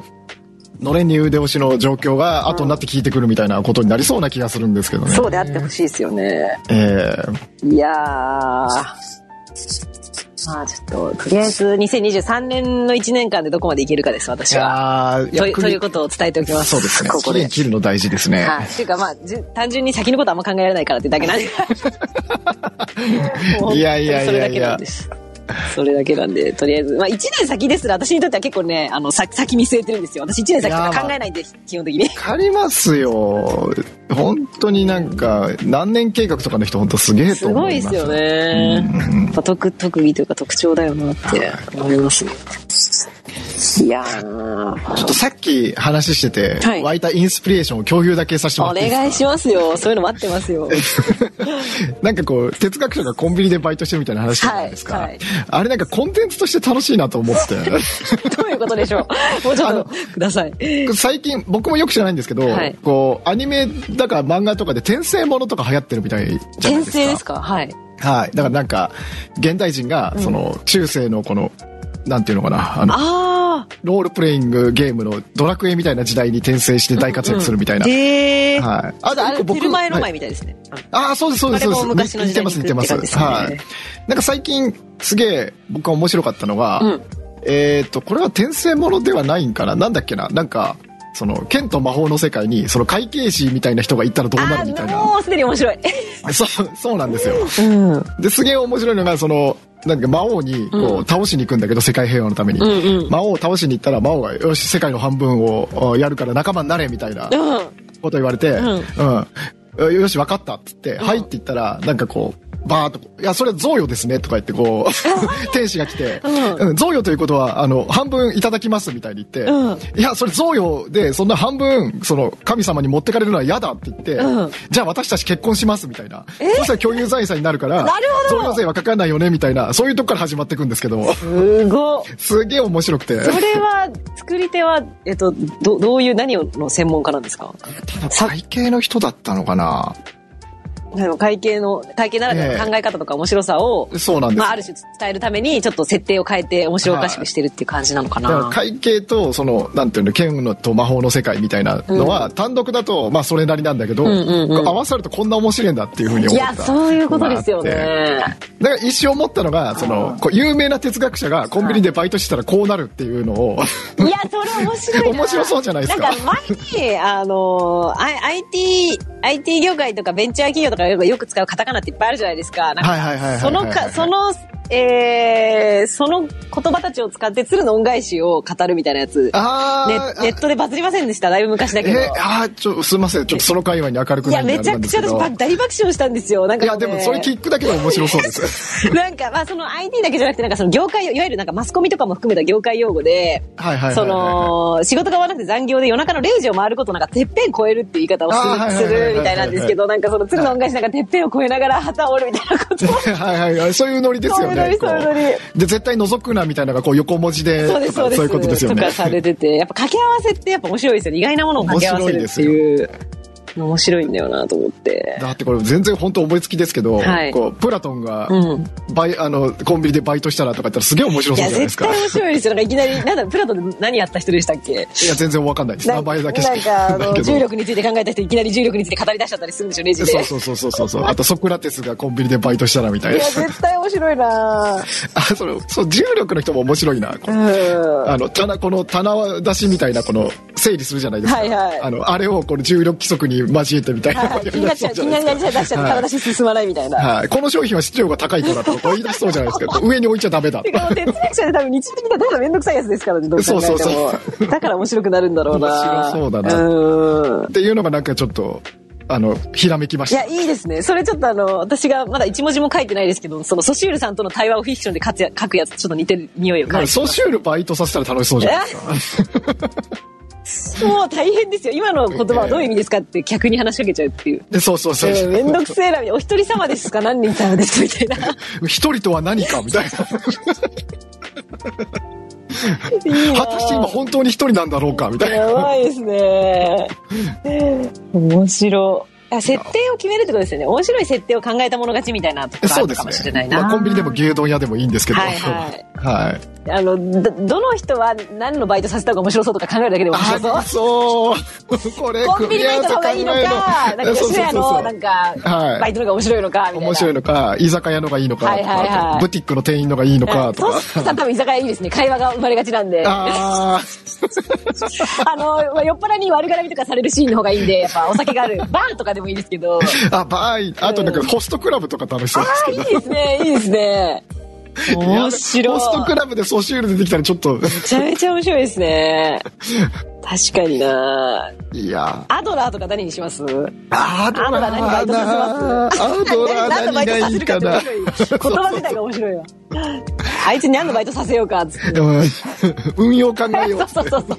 Speaker 1: のれんに腕押しの状況が後になって効いてくるみたいなことになりそうな気がするんですけどね。
Speaker 2: そうであってほしいですよね。
Speaker 1: えー
Speaker 2: いやーまあちょっと、とりあえず2023年の1年間でどこまでいけるかです、
Speaker 1: い
Speaker 2: 私は。
Speaker 1: やー
Speaker 2: とい
Speaker 1: やっぱり
Speaker 2: ということを伝えておきます。
Speaker 1: そうですね。
Speaker 2: ここ
Speaker 1: 期限
Speaker 2: で。
Speaker 1: 切るの大事ですね。
Speaker 2: は い。っていうかまあ、じゅ単純に先のことあんま考えられないからってだけなんで。もう
Speaker 1: いやいやいやいや
Speaker 2: それだけなんです。それだけなんで、とりあえず、まあ1年先ですら、私にとっては結構ね、あの、先、先見据えてるんですよ。私1年先とか考えないんで、基本的に。
Speaker 1: わかりますよ。本当になんか、何年計画とかの人本当すげえと
Speaker 2: す
Speaker 1: 思
Speaker 2: ご
Speaker 1: い
Speaker 2: い
Speaker 1: ま。
Speaker 2: ですすよね。やっぱ特、特技というか特徴だよなって思いますね。いやー
Speaker 1: ちょっとさっき話してて、
Speaker 2: はい
Speaker 1: 湧いたインスピレーションを共有だけさせてもら
Speaker 2: お
Speaker 1: っていい
Speaker 2: 願い
Speaker 1: です
Speaker 2: しますよ。そういうの待ってま すよ。
Speaker 1: か なんかこう、哲学者がコンビニでバイトしてるみたいな話じゃないですか。
Speaker 2: はいはい
Speaker 1: あれなんかコンテンツとして楽しいなと思っ て。
Speaker 2: どういうことでしょう。もうちょっとください。
Speaker 1: 最近、僕もよく知らないんですけど、
Speaker 2: はい
Speaker 1: こう、アニメだから漫画とかで転生ものとか流行ってるみたいじゃないですか。
Speaker 2: 転生ですかはい。
Speaker 1: はい。だからなんか、現代人が、その、中世のこの、なんていうのかな、あの、
Speaker 2: あ
Speaker 1: ロールプレイングゲームのドラクエみたいな時代に転生して大活躍するみたい
Speaker 2: あ。
Speaker 1: な。
Speaker 2: でー。
Speaker 1: はい。
Speaker 2: あと、あれ、テルマエロマ
Speaker 1: は
Speaker 2: エ
Speaker 1: い
Speaker 2: みたいですね。
Speaker 1: ああ、そうです、そうです、
Speaker 2: あれも
Speaker 1: そうで
Speaker 2: 昔
Speaker 1: す。
Speaker 2: の
Speaker 1: 似
Speaker 2: 時
Speaker 1: て
Speaker 2: 代
Speaker 1: ま
Speaker 2: に
Speaker 1: す、似てま。
Speaker 2: 行くって感じですすね
Speaker 1: はい。なんか最近、すげえ、僕が面白かったのが、
Speaker 2: うん
Speaker 1: えっと、これは転生ものではないんかななんだっけななんか、その、剣と魔法の世界に、その会計士みたいな人が行ったらどうな
Speaker 2: あ
Speaker 1: るみたい
Speaker 2: ー、
Speaker 1: な。
Speaker 2: もうすでに面白い。
Speaker 1: そう、そうなんですよ。
Speaker 2: うん。うん
Speaker 1: ですげえ面白いのがそのなんか魔王にこう、
Speaker 2: うん
Speaker 1: 倒しに行くんだけど世界平和のために、
Speaker 2: うん。
Speaker 1: 魔王を倒しに行ったら魔王が「よし世界の半分をあやるから仲間になれ」みたい な
Speaker 2: う
Speaker 1: こ
Speaker 2: ん。
Speaker 1: と言われて「うんんよし分かった」っつって「はい」って言ったらなんかこうバーっと「いやそれは贈与ですね」とか言ってこ う天使が来て「うん贈与ということはあの半分いただきます」みたいに言って「
Speaker 2: うん
Speaker 1: いやそれ贈与でそんな半分その神様に持ってかれるのは嫌だ」って言って、
Speaker 2: うん
Speaker 1: じゃあ私たち結婚します」みたいなそしたら共有財産になるから
Speaker 2: なるほど
Speaker 1: 贈与税はかかんないよねみたいなそういうとこから始まっていくんですけど
Speaker 2: すごっ。
Speaker 1: すげえ面白く て。
Speaker 2: それは、作り手は、えっと、ど、どういう、何をの専門家なんですか
Speaker 1: 会計の人だったのかな
Speaker 2: あの会計の、会計ならではの考え方とか面白さを、
Speaker 1: そうなんです、
Speaker 2: まあ、ある種伝えるために、ちょっと設定を変えて面白おかしくしてるっていう感じなのかな。
Speaker 1: だから会計とそのなんていうの剣のと魔法の世界みたいなのは、単独だとまあそれなりなんだけど、
Speaker 2: んうんうん
Speaker 1: 合わさるとこんな面白いんだっていうふうに
Speaker 2: い
Speaker 1: 思った
Speaker 2: や、そういうことですよね。
Speaker 1: だから一瞬思ったのがそのこう有名な哲学者がコンビニでバイトしてたらこうなるっていうのを
Speaker 2: いや、それ面白いな。
Speaker 1: 面白そうじゃないですか
Speaker 2: なんか前に、あの、I- IT、IT 業界とかベンチャー企業とかよくよく使うカタカナっていっぱいあるじゃないですか。なんか
Speaker 1: はいはいはいはいはい
Speaker 2: そのか、その、えー、その言葉たちを使って鶴の恩返しを語るみたいなやつ。
Speaker 1: あ
Speaker 2: ネ
Speaker 1: ー
Speaker 2: ネットでバズりませんでした。だいぶ昔だ
Speaker 1: あ
Speaker 2: けど。
Speaker 1: えあーちょすいませんちょっとその界隈に明るく
Speaker 2: い
Speaker 1: な
Speaker 2: や、
Speaker 1: いんで
Speaker 2: めちゃくちゃ私ば
Speaker 1: い
Speaker 2: 大爆笑したんですよ。なんか、ね、
Speaker 1: やでもそれ聞くだけでも面白そうです
Speaker 2: なんか、まあ、その IT だけじゃなくて、なんかその業界、いわゆるなんかマスコミとかも含めた業界用語で、
Speaker 1: はいはいはいはいはい
Speaker 2: その、仕事が終わらなくて残業で夜中の0時を回ることをなんかてっぺん超えるっていう言い方を
Speaker 1: あーはいはい
Speaker 2: す
Speaker 1: はい
Speaker 2: る
Speaker 1: はい
Speaker 2: するみたいなんですけど、なんかその鶴の恩返しなんかてっぺんを超えながら旗を折るみたいなことを。
Speaker 1: はいはいはいそういうノリです
Speaker 2: そう
Speaker 1: よ
Speaker 2: いう鏡そ
Speaker 1: こ
Speaker 2: ういうの
Speaker 1: う
Speaker 2: に。
Speaker 1: で絶対覗くなみたいなのがこう横文字で
Speaker 2: そうです、
Speaker 1: と
Speaker 2: そ
Speaker 1: か
Speaker 2: うです。
Speaker 1: そういうことですよね
Speaker 2: とかされてて、やっぱ掛け合わせってやっぱ面白いですよね。意外なものを掛け合わせるっていう。面白いんだよなと思って。
Speaker 1: だってこれ全然本当思いつきですけど、
Speaker 2: はい
Speaker 1: こうプラトンが、
Speaker 2: うん。
Speaker 1: バイあのコンビニでバイトしたらとか言ったらすげえ面白
Speaker 2: い
Speaker 1: そう
Speaker 2: や、
Speaker 1: じゃないです
Speaker 2: 絶
Speaker 1: か
Speaker 2: 対面白いですよ。なんかいきなり、なんだ、プラトンで何やった人でしたっけ
Speaker 1: いや全然わかんないです
Speaker 2: な
Speaker 1: 名
Speaker 2: んか
Speaker 1: 前だけしか
Speaker 2: なんか、あ
Speaker 1: ない
Speaker 2: の、
Speaker 1: けど
Speaker 2: 重力について考えた人、いきなり重力について語り出しちゃったりするんでしょ、レジで。
Speaker 1: そうそうそうそうそうあとソクラテスがコンビニでバイトしたらみたい
Speaker 2: い
Speaker 1: な
Speaker 2: や、絶対面白いな
Speaker 1: あそのそう重力の人も面白いなこ
Speaker 2: う
Speaker 1: の
Speaker 2: ん。
Speaker 1: あの棚この棚出しみたいなこの整理するじゃないですか、
Speaker 2: はいはい
Speaker 1: あのあれをこの重力規則に交えてみたいな、
Speaker 2: はいはい気になっちゃう、気になり出しちゃって、体出し進まないみたいな。
Speaker 1: はい、この商品は質量が高いからとか言い出しそうじゃない ですか上に置いちゃダメだ
Speaker 2: てか、もう哲学者で多分日的にはただめんどくさいやつですからね、どう考えても。
Speaker 1: そうそう
Speaker 2: だから面白くなるんだろうな
Speaker 1: 面白そうだな
Speaker 2: うん
Speaker 1: っ。ていうのがなんかちょっとあのひらめきまし
Speaker 2: い
Speaker 1: た
Speaker 2: や、いいですね。それちょっとあの、私がまだ一文字も書いてないですけど、そのソシュールさんとの対話をフィクションで書くや書くやつ、ちょっと似てる匂いを
Speaker 1: な
Speaker 2: 感
Speaker 1: んか
Speaker 2: じて
Speaker 1: ソ
Speaker 2: ます
Speaker 1: シュールバイトさせたら楽しそうじゃないですか
Speaker 2: もう大変ですよ。今の言葉はどういう意味ですかって客に話しかけちゃうっていう。
Speaker 1: でそうそうそう、
Speaker 2: えー、めんどくせえな、みたいなお一人様ですか何人様ですかみたいな。
Speaker 1: 一人とは何かみたいな
Speaker 2: いいな
Speaker 1: 果たして今本当に一人なんだろうかみたいな
Speaker 2: やばいですね。面白い。あ設定を決めるってことですよね。面白い設定を考えたもの勝ちみたいなとこあ
Speaker 1: そうで
Speaker 2: るかもし
Speaker 1: す
Speaker 2: れな
Speaker 1: ね
Speaker 2: い、な。
Speaker 1: まあ、コンビニでも牛丼屋でもいいんですけど
Speaker 2: はいはい、
Speaker 1: はい
Speaker 2: あのど、どの人は何のバイトさせた方が面白そうとか考えるだけで面白そう
Speaker 1: あ。そうこれ
Speaker 2: コンビニバイトの方がいいのか、なんか吉野家のなんか、
Speaker 1: はい
Speaker 2: バイトの方が面白いのか、みたいな。
Speaker 1: 面白いのか居酒屋のがいいのかとか、
Speaker 2: はいはいはい
Speaker 1: ブティックの店員のがいいのかと
Speaker 2: そう
Speaker 1: か
Speaker 2: するとさん多分居酒屋いいですね。会話が生まれがちなんで。あ
Speaker 1: あ
Speaker 2: の、まあ酔っ払いに悪絡みとかされるシーンの方がいいんで、やっぱお酒がある。バーとかでもいいですけど。
Speaker 1: ーあバイあとなんかホストクラブとか楽しそうです
Speaker 2: あ
Speaker 1: け
Speaker 2: い
Speaker 1: ど
Speaker 2: いですね、いいですね。面白い。
Speaker 1: ホストクラブでソシュール出てきたらちょっ と
Speaker 2: めちゃめちゃ面白いですね。確かにない
Speaker 1: や
Speaker 2: アドラーとか何にします
Speaker 1: ア
Speaker 2: ドラー何バイトさせ
Speaker 1: アドラー
Speaker 2: 何
Speaker 1: 何
Speaker 2: のバイト
Speaker 1: が
Speaker 2: さ
Speaker 1: い
Speaker 2: せ
Speaker 1: い
Speaker 2: るか
Speaker 1: か
Speaker 2: って
Speaker 1: な
Speaker 2: 面白い。言葉自体が面白いわ。あいつに何のバイトさせようかっつって。
Speaker 1: うん運用考えよう
Speaker 2: そうそうそうそう。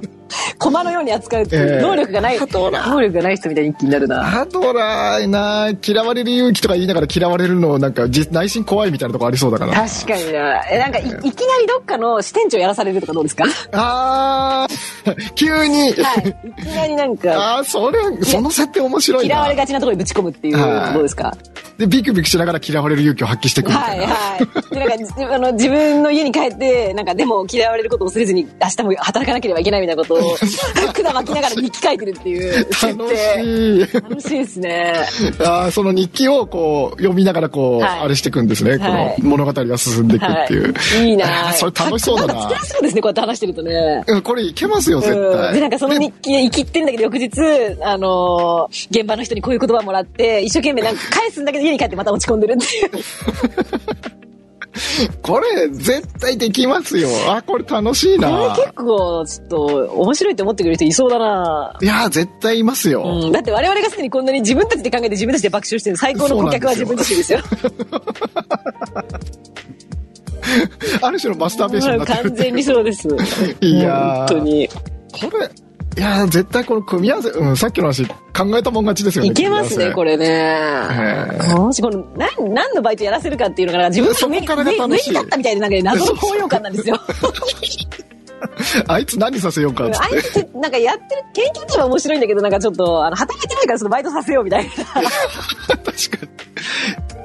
Speaker 2: 駒のように扱うっていう
Speaker 1: ええ
Speaker 2: 能力がない、能力がない人みたいに気になるな。
Speaker 1: アドラーな嫌われる勇気とか言いながら嫌われるのなんかじ内心怖いみたいなとこありそうだから
Speaker 2: 確かにな。え、なんかい、いきなりどっかの支店長やらされるとかど うですかは
Speaker 1: あー急に、
Speaker 2: い。いきなりなんか、
Speaker 1: ああそれその設定面白い
Speaker 2: 嫌わ
Speaker 1: な
Speaker 2: れがちなところにぶち込むっていう
Speaker 1: はい
Speaker 2: どうですか
Speaker 1: でビクビクしながら嫌われる勇気を発揮していくみた
Speaker 2: はいい
Speaker 1: な、
Speaker 2: はい。で、なんかじ、あの、自分の家に帰って、なんか、でも嫌われることを恐れずに、明日も働かなければいけないみたいなことを、管巻きながら日記書いてるっていう設
Speaker 1: 楽
Speaker 2: 定。
Speaker 1: しい
Speaker 2: 楽しいですね。
Speaker 1: あーその日記をこう読みながらこう、
Speaker 2: はい
Speaker 1: あれしていくんですね、
Speaker 2: はい
Speaker 1: この物語が進んでいくっていう、
Speaker 2: はい。いい
Speaker 1: あ
Speaker 2: な
Speaker 1: ー それ楽しそうだ
Speaker 2: んか
Speaker 1: な
Speaker 2: 作 りそうですね、こうやって話してるとね。
Speaker 1: うんこれいけますよ絶
Speaker 2: うん
Speaker 1: 対
Speaker 2: で、なんかその日記で生きってんだけど、翌日、あのー現場の人にこういう言葉もらって、一生懸命なんか返すんだけど、家に帰ってまた落ち込んでるっていう。
Speaker 1: これ絶対できますよあこれ楽しい
Speaker 2: こ
Speaker 1: な
Speaker 2: れ結構、ちょっと、面白いって思ってくれる人いそうだない
Speaker 1: やー絶対いますよ、
Speaker 2: うん、だって我々がすでにこんなに自分たちで考えて自分たちで爆笑してる最高の顧客は自分自身で すよ。
Speaker 1: ある種のマスターベーションになってる
Speaker 2: 完全にそうです。
Speaker 1: いやー
Speaker 2: 本当に。
Speaker 1: これいやー絶対この組み合わせ、うん、さっきの話考えたもん勝ちですよね
Speaker 2: いけますね、こ
Speaker 1: れ
Speaker 2: れ
Speaker 1: え
Speaker 2: ね。もしこの、何、何のバイトやらせるかっていうのが、なんか自分の
Speaker 1: そこから
Speaker 2: 上
Speaker 1: が
Speaker 2: に上に
Speaker 1: 楽しい
Speaker 2: 立ったみたいで、なんかね、謎の高揚感なんで すよ。
Speaker 1: あいつ何させようかっつ
Speaker 2: あ
Speaker 1: っ
Speaker 2: いつって、なんかやってる、研究チームは面白いんだけど、なんかちょっと、あの、働いてないからそのバイトさせようみたい な。
Speaker 1: て確かに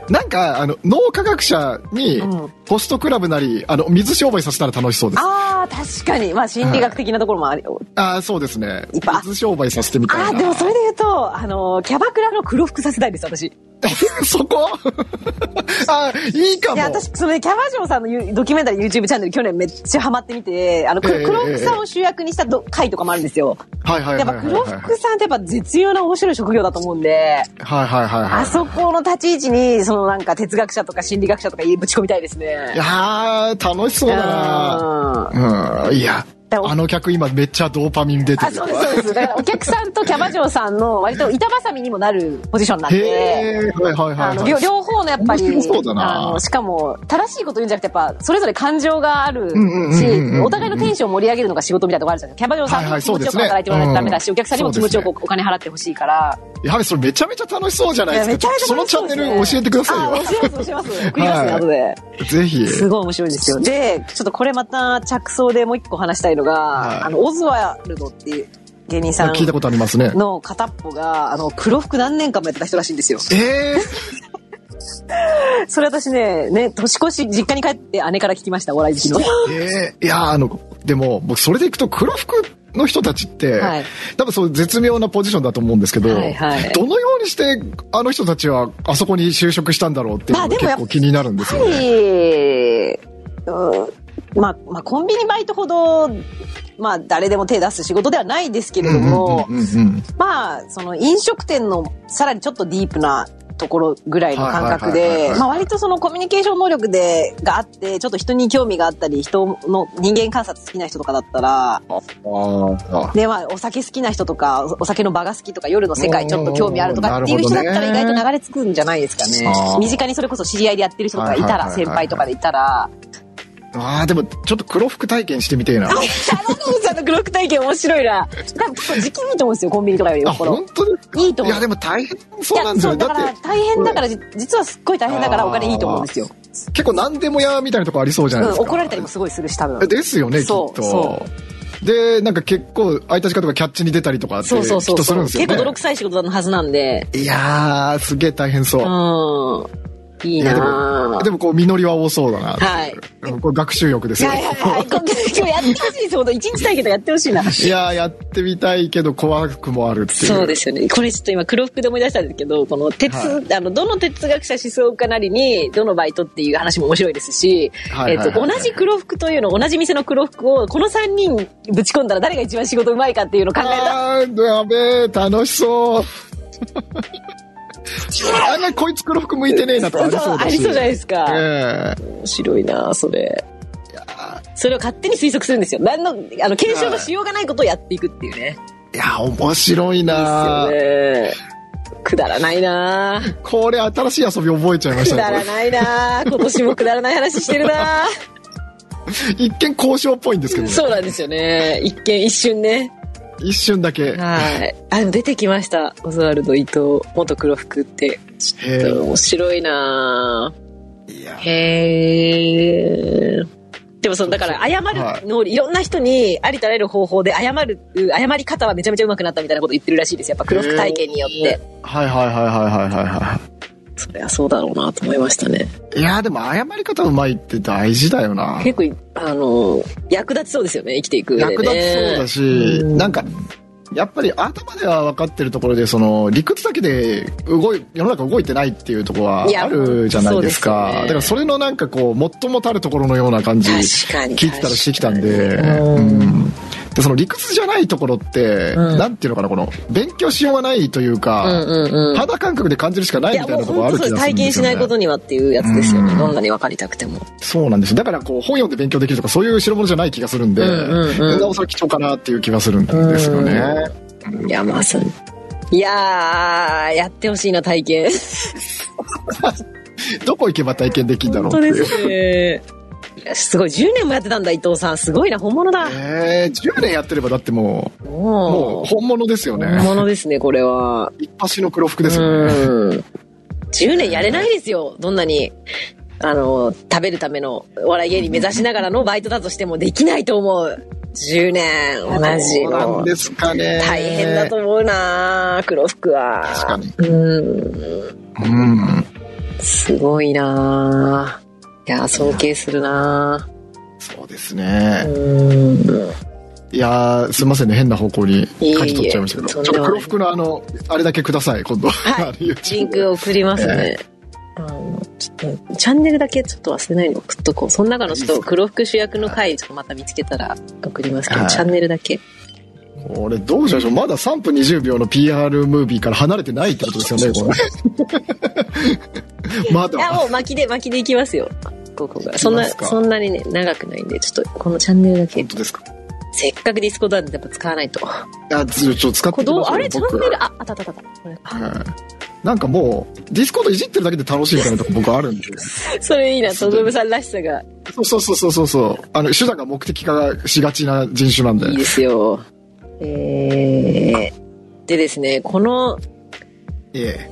Speaker 1: なんかあの脳科学者に
Speaker 2: うん
Speaker 1: ホストクラブなりあの水商売させたら楽しそうです
Speaker 2: ああ、確かに。まあ、心理学的なところもあり、
Speaker 1: ああ、そうですね
Speaker 2: いっぱい。
Speaker 1: 水商売させてみたい
Speaker 2: あ
Speaker 1: な。
Speaker 2: あ、でもそれで言うと、あの、キャバクラの黒服させたいです、私。
Speaker 1: そこ あーいいか
Speaker 2: い
Speaker 1: も。
Speaker 2: や、私、それ、キャバ嬢さんのユドキュメンタリー YouTube チャンネル去年めっちゃハマってみて、あの、
Speaker 1: え
Speaker 2: 黒
Speaker 1: え
Speaker 2: 黒服さんを主役にしたど回とかもあるんですよ。
Speaker 1: はいはい
Speaker 2: や
Speaker 1: は
Speaker 2: っ
Speaker 1: い
Speaker 2: ぱ
Speaker 1: はい
Speaker 2: 黒服さんってやっぱ絶妙な面白い職業だと思うんで、
Speaker 1: はいはいはい
Speaker 2: あ
Speaker 1: は
Speaker 2: そこの立ち位置に、そのなんか哲学者とか心理学者とかぶち込みたいです
Speaker 1: い。
Speaker 2: ね
Speaker 1: い。やー楽しそうだな
Speaker 2: うん
Speaker 1: うん、いや、
Speaker 2: だから
Speaker 1: あの客今めっちゃドーパミン出て
Speaker 2: あ、
Speaker 1: る
Speaker 2: そう。です、そうです。だからお客さんとキャバ嬢さんの割と板挟みにもなるポジションなん
Speaker 1: へ
Speaker 2: で、
Speaker 1: え、はいはい
Speaker 2: あ
Speaker 1: はい
Speaker 2: の
Speaker 1: はい
Speaker 2: 両。両方のやっぱり
Speaker 1: 面白そうだな
Speaker 2: あのしかも正しいこと言うんじゃなくてやっぱそれぞれ感情がある
Speaker 1: んうんうんうんうん
Speaker 2: し
Speaker 1: うん
Speaker 2: お互いのテンションを盛り上げるのが仕事みたいなとこあるじゃないですかキャバ嬢さん
Speaker 1: はい
Speaker 2: に
Speaker 1: はい
Speaker 2: も
Speaker 1: そうで
Speaker 2: 気持ちよく
Speaker 1: すね
Speaker 2: 働いてもらわないとダメだし、
Speaker 1: うん
Speaker 2: お客さんにも気持ちよく
Speaker 1: そ
Speaker 2: お金払ってほしいから、
Speaker 1: やべ、それめちゃめちゃ楽しそうじゃないですか。
Speaker 2: いやめちゃめちゃ
Speaker 1: その
Speaker 2: 楽し
Speaker 1: チャ
Speaker 2: そう
Speaker 1: ン
Speaker 2: で
Speaker 1: ネ
Speaker 2: すね
Speaker 1: ル教えてくだ
Speaker 2: あ
Speaker 1: さい
Speaker 2: 教えます、教えます。送りますね、
Speaker 1: はい
Speaker 2: 後で。
Speaker 1: よ。ぜひ。
Speaker 2: すごい面白いですよ。で、ちょっとこれまた着想でもう一個話したいのが、
Speaker 1: はい
Speaker 2: あの、オズワルドっていう芸人さん
Speaker 1: 聞いたことありますね。
Speaker 2: の片っぽが、あの、黒服何年間もやってた人らしいんですよ。
Speaker 1: え
Speaker 2: それ私ね、ね、年越し実家に帰って姉から聞きました、お笑い好きの。
Speaker 1: ー、えー、いやーあの、でも、僕それでいくと黒服の人たちって、
Speaker 2: はい
Speaker 1: 多分そういう絶妙なポジションだと思うんですけど、
Speaker 2: はいはい
Speaker 1: どのようにしてあの人たちはあそこに就職したんだろうっていう
Speaker 2: まあ
Speaker 1: のが
Speaker 2: でもや
Speaker 1: 結構
Speaker 2: っ
Speaker 1: 気になるんです
Speaker 2: や
Speaker 1: よ
Speaker 2: っぱ
Speaker 1: ね。
Speaker 2: り、うんまあ、まあ、コンビニバイトほど、まあ、誰でも手出す仕事ではないですけれども、
Speaker 1: うんうんうんうん
Speaker 2: まあ、その飲食店のさらにちょっとディープなところぐらいの感覚
Speaker 1: はいはいはいはい
Speaker 2: で
Speaker 1: は、い
Speaker 2: まあ割とそのコミュニケーション能力で、があって、ちょっと人に興味があったり、人の人間観察好きな人とかだったら、
Speaker 1: ああ
Speaker 2: で、まあお酒好きな人とか、おお酒の場が好きとか、夜の世界ちょっと興味あるとかっていう
Speaker 1: おー
Speaker 2: 人だ
Speaker 1: な
Speaker 2: っ
Speaker 1: るほ
Speaker 2: た
Speaker 1: どね
Speaker 2: ら意外と流れ着くんじゃないですか
Speaker 1: あ
Speaker 2: ね
Speaker 1: ー。
Speaker 2: 身近にそれこそ知り合いでやってる人とかい
Speaker 1: はい
Speaker 2: た
Speaker 1: はいはい
Speaker 2: ら、
Speaker 1: はい
Speaker 2: 先輩とかでいたら、
Speaker 1: ああ、でもちょっと黒服体験してみてえな。
Speaker 2: あの子さんのグロック体験面白いな。多分結構時期いいと思うんですよ、コンビニとかより
Speaker 1: あ、
Speaker 2: よっぽど。
Speaker 1: 本当ですか
Speaker 2: いいと思う
Speaker 1: や、でも大変
Speaker 2: い
Speaker 1: そう
Speaker 2: や
Speaker 1: なんですよね。
Speaker 2: そうだ
Speaker 1: だ
Speaker 2: か
Speaker 1: っ
Speaker 2: ら大変だからじ実はすっごい大変だからお金いいと思うんですよ、
Speaker 1: て、結構何でもやみたいなとこありそうじゃ
Speaker 2: う
Speaker 1: ない
Speaker 2: ん
Speaker 1: ですか。
Speaker 2: 怒られたりもすごいするし多分
Speaker 1: ですよね、きっ
Speaker 2: そう
Speaker 1: と
Speaker 2: そ。
Speaker 1: で、なんか結構、空いた時間とかキャッチに出たりとかって、き
Speaker 2: そ
Speaker 1: っ
Speaker 2: うそうそう
Speaker 1: とす
Speaker 2: そう、
Speaker 1: るんですよ
Speaker 2: 結
Speaker 1: ね。
Speaker 2: 構泥臭い仕事のはずなんで
Speaker 1: いやー、すげえ大変そうう。
Speaker 2: んいい
Speaker 1: いやで
Speaker 2: な
Speaker 1: も、でもこう、実りは多そうだな。
Speaker 2: はい
Speaker 1: うんこれ学習欲です
Speaker 2: い
Speaker 1: よ
Speaker 2: や。いやいや今日やってほしいです本当一日体験とかやってほしいない
Speaker 1: やー、やってみたいけど怖くもあるっていう。
Speaker 2: そうですよね。これちょっと今黒服で思い出したんですけど、この哲、
Speaker 1: は
Speaker 2: あの、どの哲学者思想家なりに、どのバイトっていう話も面白いですし、
Speaker 1: はい
Speaker 2: えっ
Speaker 1: はいはい
Speaker 2: と、同じ黒服というの、同じ店の黒服を、この3人ぶち込んだら誰が一番仕事うまいかっていうのを考えたら、
Speaker 1: あー、やべえ、楽し そう。あんまりこいつ黒服向いてねえなとかありそう
Speaker 2: あ
Speaker 1: だ
Speaker 2: り
Speaker 1: し。
Speaker 2: そうじゃないですか。
Speaker 1: ええ
Speaker 2: 面白いなそれ。それを勝手に推測するんですよ。何の、あの、検証のしようがないことをやっていくっていうね。
Speaker 1: いや、面白いな
Speaker 2: ですよね。くだらないな
Speaker 1: これ新しい遊び覚えちゃいまし
Speaker 2: く
Speaker 1: たね
Speaker 2: だ
Speaker 1: こ
Speaker 2: らないな今年もくだらない話してるな
Speaker 1: れ。一見交渉っぽいんですけどね。
Speaker 2: そうなんですよね。一見一瞬ね。
Speaker 1: 一瞬だけ。
Speaker 2: はい。あ、でも出てきました。オズワルド伊藤元黒服って。ちょっ
Speaker 1: へえ
Speaker 2: と面白いない
Speaker 1: や
Speaker 2: ぁへえ。でもその、だから謝るの、い、ろんな人にありとあらゆる方法で謝る、謝り方はめちゃめちゃ上手くなったみたいなこと言ってるらしいです。やっぱ黒服体験によって。
Speaker 1: はいはいはいはいはいはいは
Speaker 2: そりゃそうだろうなと思いましたね。
Speaker 1: い。いやーでも謝り方うまいって大事だよな。
Speaker 2: 結構、あの、役立ちそうですよね、生きていく上で、ね。
Speaker 1: 役立ちそうだし、
Speaker 2: うん
Speaker 1: なんか、やっぱり頭では分かってるところで、その理屈だけで動い、世の中動いてないっていうところはい
Speaker 2: や
Speaker 1: あるじゃないですか。
Speaker 2: そうですよね
Speaker 1: だからそれのなんかこう、もっともたるところのような感じ、
Speaker 2: 確かに
Speaker 1: 聞いてたらしてきたんで、
Speaker 2: 確かにうん
Speaker 1: うんでその理屈じゃないところって、
Speaker 2: うん
Speaker 1: なんていうのかな、この、勉強しようがないというか、
Speaker 2: うんうんうん。
Speaker 1: 肌感覚で感じるしかないい
Speaker 2: や
Speaker 1: みたい
Speaker 2: もう
Speaker 1: なところある
Speaker 2: 本当
Speaker 1: 気
Speaker 2: そう
Speaker 1: がす
Speaker 2: で
Speaker 1: るんですよね。
Speaker 2: す体験しないことにはっていうやつですよね
Speaker 1: うん
Speaker 2: どんなに分かりたくても
Speaker 1: そうなんですよだからこう本読んで勉強できるとかそういう代物じゃない気がするんで、
Speaker 2: うんうんうん
Speaker 1: なおさら貴重かなっていう気がするんですよね、
Speaker 2: いやまあそういやーやってほしいな体験
Speaker 1: どこ行けば体験できるんだろう
Speaker 2: 本
Speaker 1: って
Speaker 2: 当
Speaker 1: い
Speaker 2: で
Speaker 1: う
Speaker 2: すねいやすごい10年もやってたんだ伊藤さんすごいな本物だ
Speaker 1: えー、10年やってればだってもうも
Speaker 2: も
Speaker 1: う本物ですよ
Speaker 2: う
Speaker 1: ね
Speaker 2: 本物ですねこれは
Speaker 1: 一発の黒服ですよね、
Speaker 2: うん10年やれないですよどんなにあの食べるためのお笑い芸人目指しながらのバイトだとしてもできないと思う10年同じ
Speaker 1: そうなん
Speaker 2: の
Speaker 1: ですかね
Speaker 2: 大変だと思うな黒服は
Speaker 1: 確かに
Speaker 2: うん
Speaker 1: うん
Speaker 2: すごいなぁいや、尊敬するな
Speaker 1: そうです
Speaker 2: ぁ
Speaker 1: ね、
Speaker 2: うん。
Speaker 1: いやーすいませんね変な方向に
Speaker 2: いえ
Speaker 1: 舵取っちゃいましたけど
Speaker 2: とん
Speaker 1: ち
Speaker 2: で
Speaker 1: ょ
Speaker 2: も
Speaker 1: っ
Speaker 2: ない
Speaker 1: と黒服のあのあれだけください今度、
Speaker 2: はい
Speaker 1: あの YouTube
Speaker 2: リンク送りますね。あのちょっとチャンネルだけちょっと忘れないように送っとこう。その中のちょっと黒服主役の回、ちょっとまた見つけたら送りますけど、
Speaker 1: はい
Speaker 2: チャンネルだけ。
Speaker 1: 俺どうしましょうまだ3分20秒の PR ムービーから離れてないってことですよねこ れま
Speaker 2: いや、
Speaker 1: だ
Speaker 2: もう巻きで、巻きでいきますよ。ここが。そん
Speaker 1: い
Speaker 2: な、
Speaker 1: きますか
Speaker 2: そんなにね、長くないんで、ちょっとこのチャンネルだけ
Speaker 1: 本、当ですか
Speaker 2: せっかくディスコードなんでやっぱ使わないと。
Speaker 1: あちょちょっと使っ
Speaker 2: こ
Speaker 1: てき
Speaker 2: れ
Speaker 1: ま
Speaker 2: どう、
Speaker 1: すよ
Speaker 2: あれチャ
Speaker 1: 僕
Speaker 2: ンネル、あ、あったあったあった。これ
Speaker 1: はいなんかもうディスコードいじってるだけで楽しいみたいなとこ僕あるんで
Speaker 2: それいいな、とどぶさんらしさが。
Speaker 1: そうそうそうそうそうそうあの手段が目的化しがちな人種なんで
Speaker 2: いいですよ。えー、でですね、この
Speaker 1: え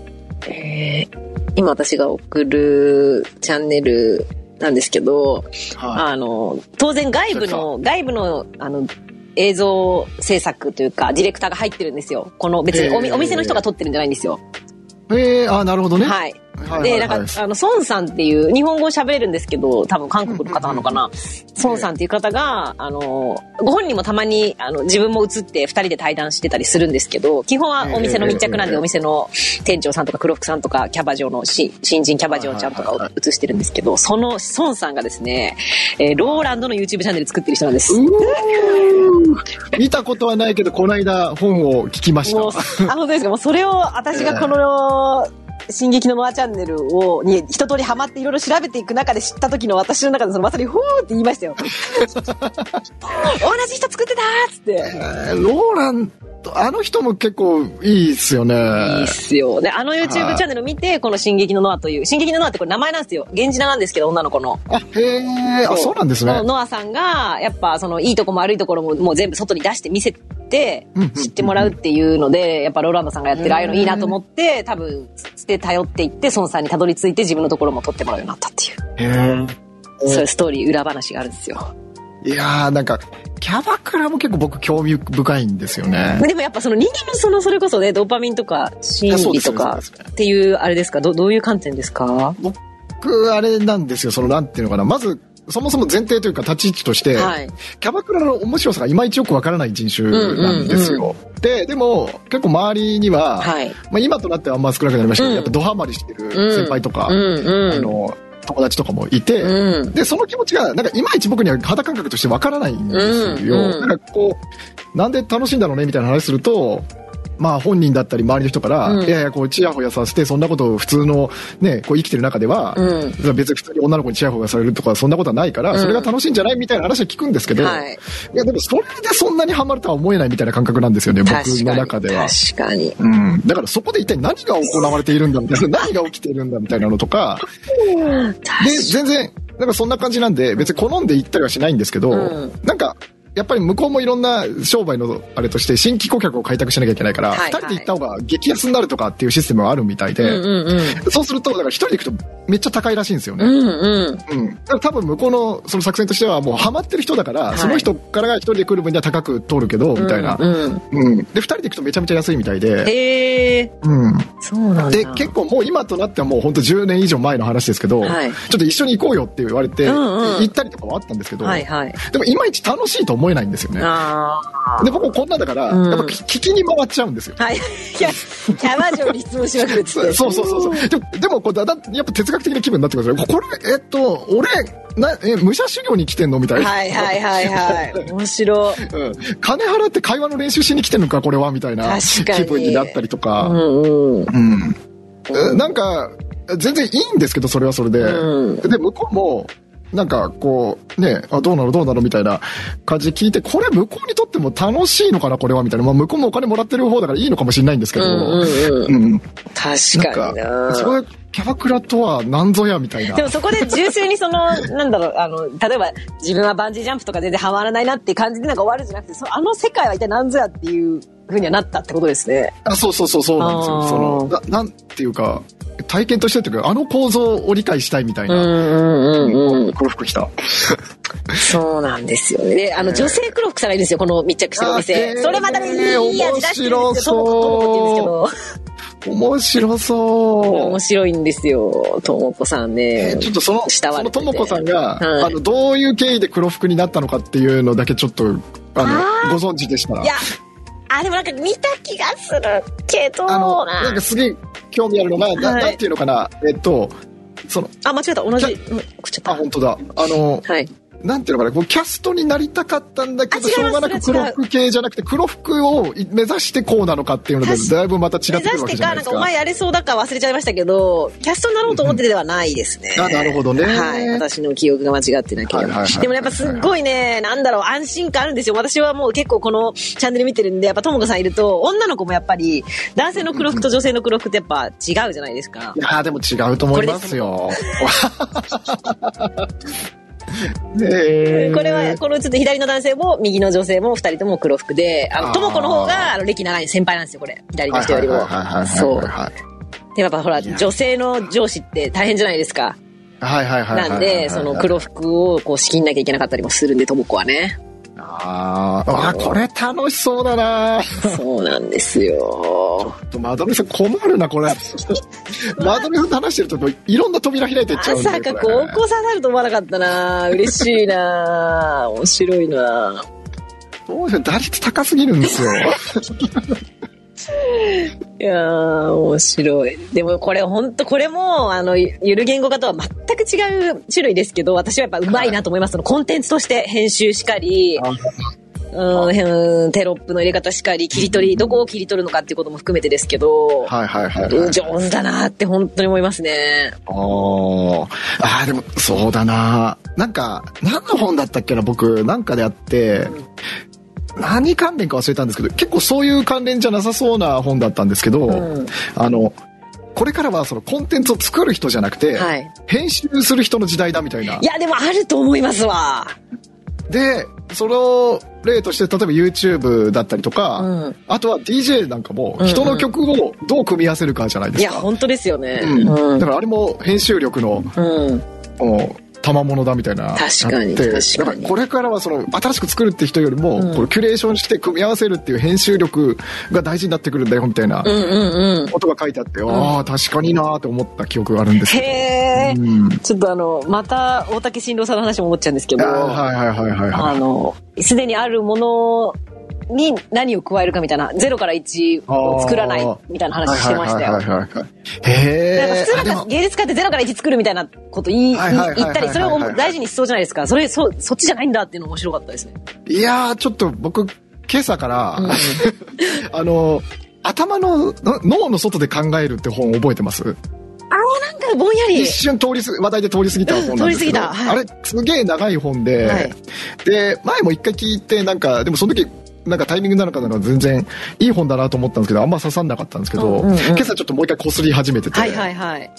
Speaker 2: えー今私が送るチャンネルなんですけど、
Speaker 1: え。は
Speaker 2: あの、当然外部
Speaker 1: そ
Speaker 2: の、外部の、あの、映像制作というか、ディレクターが入ってるんですよ。この、別にお,、
Speaker 1: えー
Speaker 2: お店の人が撮ってるんじゃないんですよ。
Speaker 1: い。ええ、あーなるほどね。い。
Speaker 2: はい。
Speaker 1: はい
Speaker 2: で、
Speaker 1: は
Speaker 2: ない
Speaker 1: はい
Speaker 2: んか、あの、孫さんっていう、日本語喋れるんですけど、多分韓国の方なのかな。孫さんっていう方が、あの、ご本人もたまに、あの、自分も映って二人で対談してたりするんですけど、基本はお店の密着なん
Speaker 1: え
Speaker 2: で、
Speaker 1: え
Speaker 2: お店の店長さんとか黒服さんとか、キャバ嬢のし新人キャバ嬢ちゃんとか
Speaker 1: は
Speaker 2: を
Speaker 1: いはいは
Speaker 2: 映してるんですけど、その孫さんがですね、えーローランドの YouTube チャンネル作ってる人なんです。
Speaker 1: 見たことはないけど、この間本を聞きまし
Speaker 2: もう
Speaker 1: た。、
Speaker 2: あ、本当ですか。もうそれを、私がこの、進撃のモアチャンネルを、に一通りハマっていろいろ調べていく中で知った時の私の中で、そのまさに、ほーって言いまし たよ。同じ人作ってたーっつって。
Speaker 1: えーローランド、あの人も結構いいっすよね。
Speaker 2: いいっすよ。で、あの YouTube チャンネルを見て、この進撃のノアという、進撃のノアってこれ名前なんですよ。源氏名なんですけど、女の子の。
Speaker 1: あ、へえ、あ、そうなんですね
Speaker 2: の。ノアさんが、やっぱ、その、いいとこも悪いところも、もう全部外に出して見せて
Speaker 1: うんうん、
Speaker 2: 知ってもらうっていうので、やっぱ、ローランドさんがやってる、ああいうのいいなと思って、多分、捨て頼っていって、孫さんにたどり着いて、自分のところも取ってもらうようになったってい
Speaker 1: へ
Speaker 2: う、
Speaker 1: え。
Speaker 2: そういうストーリー、裏話があるんですよ。
Speaker 1: いやー、なんか、キャバクラも結構僕興味深いんですよね。
Speaker 2: でもやっぱ、その人間の、その、それこそね、ドーパミンとか、心
Speaker 1: いやそう
Speaker 2: 理
Speaker 1: です
Speaker 2: とか、
Speaker 1: そうです
Speaker 2: っていう、あれですか、ど、どういう観点ですか
Speaker 1: 僕、あれなんですよ、その、なんていうのかな。まず、そもそも前提というか立ち位置として、
Speaker 2: はい。
Speaker 1: キャバクラの面白さがいまいちよくわからない人種なんですよ。で、でも、結構周りには、
Speaker 2: はい。
Speaker 1: まあ、今となってはあんま少なくなりましたけど、
Speaker 2: うん
Speaker 1: やっぱドハマりしてる先輩とか、
Speaker 2: うん、
Speaker 1: あ
Speaker 2: うん。
Speaker 1: の、友達とかもいて、
Speaker 2: うん。
Speaker 1: で、その気持ちが、なんか、いまいち僕には肌感覚としてわからないんですよ。
Speaker 2: うんうん
Speaker 1: なんか、こう、なんで楽しいんだろうねみたいな話すると、まあ、本人だったり周りの人から、
Speaker 2: うん
Speaker 1: いやいや、こう、チヤホヤさせて、そんなことを普通の、ね、こう、生きてる中では、
Speaker 2: うん。
Speaker 1: 別に普通に女の子にチヤホヤされるとか、そんなことはないから、
Speaker 2: うん
Speaker 1: それが楽しいんじゃないみたいな話は聞くんですけど、
Speaker 2: はい。
Speaker 1: いや、でも、それでそんなにハマるとは思えないみたいな感覚なんですよね、僕
Speaker 2: 確
Speaker 1: の
Speaker 2: かに。
Speaker 1: 中では。
Speaker 2: 確かに。
Speaker 1: うん。だから、そこで一体何が行われているんだみたいな、何が起きているんだみたいなのとか、
Speaker 2: 確か
Speaker 1: で、
Speaker 2: に。
Speaker 1: 全然、なんかそんな感じなんで、別に好んで行ったりはしないんですけど、
Speaker 2: うん
Speaker 1: なんか、やっぱり向こうもいろんな商売のあれとして新規顧客を開拓しなきゃいけないから、
Speaker 2: は
Speaker 1: 二、
Speaker 2: いはい
Speaker 1: 人で行った方が激安になるとかっていうシステムがあるみたいで、
Speaker 2: うんうんうん。
Speaker 1: そうすると、だから一人で行くとめっちゃ高いらしいんですよ
Speaker 2: う
Speaker 1: ね。
Speaker 2: んうん。
Speaker 1: うん。だから多分向こうのその作戦としてはもうハマってる人だから、
Speaker 2: い
Speaker 1: その人からが一人で来る分には高く通るけど、みたいな。
Speaker 2: うんうん。
Speaker 1: うん。で、二人で行くとめちゃめちゃ安いみたいで、
Speaker 2: へえ。
Speaker 1: うん。
Speaker 2: そうなんだ。
Speaker 1: で、結構もう今となってはもう本当10年以上前の話ですけど、
Speaker 2: はい
Speaker 1: ちょっと一緒に行こうよって言われて、
Speaker 2: うんうん
Speaker 1: 行ったりとかはあったんですけど、
Speaker 2: はいはい。
Speaker 1: でもいまいち楽しいと思えないんですよね。
Speaker 2: ああ。
Speaker 1: で、僕もこんなだから、
Speaker 2: うん
Speaker 1: やっぱ聞きに回っちゃうんですよ。
Speaker 2: はい。 キャキャバ嬢に質問しまく っ
Speaker 1: そ
Speaker 2: て。
Speaker 1: うそうそうそう。でも、でもこうだだやっぱ哲学的な気分になってくるんですよ。これ、えっと、俺、なえ武者修行に来てんのみたいな。
Speaker 2: はいはいはいはい。面白い。
Speaker 1: うん金払って会話の練習しに来てんのか、これは、みたいな
Speaker 2: 確かに
Speaker 1: 気分になったりと
Speaker 2: う
Speaker 1: か。
Speaker 2: んう
Speaker 1: う
Speaker 2: ん。
Speaker 1: んえなんか、全然いいんですけど、それはそれで。
Speaker 2: うん
Speaker 1: で、向こうも、なんか、こう、ね、あ、どうなのどうなのみたいな感じで聞いて、これ向こうにとっても楽しいのかなこれはみたいな。まあ、向こうもお金もらってる方だからいいのかもしれないんですけ
Speaker 2: う
Speaker 1: ど。
Speaker 2: んうんうん。
Speaker 1: うん
Speaker 2: 確
Speaker 1: な
Speaker 2: か
Speaker 1: ん
Speaker 2: にな
Speaker 1: か、そういうキャバクラとは何ぞやみたいな
Speaker 2: で。もそこで純粋にその、なんだろう、あの、例えば自分はバンジージャンプとか全然ハマらないなっていう感じでなんか終わるんじゃなくて、そあの世界は一体何ぞやっていうふうにはなったってことですね。
Speaker 1: あ、そうそうそう、そうなんです
Speaker 2: あ
Speaker 1: よ。
Speaker 2: ー
Speaker 1: その、ななんていうか、体験としてというか、あの構造を理解したいみたいな。
Speaker 2: うんうん。
Speaker 1: この服着た。
Speaker 2: そうなんですよね。で、あの、女性黒服さんがいるんですよ、この密着してるお
Speaker 1: あ
Speaker 2: 店。
Speaker 1: えー
Speaker 2: それまたね、いい味出してるんですよ。と
Speaker 1: 面白
Speaker 2: も
Speaker 1: そう
Speaker 2: こ、ともこって言うん
Speaker 1: 面白そう
Speaker 2: ですけど。面。白いんですよ、ともこさんね。
Speaker 1: ちょっとその、
Speaker 2: 慕わ
Speaker 1: そ
Speaker 2: れ
Speaker 1: の
Speaker 2: てて
Speaker 1: ともこさんが、
Speaker 2: はい
Speaker 1: あの、どういう経緯で黒服になったのかっていうのだけちょっと、あの、ご存知でしたら。
Speaker 2: いや、あ、でもなんか見た気がするけど
Speaker 1: あの、
Speaker 2: な
Speaker 1: なんかすげえ興味あるのが、な
Speaker 2: はい
Speaker 1: なんていうのかな、えっと、その、
Speaker 2: あ、間違えた、同じ。うん送っちゃ
Speaker 1: あ、
Speaker 2: っ
Speaker 1: 本当だ。あの、
Speaker 2: た。はい。
Speaker 1: なんていうのかな、こう、キャストになりたかったんだけど、
Speaker 2: あ違い
Speaker 1: し
Speaker 2: ま
Speaker 1: ょ
Speaker 2: す
Speaker 1: うがなく
Speaker 2: それ
Speaker 1: 黒
Speaker 2: は違う
Speaker 1: 服系じゃなくて、黒服を目指してこうなのかっていうので、
Speaker 2: 確か
Speaker 1: だいぶまた違
Speaker 2: 目
Speaker 1: ってく
Speaker 2: 指
Speaker 1: る
Speaker 2: し
Speaker 1: わけ
Speaker 2: て
Speaker 1: じゃないで
Speaker 2: か、なん
Speaker 1: す
Speaker 2: か
Speaker 1: か。
Speaker 2: お前やれそうだか忘れちゃいましたけど、キャストになろうと思ってではないですね。
Speaker 1: あなるほどね
Speaker 2: はい。私の記憶が間違ってなけ
Speaker 1: は
Speaker 2: れ
Speaker 1: いはい
Speaker 2: ば
Speaker 1: はい。
Speaker 2: でもやっぱすっごいね、なんだろう、安心感あるんですよ。私はもう結構このチャンネル見てるんで、やっぱともこさんいると、女の子もやっぱり、男性の黒服と女性の黒服ってやっぱ違うじゃないです か
Speaker 1: い。やーでも違うと思いますよ。えー
Speaker 2: これは、このちょっと左の男性も、右の女性も、二人とも黒服で、あ
Speaker 1: あ
Speaker 2: の、
Speaker 1: ー
Speaker 2: ともこの方が、あの、歴長い先輩なんですよ、これ。左の人よりも
Speaker 1: はいはいはいはいはいはいはい。
Speaker 2: そう。
Speaker 1: はい
Speaker 2: で、やっぱほら、
Speaker 1: いや
Speaker 2: 女性の上司って大変じゃないですか。
Speaker 1: はいはいはいはいはいはい
Speaker 2: なんで、その黒服をこう、仕切んなきゃいけなかったりもするんで、ともこはね。
Speaker 1: あーあーこれ楽しそうだな
Speaker 2: そうなんですよ。
Speaker 1: ちょっとまどろみさん困るなこれまどろみさんと話してるともういろんな扉開いていっ
Speaker 2: ま
Speaker 1: ちゃうんで
Speaker 2: さか
Speaker 1: れ
Speaker 2: 高校生になると思わなかったな嬉しいな面白いな
Speaker 1: どうしよう打率高すぎるんですよ
Speaker 2: いやー、面白い。でもこれ本当これも、あの、ゆゆる言語化とは全く違う種類ですけど、私はやっぱうまいなと思います。そのコンテンツとして編集しかり、
Speaker 1: あ
Speaker 2: うんへん、テロップの入れ方しかり、切り取り、どこを切り取るのかっていうことも含めてですけど、
Speaker 1: はいはいはい、
Speaker 2: う
Speaker 1: は
Speaker 2: ん
Speaker 1: い、
Speaker 2: 上手だなって本当に思いますね。
Speaker 1: あーあーでもそうだななんか何の本だったっけな僕なんかであって何関連か忘れたんですけど結構そういう関連じゃなさそうな本だったんですけど、
Speaker 2: うん。
Speaker 1: あのこれからはそのコンテンツを作る人じゃなくて、
Speaker 2: はい。
Speaker 1: 編集する人の時代だみたいない
Speaker 2: や、でもあると思いますわ。
Speaker 1: で、その例として、例えば YouTube だったりとか、
Speaker 2: うん
Speaker 1: あとは DJ なんかも
Speaker 2: うんう、ん
Speaker 1: 人の曲をどう組み合わせるかじゃないで
Speaker 2: い
Speaker 1: す
Speaker 2: や、
Speaker 1: か。
Speaker 2: 本当ですよね。
Speaker 1: うんだ
Speaker 2: う
Speaker 1: からあれも編集力の、
Speaker 2: ん。うん。
Speaker 1: もう、賜物だみたいな。
Speaker 2: 確かに
Speaker 1: あって
Speaker 2: 確かに
Speaker 1: だらこれからはその、新しく作るって人よりも、
Speaker 2: うん
Speaker 1: これキュレーションして組み合わせるっていう編集力が大事になってくるんだよ、みたいな
Speaker 2: うんうんうん。
Speaker 1: ことが書いてあって、ああ、確かになーって思った記憶があるんですけど。
Speaker 2: へー。
Speaker 1: うん。
Speaker 2: ちょっとあの、また大竹新郎さんの話も思っちゃうんですけ
Speaker 1: あ
Speaker 2: ど、
Speaker 1: ーはいはいはいはいはい。
Speaker 2: あの、すでにあるものに何を加えるかみたいな、0から1を作らないみたいな話してましたよ。
Speaker 1: はいはいはいはいはい。へ
Speaker 2: なんか
Speaker 1: え。
Speaker 2: 普通なん
Speaker 1: で
Speaker 2: か
Speaker 1: も
Speaker 2: 芸術家って0から1作るみたいなこと言い
Speaker 1: はいはいはいはいはい
Speaker 2: 言ったり、それを大事にしそうじゃないですか。それ、そ、そっちじゃないんだっていうの面白かったですね。
Speaker 1: いやー、ちょっと僕、今朝から、 あの、頭の、の脳の外で考えるって本覚えてます
Speaker 2: なんかぼんやり
Speaker 1: 一。瞬通りす、話題で通り過ぎた本なんですけど。
Speaker 2: 通り過ぎたはい
Speaker 1: あれ、すげえ長い本で、
Speaker 2: はい
Speaker 1: で、前も一回聞いて、なんか、でもその時、なんかタイミングなのかなのは全然いい本だなと思ったんですけど、あんま刺さんなかったんですけど、
Speaker 2: うんうんうん
Speaker 1: 今朝ちょっともう一回擦り始めてて、
Speaker 2: はいはいはい。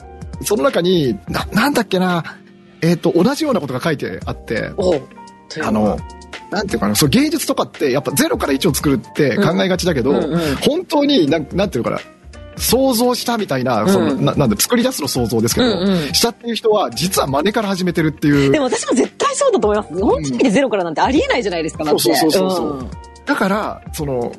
Speaker 1: その中に、な、なんだっけな、えっ、と、同じようなことが書いてあって、
Speaker 2: おう
Speaker 1: あ、の、なんていうかな、そう芸術とかって、やっぱゼロから1を作るって考えがちだけど、
Speaker 2: うんうんうん
Speaker 1: 本当になん、なんていうのかな、想像したみたいな、その
Speaker 2: うん
Speaker 1: ななんだ、作り出すの想像ですけど、
Speaker 2: うんうん
Speaker 1: したっていう人は、実は真似から始めてるっていう
Speaker 2: で。も私も絶対そうだと思います。日本人でゼロからなんてありえないじゃないですか、だって
Speaker 1: そうそうそうそう
Speaker 2: うん
Speaker 1: だから、その、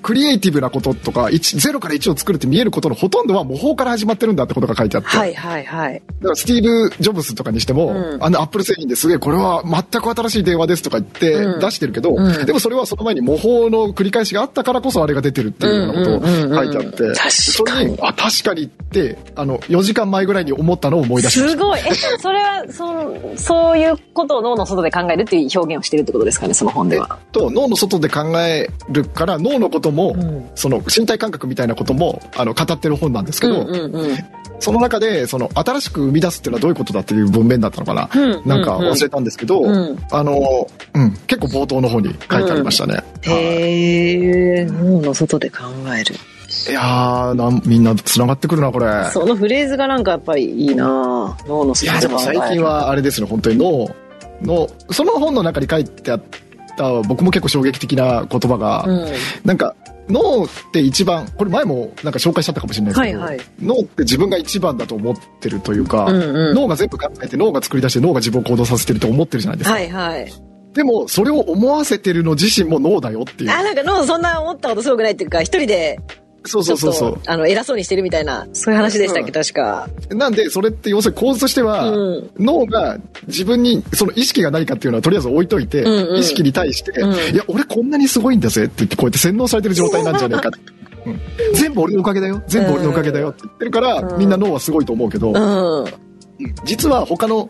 Speaker 1: クリエイティブなこととか、1ゼロから1を作るって見えることのほとんどは模倣から始まってるんだってことが書いてあって、
Speaker 2: はいはいはい。
Speaker 1: だからスティーブ・ジョブスとかにしても、
Speaker 2: うん
Speaker 1: あのアップル製品ですげえこれは全く新しい電話ですとか言っ
Speaker 2: うん
Speaker 1: て出してるけど、
Speaker 2: うん
Speaker 1: でもそれはその前に模倣の繰り返しがあったからこそあれが出てるっていうようなこと
Speaker 2: うんうんうんうん
Speaker 1: を書いてあって、
Speaker 2: 確かに
Speaker 1: それにあ確かにってあの4時間前ぐらいに思ったのを思い出しまし
Speaker 2: すごい。え、それは、その、そういうことを脳の外で考えるっていう表現をしてるってことですかね、その本では
Speaker 1: た。と脳の外で考えるから脳のことも、
Speaker 2: ん
Speaker 1: その身体感覚みたいなこともあの語ってる本なんですけど、
Speaker 2: んうん。
Speaker 1: その中でその新しく生み出すっていうのはどういうことだっていう文面だったのかな、
Speaker 2: うん
Speaker 1: なんか忘れたんですけど、
Speaker 2: うん
Speaker 1: あの、うん、結構冒頭の方に書いてありましたね。はい
Speaker 2: へえ、脳の外で考える。
Speaker 1: いやーなんみんな繋がってくるなこれ。
Speaker 2: そのフレーズがなんかやっぱりいいなぁ脳の
Speaker 1: い
Speaker 2: 外
Speaker 1: や
Speaker 2: で
Speaker 1: で
Speaker 2: 考
Speaker 1: も
Speaker 2: える。
Speaker 1: 最近はあれですね本当に脳のその本の中に書いてあった僕も結構衝撃的な言葉が、
Speaker 2: うん。
Speaker 1: なんか脳って一番これ前もなんか紹介しちゃったかもしれないですけど、
Speaker 2: はいはい
Speaker 1: 脳って自分が一番だと思ってるというか、
Speaker 2: うんうん
Speaker 1: 脳が全部考えて脳が作り出して脳が自分を行動させてると思ってるじゃないですか。
Speaker 2: はいはい。
Speaker 1: でも、それを思わせてるの自身も脳だよっていう。
Speaker 2: あ、なんか脳そんな思ったことすごくないっていうか、一人で
Speaker 1: そう
Speaker 2: ち
Speaker 1: そ
Speaker 2: ょ
Speaker 1: う
Speaker 2: っ
Speaker 1: そうそ
Speaker 2: と、あの、偉そうにしてるみたいな、そういう話でしたっ
Speaker 1: う
Speaker 2: け、
Speaker 1: ん
Speaker 2: 確か。
Speaker 1: う。なんで、それって要するに構図としては、
Speaker 2: うん
Speaker 1: 脳が自分に、その意識が何かっていうのはとりあえず置いといて、
Speaker 2: うんうん
Speaker 1: 意識に対して、
Speaker 2: うん
Speaker 1: いや、俺こんなにすごいんだぜって言って、こうやって洗脳されてる状態なんじゃねえかって。うん全部俺のおかげだよ全部俺のおかげだよって言ってるから、
Speaker 2: うん
Speaker 1: みんな脳はすごいと思うけど、
Speaker 2: うん。
Speaker 1: 実は他の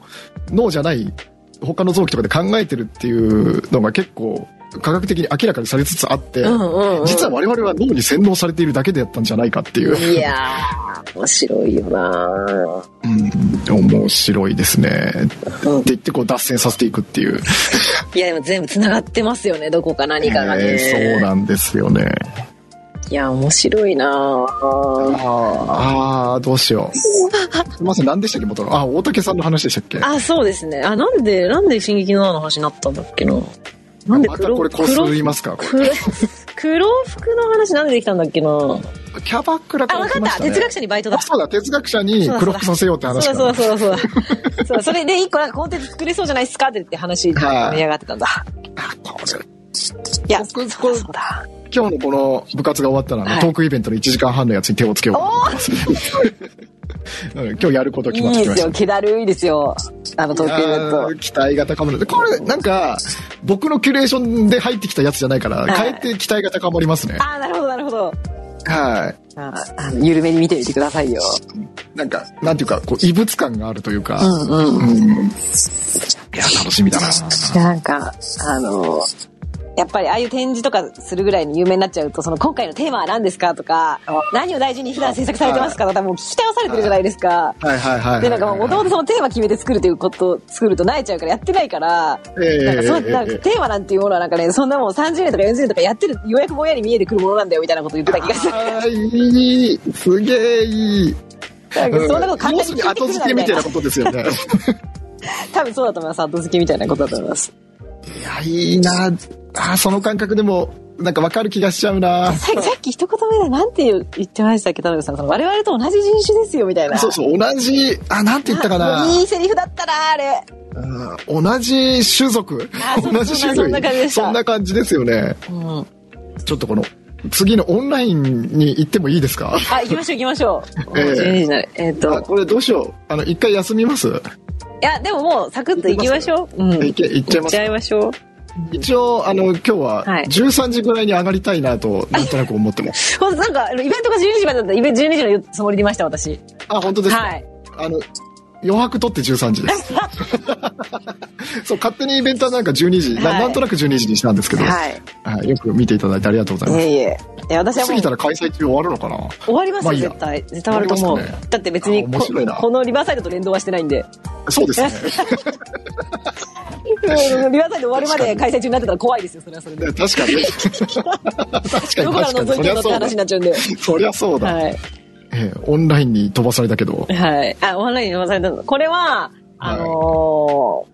Speaker 1: 脳じゃない他の臓器とかで考えてるっていうのが結構科学的に明らかにされつつあって、
Speaker 2: うんうんうん。
Speaker 1: 実は我々は脳に洗脳されているだけでやったんじゃないかっていう、
Speaker 2: いやー、面白いよな
Speaker 1: うん、面白いですね。
Speaker 2: うん
Speaker 1: って言ってこう脱線させていくっていう、
Speaker 2: いや、でも全部繋がってますよね、どこか何かがね。
Speaker 1: えーそうなんですよね。
Speaker 2: いや、面白いなぁ
Speaker 1: ああ、どうしよう。すみません、何でしたっけ、元の。あ、大竹さんの話でしたっけ。
Speaker 2: あ、そうですね。あ、なんで、なんで進撃の名の話になったんだっけななんで
Speaker 1: また
Speaker 2: 黒、
Speaker 1: これ、こす
Speaker 2: 黒
Speaker 1: 言いますか。これ
Speaker 2: 黒、黒服の話なんでできたんだっけなあ、
Speaker 1: キャバクラから
Speaker 2: わ
Speaker 1: 来
Speaker 2: かっ
Speaker 1: ましたたね。
Speaker 2: 哲学者にバイトだ
Speaker 1: あ。そうだ、哲学者に黒くさせようって話
Speaker 2: そ
Speaker 1: か
Speaker 2: うだ
Speaker 1: な。
Speaker 2: そうだそうだそうだ。そう、それで一個なんかコンテンツ作れそうじゃないですかって言って話で盛り上がってたんだ。
Speaker 1: あこれ
Speaker 2: いや、そう
Speaker 1: 僕
Speaker 2: だそうだ。
Speaker 1: 今日のこの部活が終わったらね、
Speaker 2: はい
Speaker 1: トークイベントの1時間半のやつに手をつけようと思います。うん今日やること
Speaker 2: い
Speaker 1: 決まって
Speaker 2: い
Speaker 1: き
Speaker 2: で
Speaker 1: ますし
Speaker 2: よ、気だるいですよ。あの、東京イベン
Speaker 1: た。
Speaker 2: ト
Speaker 1: あ。ー期待が高まる。これ、なんか、僕のキュレーションで入ってきたやつじゃないから、
Speaker 2: い
Speaker 1: かえって期待が高まりますね。
Speaker 2: ああ、なるほど、なるほど。
Speaker 1: はい。
Speaker 2: ああの緩めに見てみてくださいよ。
Speaker 1: なんか、なんていうか、こう、異物感があるというか、い
Speaker 2: うんうん。
Speaker 1: や、楽しみだな。
Speaker 2: でなんか、あの、やっぱりああいう展示とかするぐらいに有名になっちゃうと、その今回のテーマは何ですかとか、何を大事に普段制作されてますかとか、もう聞き倒されてるじゃないですか。
Speaker 1: はいはいはいはいはい。
Speaker 2: で、なんかもともとそのテーマ決めて作るということ、作ると慣れちゃうからやってないから、
Speaker 1: ええ
Speaker 2: なんかそう、
Speaker 1: ええ
Speaker 2: なんか
Speaker 1: ええ
Speaker 2: テーマなんていうものはなんかね、そんなもう30年とか40年とかやってる、ようやくぼんやり見えてくるものなんだよみたいなこと言ってた気がする。
Speaker 1: あーいい、すげえいい。
Speaker 2: なんかそんなこと簡単
Speaker 1: 要
Speaker 2: に
Speaker 1: す
Speaker 2: 聞
Speaker 1: るに
Speaker 2: いてく
Speaker 1: 後
Speaker 2: る
Speaker 1: 付けみたいな
Speaker 2: なみたいな
Speaker 1: ことですよね。
Speaker 2: 多分そうだと思います。後付けみたいなことだと思います。
Speaker 1: いや、いいな。あーその感覚でも、なんかわかる気がしちゃう な。
Speaker 2: ささっき一言目でなんて言う言ってましたっけ、田辺さん。その我々と同じ人種ですよ、みたいな。
Speaker 1: そうそう、同じ、あ、なんて言ったかな。
Speaker 2: いいセリフだったな、あれ。
Speaker 1: うん同じ種族
Speaker 2: あ。そう
Speaker 1: 同じ種
Speaker 2: そ
Speaker 1: 類
Speaker 2: んな感じでした
Speaker 1: そんな感じですよね。
Speaker 2: うん。
Speaker 1: ちょっとこの、次のオンラインに行ってもいいですか
Speaker 2: あ、行きましょう、行きましょう。
Speaker 1: ええ
Speaker 2: 12時になる。えっ、
Speaker 1: あ
Speaker 2: と。
Speaker 1: これどうしよう。あの、一回休みます、
Speaker 2: いや、でももう、サクッと行きましょう。うん。
Speaker 1: いけ行っちゃいます
Speaker 2: 行っちゃいましょう。
Speaker 1: 一応、あの、今日は
Speaker 2: はい
Speaker 1: 13時ぐらいに上がりたいなと、なんとなく思って ます。
Speaker 2: ほんとなんか、あのイベントが12時までだったら、イベント12時のつもり でいました、私。
Speaker 1: あ、本当ですか、
Speaker 2: はい。
Speaker 1: あの、余白取って13時です。そう、勝手にイベントはなんか12時、な
Speaker 2: はい
Speaker 1: なんとなく12時にしたんですけど、
Speaker 2: はい。
Speaker 1: はいよく見ていただいてありがとうござい
Speaker 2: い
Speaker 1: ます。
Speaker 2: えいえ。いや、私は
Speaker 1: 過
Speaker 2: も
Speaker 1: ぎ
Speaker 2: う
Speaker 1: た、ら開催中終わるのかな
Speaker 2: 終わります
Speaker 1: ま
Speaker 2: よ、
Speaker 1: あいいや
Speaker 2: 絶対。絶対終わると思
Speaker 1: 終
Speaker 2: う。
Speaker 1: わりますかね
Speaker 2: だって別に
Speaker 1: あ面
Speaker 2: こ
Speaker 1: 白いな
Speaker 2: このリバーサイドと連動はしてないんで。
Speaker 1: そう ですね。
Speaker 2: リバーサイド終わるまで開催中になってたら怖いですよ、それはそれ で。
Speaker 1: 確かに。確かに確かに。そりゃ
Speaker 2: どこから覗いてるのって
Speaker 1: そうだ
Speaker 2: 話に。なっちゃうんで。
Speaker 1: そりゃそうだ、
Speaker 2: はい。
Speaker 1: ええオンラインに飛ばされたけど。
Speaker 2: はい。あ、オンラインに飛ばされたの。これは、あの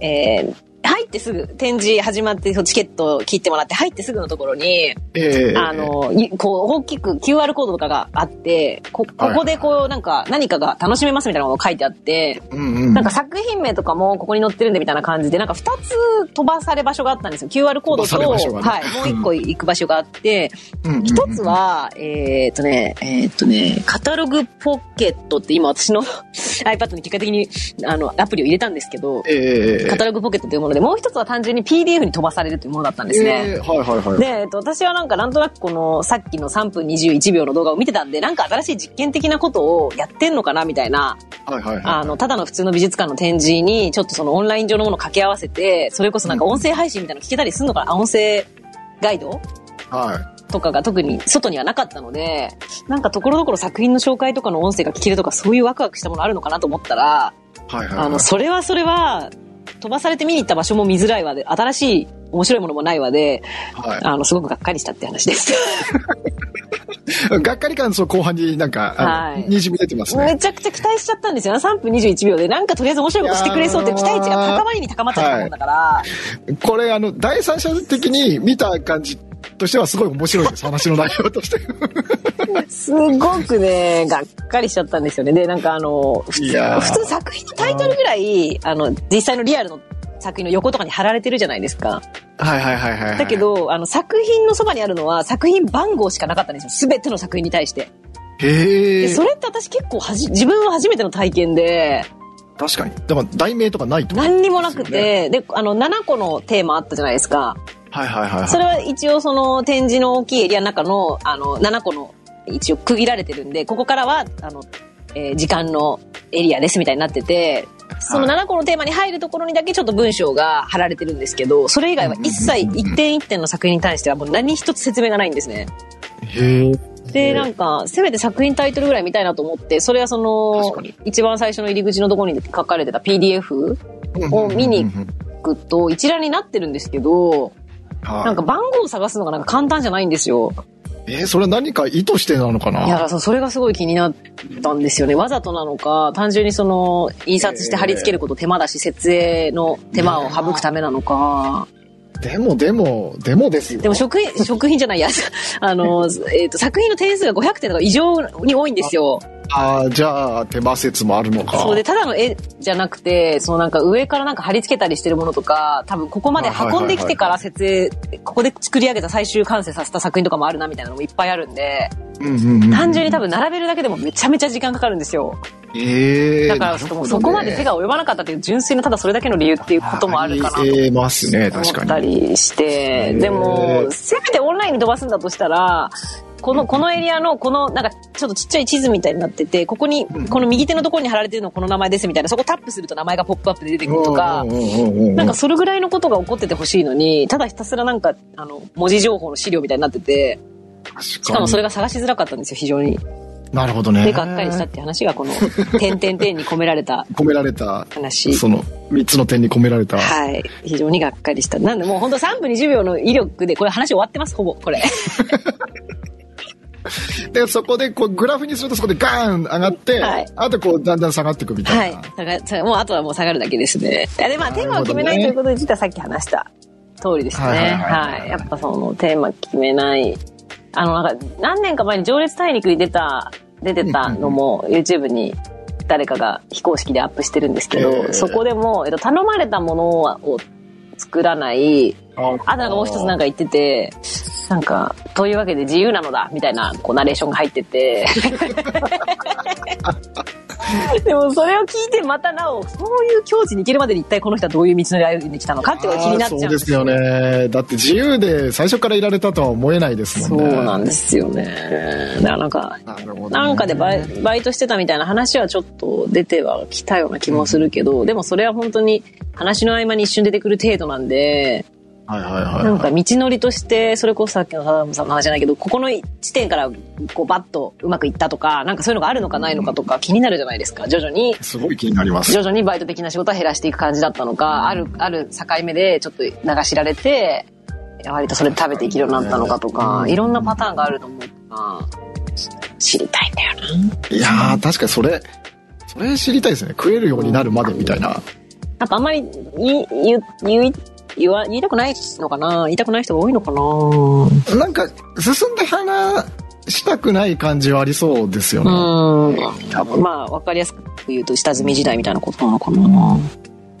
Speaker 2: ーえー入ってすぐ、展示始まって、そうチケットを切ってもらって、入ってすぐのところに、
Speaker 1: ええ
Speaker 2: あのーいこう、大きく QR コードとかがあって、こ、ここでこう、なんか、何かが楽しめますみたいなのが書いてあって、
Speaker 1: うんうん。
Speaker 2: なんか作品名とかもここに載ってるんでみたいな感じで、なんか2つ飛ばされ場所があったんですよ。QR コード
Speaker 1: 飛ばされ場所
Speaker 2: と、
Speaker 1: がね
Speaker 2: はい、もう1個行く場所があって、
Speaker 1: うんうんうん
Speaker 2: 一つは、えーっとね、えーっとね、カタログポケットって今私の iPad に結果的にあのアプリを入れたんですけど、
Speaker 1: ええ
Speaker 2: カタログポケットというもので、もう一つは単純に PDF に飛ばされるというものだったんです
Speaker 1: え
Speaker 2: ね。
Speaker 1: えはいはいはい。
Speaker 2: で、えーっと、私はなんかなんとなくこのさっきの3分21秒の動画を見てたんで、なんか新しい実験的なことをやってんのかなみたいな、
Speaker 1: はいはいはい。
Speaker 2: あの、ただの普通の美術館の展示に、ちょっとそのオンライン上のものを掛け合わせて、それこそなんか音声配信みたいなの聞けたりするのかな、あ音声ガイド
Speaker 1: はい。
Speaker 2: とかが特に外にはなかったので、なんかところどころ作品の紹介とかの音声が聞けるとか、そういうワクワクしたものあるのかなと思ったら、
Speaker 1: はいはいはい。
Speaker 2: あの、それはそれは、飛ばされて見に行った場所も見づらいわで、新しい面白いものもないわで、
Speaker 1: はい
Speaker 2: あの、すごくがっかりしたって話です。
Speaker 1: がっかり感想後半になんか、あの
Speaker 2: はい
Speaker 1: にじみ出てますね。
Speaker 2: めちゃくちゃ期待しちゃったんですよね。3分21秒で、なんかとりあえず面白いことしてくれそうって期待値が高まりに高まっちゃったもんだから、
Speaker 1: これ、あの、第三者的に見た感じとしてはすごい面白いです。話の内容と して。
Speaker 2: すごくね、がっかりしちゃったんですよね。で、なんかあの、普
Speaker 1: い
Speaker 2: 通
Speaker 1: やー
Speaker 2: 普通作品のタイトルぐらい、あの、実際のリアルの作品の横とかに貼られてるじゃないですか。
Speaker 1: はいはいはいはいはい。
Speaker 2: だけ、ど、あの、作品のそばにあるのは作品番号しかなかったんですよ。すべての作品に対して。
Speaker 1: へ
Speaker 2: で、
Speaker 1: え
Speaker 2: そ。れって私結構はじ、自分は初めての体験で、
Speaker 1: 確かに。だから、題名とかないと。
Speaker 2: 何にもなく
Speaker 1: そう
Speaker 2: て、で、あの、7個のテーマあったじゃないですか。
Speaker 1: はいはいはいはい。
Speaker 2: それは一応その展示の大きいエリアの中の、あの、7個の一応区切られてるんで、ここからは、あの、えー時間のエリアですみたいになってて、その
Speaker 1: は
Speaker 2: 7個のテーマに入るところにだけちょっと文章が貼られてるんですけど、それ以外は一切一点一点の作品に対してはもう何一つ説明がないんですね。
Speaker 1: へえ。
Speaker 2: で、なんか、せめて作品タイトルぐらい見たいなと思って、それはそ
Speaker 1: 確か
Speaker 2: の
Speaker 1: に、
Speaker 2: 一番最初の入り口のところに書かれてた PDF を見に行くと一覧になってるんですけど、
Speaker 1: は
Speaker 2: なんか番号を探すのがなんか簡単じゃないんですよ。
Speaker 1: いえーそれは何か意図してなのか
Speaker 2: いや、だか
Speaker 1: な
Speaker 2: らそうそれがすごい気になったんですよね。わざとなのか、単純にその、印刷して貼り付けること手間だし、設営の手間を省くためなのか。
Speaker 1: でもでもでもですよ
Speaker 2: でも食品、食品じゃないや、 あの、えっ、と、作品の点数が500点とか異常に多いんですよ。
Speaker 1: ああじゃあ手間説もあるのか
Speaker 2: そうで、ただの絵じゃなくて、そのなんか上からなんか貼り付けたりしてるものとか、多分ここまで運んできてから設営、ここで作り上げた最終完成させた作品とかもあるなみたいなのもいっぱいあるんで、
Speaker 1: うんうんうん
Speaker 2: 単純に多分並べるだけでもめちゃめちゃ時間かかるんですよ。
Speaker 1: ええ
Speaker 2: だからちょっともうそこまで手が及ばなかったっていう純粋なただそれだけの理由っていうこともあるかなと
Speaker 1: ありえますね
Speaker 2: 思
Speaker 1: 確
Speaker 2: っ
Speaker 1: か
Speaker 2: た
Speaker 1: に
Speaker 2: りして、
Speaker 1: ー
Speaker 2: でも、せめてオンラインに飛ばすんだとしたら、この、このエリアの、この、なんか、ちょっとちっちゃい地図みたいになってて、ここに、この右手のところに貼られてるのこの名前ですみたいな、そこタップすると名前がポップアップで出てくるとか
Speaker 1: うん、うんうんうん
Speaker 2: なんかそれぐらいのことが起こっててほしいのに、ただひたすらなんか、あの、文字情報の資料みたいになってて、
Speaker 1: し
Speaker 2: しかもそれが探しづらかったんですよ、非常に。
Speaker 1: なるほどね
Speaker 2: で、がっかりしたって話が、 この、点々点に込められた
Speaker 1: 込められた
Speaker 2: 話。
Speaker 1: その3つの点に込められた
Speaker 2: はい。非常にがっかりした。なんでもうほんと3分20秒の威力で、これ話終わってます、ほぼ、これ。
Speaker 1: でそこでこうグラフにするとそこでガーン上がって、
Speaker 2: はい
Speaker 1: あとこうだんだん下がっていくみた
Speaker 2: はいい
Speaker 1: な、。
Speaker 2: 下が下がもうあとはもう下がるだけですね。いやで、まあテーマを決めない
Speaker 1: な
Speaker 2: とい
Speaker 1: る
Speaker 2: うこと自体はさっき話した通りですね。
Speaker 1: はいはいはいはい
Speaker 2: はい。やっぱそのテーマ決めない。あの、なんか何年か前に情熱大陸に出た、出てたのも YouTube に誰かが非公式でアップしてるんですけど、
Speaker 1: えー
Speaker 2: そこでも、えっと、頼まれたものを作らない、あとなんかもう一つなん
Speaker 1: か
Speaker 2: か言ってて、なんか、というわけで自由なのだ、みたいな、こう、ナレーションが入ってて。 でもそれを聞いてまたなお、そういう境地に行けるまでに一体この人はどういう道のり歩んできたのかっていうのが気になっちゃうん
Speaker 1: そうですよ。ねだって自由で最初からいられたとは思えないです
Speaker 2: そ
Speaker 1: もん
Speaker 2: う
Speaker 1: ね
Speaker 2: なんですよね。だからなんか、
Speaker 1: なるほどね
Speaker 2: なんかでバイバイトしてたみたいな話はちょっと出てはきたような気もするけど、でもそれは本当に話の合間に一瞬出てくる程度なんで、
Speaker 1: はいはいはい
Speaker 2: なんか道のりとして、それこそさっきのサダムさんの話じゃないけど、ここの地点からこうバッとうまくいったとか、なんかそういうのがあるのかないのかとか気になるじゃないですか。徐々に、
Speaker 1: すごい気になります
Speaker 2: 徐々にバイト的な仕事は減らしていく感じだったのか、ある、ある境目でちょっと流しられて、割とそれで食べていけるようになったのかとか、いろんなパターンがあると思うから、知りたいんだよな。
Speaker 1: いやー確かにそれそれ知りたいですね食えるようになるまでみたいな
Speaker 2: なんかあんまり言い、言い、言い、言わ、言いたくないのかな言いたくない人が多いのかな
Speaker 1: なんか進んで話したくない感じはありそうですよね、
Speaker 2: うん。多分まあ、わかりやすく言うと、下積み時代みたいなことなのかな。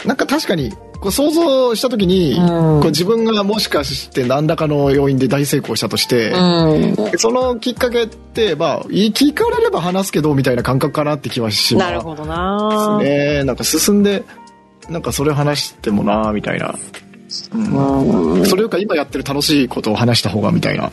Speaker 1: なんか確かにこう想像した時に、
Speaker 2: うん
Speaker 1: こう自分がもしかして何らかの要因で大成功したとして、
Speaker 2: う
Speaker 1: そのきっかけって、まあ、い聞かれれば話すけどみたいな感覚かなって気はし
Speaker 2: ん。
Speaker 1: ます
Speaker 2: なるほどな、
Speaker 1: ねなんか進んでなんかそれ話してもなみたいな、
Speaker 2: うん。
Speaker 1: それよりか今やってる楽しいことを話した方がみたいな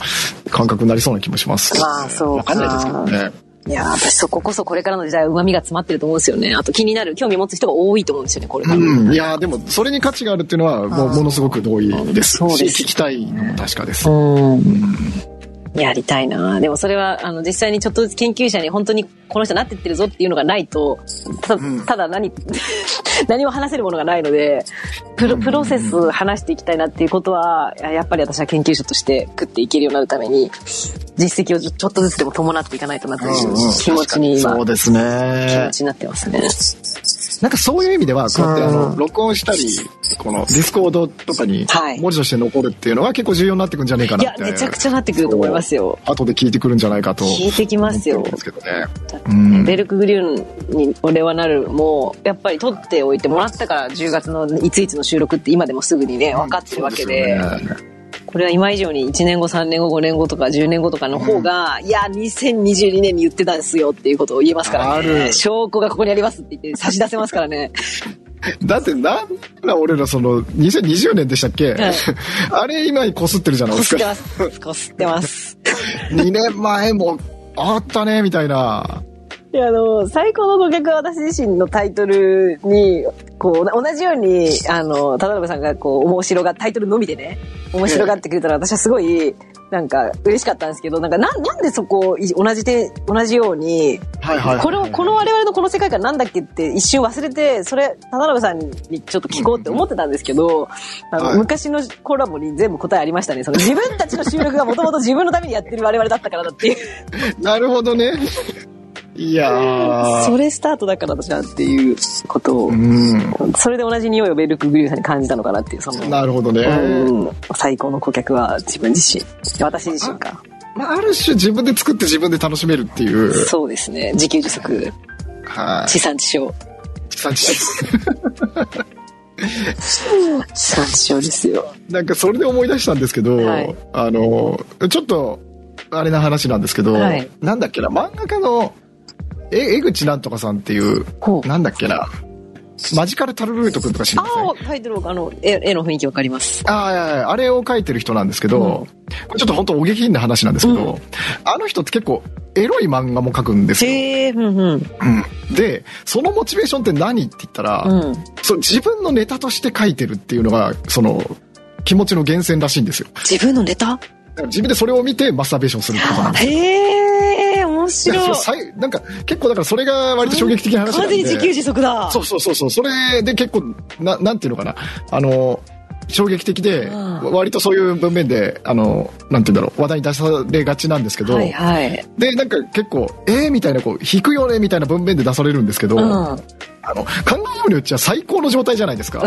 Speaker 1: 感覚になりそうな気もします
Speaker 2: まあそう
Speaker 1: わ
Speaker 2: か
Speaker 1: かんないですけどね
Speaker 2: いやー、私そここそこれからの時代は旨味が詰まってると思うんですよね。あと気になる、興味持つ人が多いと思うんですよね、これから。
Speaker 1: うん、いやーでもそれに価値があるっていうのはもうものすごく同意です
Speaker 2: そうです
Speaker 1: し聞きたいのも確かです、
Speaker 2: うん。やりたいなでもそれは、あの、実際にちょっとずつ研究者に本当にこの人なってってるぞっていうのがないと、たただ何、 何も話せるものがないので、プロプロセス話していきたいなっていうことは、ややっぱり私は研究者として食っていけるようになるために、実績をちょちょっとずつでも伴っていかないとなという気持ちに今
Speaker 1: そう、です
Speaker 2: 気
Speaker 1: ね
Speaker 2: 持ちになってますね。
Speaker 1: なんかそういう意味では、こうやってあ
Speaker 2: う
Speaker 1: の、
Speaker 2: ん
Speaker 1: 録音したり、このディスコードとかに
Speaker 2: はい
Speaker 1: 文字として残るっていうのは結構重要になってくんじゃねえか
Speaker 2: い
Speaker 1: な
Speaker 2: や
Speaker 1: っ、て。
Speaker 2: めちゃくちゃなってくると思いますよ。
Speaker 1: 後で聞いてくるんじゃないかと。
Speaker 2: 聞いてきますよ
Speaker 1: 思ってるんですけどね。うん
Speaker 2: ベルクグリューンに俺はなるもやっぱり取っておいてもらったから10月のいついつの収録って今でもすぐにね分かってるわけで
Speaker 1: そうすよね
Speaker 2: これは今以上に1年後3年後5年後とか10年後とかの方が、いや2022年に言ってたんですよっていうことを言えますから
Speaker 1: あ
Speaker 2: ね
Speaker 1: る
Speaker 2: 証拠がここにありますって言って差し出せますからね
Speaker 1: だってなんだ俺らその、2020年でしたっけ、
Speaker 2: はい
Speaker 1: あれ今こすってるじゃない
Speaker 2: こ
Speaker 1: ですす
Speaker 2: って
Speaker 1: か。
Speaker 2: ますこすってます
Speaker 1: 2年前もあったね、みたいな。
Speaker 2: いや、あの、最高の顧客は私自身のタイトルに、こう、同じように、あの、田辺さんがこう、面白が、タイトルのみでね、面白がってくれたら私はすごい、なんか嬉しかったんですけど、なんかな、なんでそこをい同じで、同じように、
Speaker 1: はいはいはい
Speaker 2: これを、この我々のこの世界観なんだっけって一瞬忘れて、それ、田辺さんにちょっと聞こうって思ってたんですけど、あの
Speaker 1: はい
Speaker 2: 昔のコラボに全部答えありましたね。その自分たちの収録がもともと自分のためにやってる我々だったからだっていう。
Speaker 1: なるほどね。いやー。
Speaker 2: それスタートだからだなっていうことを、
Speaker 1: うん。
Speaker 2: それで同じ匂いをベルクグリューさんに感じたのかなっていう、その。
Speaker 1: なるほどね。
Speaker 2: うん、最高の顧客は自分自身私自身か
Speaker 1: まあ、ある種自分で作って自分で楽しめるっていう。
Speaker 2: そうですね自給自足
Speaker 1: は
Speaker 2: 地産地消
Speaker 1: い。産地消
Speaker 2: 地産地消ですよ
Speaker 1: なんかそれで思い出したんですけど、
Speaker 2: はい
Speaker 1: あの、ちょっと、あれな話なんですけど、
Speaker 2: はい
Speaker 1: なんだっけな、漫画家の、え、江口なんとかさんっていう、
Speaker 2: ほう
Speaker 1: なんだっけな、マジカルタルルートくんとか知り
Speaker 2: あ
Speaker 1: ません
Speaker 2: あタイトルあの絵絵の雰囲気わかります
Speaker 1: ああいやいや、あれを書いてる人なんですけど、これちょっと本当お下品な話なんですけど、
Speaker 2: う
Speaker 1: あの人って結構エロい漫画も書くんですよ。
Speaker 2: へえうんうん
Speaker 1: うんで、そのモチベーションって何って言ったら、
Speaker 2: うん
Speaker 1: そう自分のネタとして書いてるっていうのが、その、気持ちの源泉らしいんですよ。
Speaker 2: 自分のネタ
Speaker 1: だから自分でそれを見てマスターベーションするってことなんです。
Speaker 2: へえ面
Speaker 1: だから
Speaker 2: 白い
Speaker 1: それさいなんか結構だからそれが割と衝撃的な話なん
Speaker 2: 完
Speaker 1: で
Speaker 2: 全に自給自足だ
Speaker 1: そうそうそうそう。それで結構、ななんていうのかな。あの、衝撃的で、
Speaker 2: うん
Speaker 1: 割とそういう文面で、あの、なんて言うんだろう、話題に出されがちなんですけど、
Speaker 2: はいはい
Speaker 1: で、なんか結構、えー、みたいな、こう、引くよね、みたいな文面で出されるんですけど、
Speaker 2: うん
Speaker 1: あの、考えようによっちゃ最高の状態じゃないですか。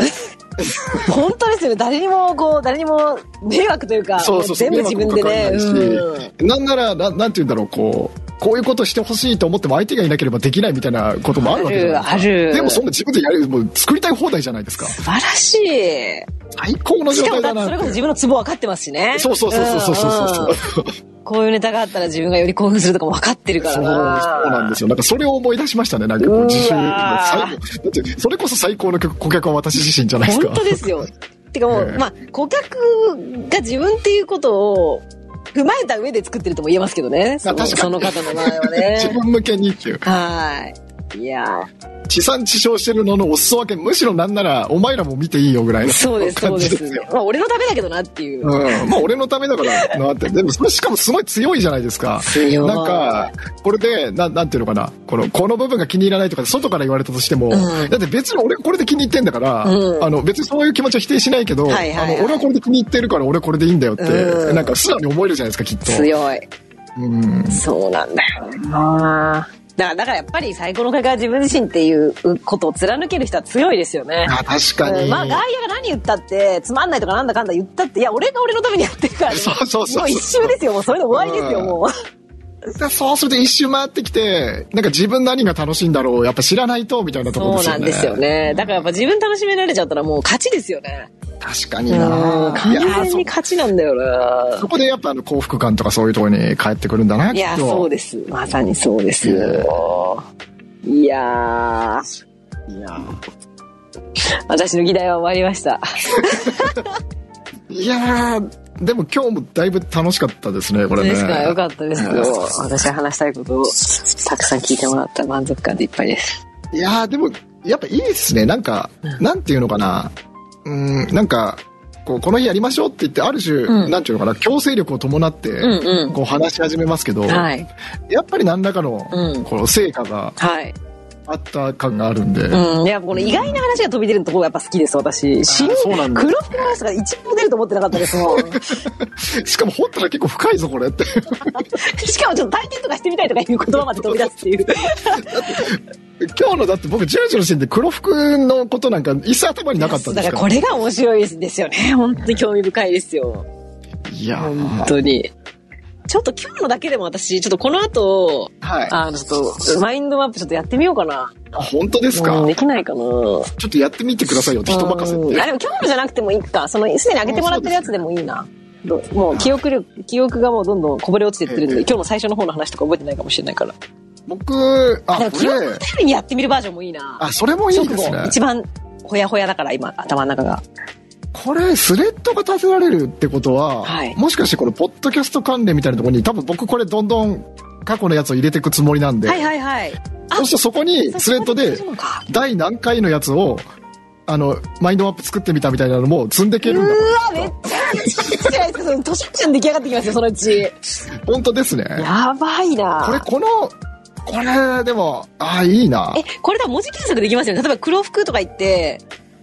Speaker 2: 本当ですよね誰にもこう誰にも迷惑というか
Speaker 1: そうそうそう
Speaker 2: 全部自分でね
Speaker 1: 迷惑もかからない
Speaker 2: うん
Speaker 1: しなんならな、なんて言うんだろう、こう、こういうことしてほしいと思っても相手がいなければできないみたいなこともあるわけじゃないですか。
Speaker 2: あるある
Speaker 1: でもそんな自分でやる、もう作りたい放題じゃないですか。
Speaker 2: 素晴らしい
Speaker 1: 最高の
Speaker 2: し
Speaker 1: 状
Speaker 2: か
Speaker 1: 態
Speaker 2: もだ
Speaker 1: だ
Speaker 2: って
Speaker 1: なっ
Speaker 2: そ
Speaker 1: て
Speaker 2: れこそ自分のツボ分かってますしね。
Speaker 1: そうそうそうそうそうそうそう。
Speaker 2: うんうんこういうネタがあったら自分がより興奮するとかも分かってるか
Speaker 1: そ
Speaker 2: ら
Speaker 1: うそう
Speaker 2: な。
Speaker 1: なんですよ。なんかそれを思い出しましたね。なんかこ
Speaker 2: う
Speaker 1: う
Speaker 2: わー
Speaker 1: 自習最後だってそれこそ最高の顧客は私自身じゃないですか。
Speaker 2: 本当ですよ。てかもう、
Speaker 1: ええ
Speaker 2: まあ、顧客が自分っていうことを踏まえた上で作ってるとも言えますけどね。そ
Speaker 1: 確か
Speaker 2: の
Speaker 1: に
Speaker 2: その方の場合は
Speaker 1: 自
Speaker 2: ね。
Speaker 1: 分向けにっていう。
Speaker 2: はい。いやー
Speaker 1: 地産地消してるののお裾分け、むしろなんならお前らも見ていいよぐらいの
Speaker 2: そうです、そ
Speaker 1: 感
Speaker 2: う
Speaker 1: じ
Speaker 2: で
Speaker 1: ですすよ。。
Speaker 2: まあ、俺のためだけどなっていう。
Speaker 1: うん、まあ俺のためだからな って。でも、しかもすごい強いじゃないですか。
Speaker 2: 強い
Speaker 1: なんか、これで、ななんていうのかな。この、この部分が気に入らないとか、外から言われたとしても、
Speaker 2: ん
Speaker 1: だって別に俺これで気に入ってんだから、
Speaker 2: うん
Speaker 1: あの、別にそういう気持ちは否定しないけど、
Speaker 2: はいはいはい
Speaker 1: あの、俺はこれで気に入ってるから俺はこれでいいんだよって、
Speaker 2: うん
Speaker 1: なんか素直に思えるじゃないですか、きっと。
Speaker 2: 強い。
Speaker 1: うん。
Speaker 2: そうなんだよな。だから、だからやっぱり最高の会が自分自身っていうことを貫ける人は強いですよね。
Speaker 1: あ、確かに。
Speaker 2: うんまあ、外野が何言ったって、つまんないとかなんだかんだ言ったって、いや、俺が俺のためにやってるから、ね、
Speaker 1: そうそうそうそう
Speaker 2: もう一周ですよ、もうそれで終わりですよ、
Speaker 1: うん
Speaker 2: も
Speaker 1: そうすると一周回ってきて、なんか自分何が楽しいんだろう、やっぱ知らないと、みたいな
Speaker 2: う。
Speaker 1: ところ
Speaker 2: そう
Speaker 1: ですよね。
Speaker 2: なんですよ。ね。だからやっぱ自分楽しめられちゃったらもう勝ちですよね。
Speaker 1: 確かに
Speaker 2: うん、
Speaker 1: な
Speaker 2: 完全に
Speaker 1: いや
Speaker 2: 勝ちなんだよ
Speaker 1: そ
Speaker 2: な
Speaker 1: そ。こでやっぱあの幸福感とかそういうところに帰ってくるんだな、
Speaker 2: いや、
Speaker 1: きっと
Speaker 2: そうです。まさにそうですよ。いやー、
Speaker 1: いや
Speaker 2: 私の議題は終わりました。
Speaker 1: ーいやーでも今日もだいぶ楽しかったですね、これね。
Speaker 2: ですからよかったですけど
Speaker 1: うん、
Speaker 2: 私は話したいことをたくさん聞いてもらった満足感でいっぱいです。
Speaker 1: いやーでも、やっぱいいですね。なんか、なんていうのかな。うん、なんか、こう、この日やりましょうって言って、ある種、
Speaker 2: うん
Speaker 1: なんていうのかな、強制力を伴って、
Speaker 2: うんうん
Speaker 1: こう話し始めますけど、
Speaker 2: はい。
Speaker 1: やっぱり何らかの、
Speaker 2: うん
Speaker 1: この成果が
Speaker 2: はい。
Speaker 1: あった感があるんで、
Speaker 2: うん、いや、この意外な話が飛び出るところがやっぱ好きです、私。新
Speaker 1: そうなんだ
Speaker 2: 黒服の話とか一番出ると思ってなかったです もん。
Speaker 1: しかも掘ったら結構深いぞ、これって。
Speaker 2: しかもちょっと体験とかしてみたいとかいう言葉まで飛び出すっていう。
Speaker 1: 今日のだって僕10時のシーンで黒服のことなんか一切頭になかったんです
Speaker 2: だか
Speaker 1: か
Speaker 2: らこ
Speaker 1: ら。
Speaker 2: れが面白いですよね。本当に興味深いですよ。
Speaker 1: いやー
Speaker 2: 本当に。ちょっと今日のだけでも私、ちょっとこの後、
Speaker 1: はい。
Speaker 2: あの、ちょっと、マインドマップちょっとやってみようかな。
Speaker 1: あ本当ですか、
Speaker 2: うん、できないかな。
Speaker 1: ちょっとやってみてくださいよって人任せっ
Speaker 2: うんあ、
Speaker 1: て。
Speaker 2: でも今日のじゃなくてもいいか。その、すでに上げてもらってるやつでもいいな。どうもう記憶力、記憶がもうどんどんこぼれ落ちてってるんで、
Speaker 1: ええ
Speaker 2: 今日の最初の方の話とか覚えてないかもしれないから。
Speaker 1: 僕、
Speaker 2: で
Speaker 1: あ、
Speaker 2: も
Speaker 1: こ
Speaker 2: 記憶
Speaker 1: れ
Speaker 2: を、頼りにやってみるバージョンもいいな。
Speaker 1: あ、それもいいです
Speaker 2: 直
Speaker 1: ね
Speaker 2: 後。一番、ほやほやだから今、頭の中が。
Speaker 1: これ、スレッドが立てられるってことは、
Speaker 2: はい
Speaker 1: もしかしてこのポッドキャスト関連みたいなところに、多分僕これどんどん過去のやつを入れていくつもりなんで、
Speaker 2: はいはいはい。
Speaker 1: そしてそこにスレッドで
Speaker 2: そうか
Speaker 1: 第何回のやつを、あの、マインドマップ作ってみたみたいなのも積んでいうけるんだ
Speaker 2: ーわ、めっちゃいい違う、その図書館出来上がってきますよ、そのうち。
Speaker 1: 本当ですね。
Speaker 2: やばい
Speaker 1: これ、
Speaker 2: な
Speaker 1: この、これ、でも、ああ、いいな
Speaker 2: え。、これだ、文字検索できますよね。例えば黒服とか言って、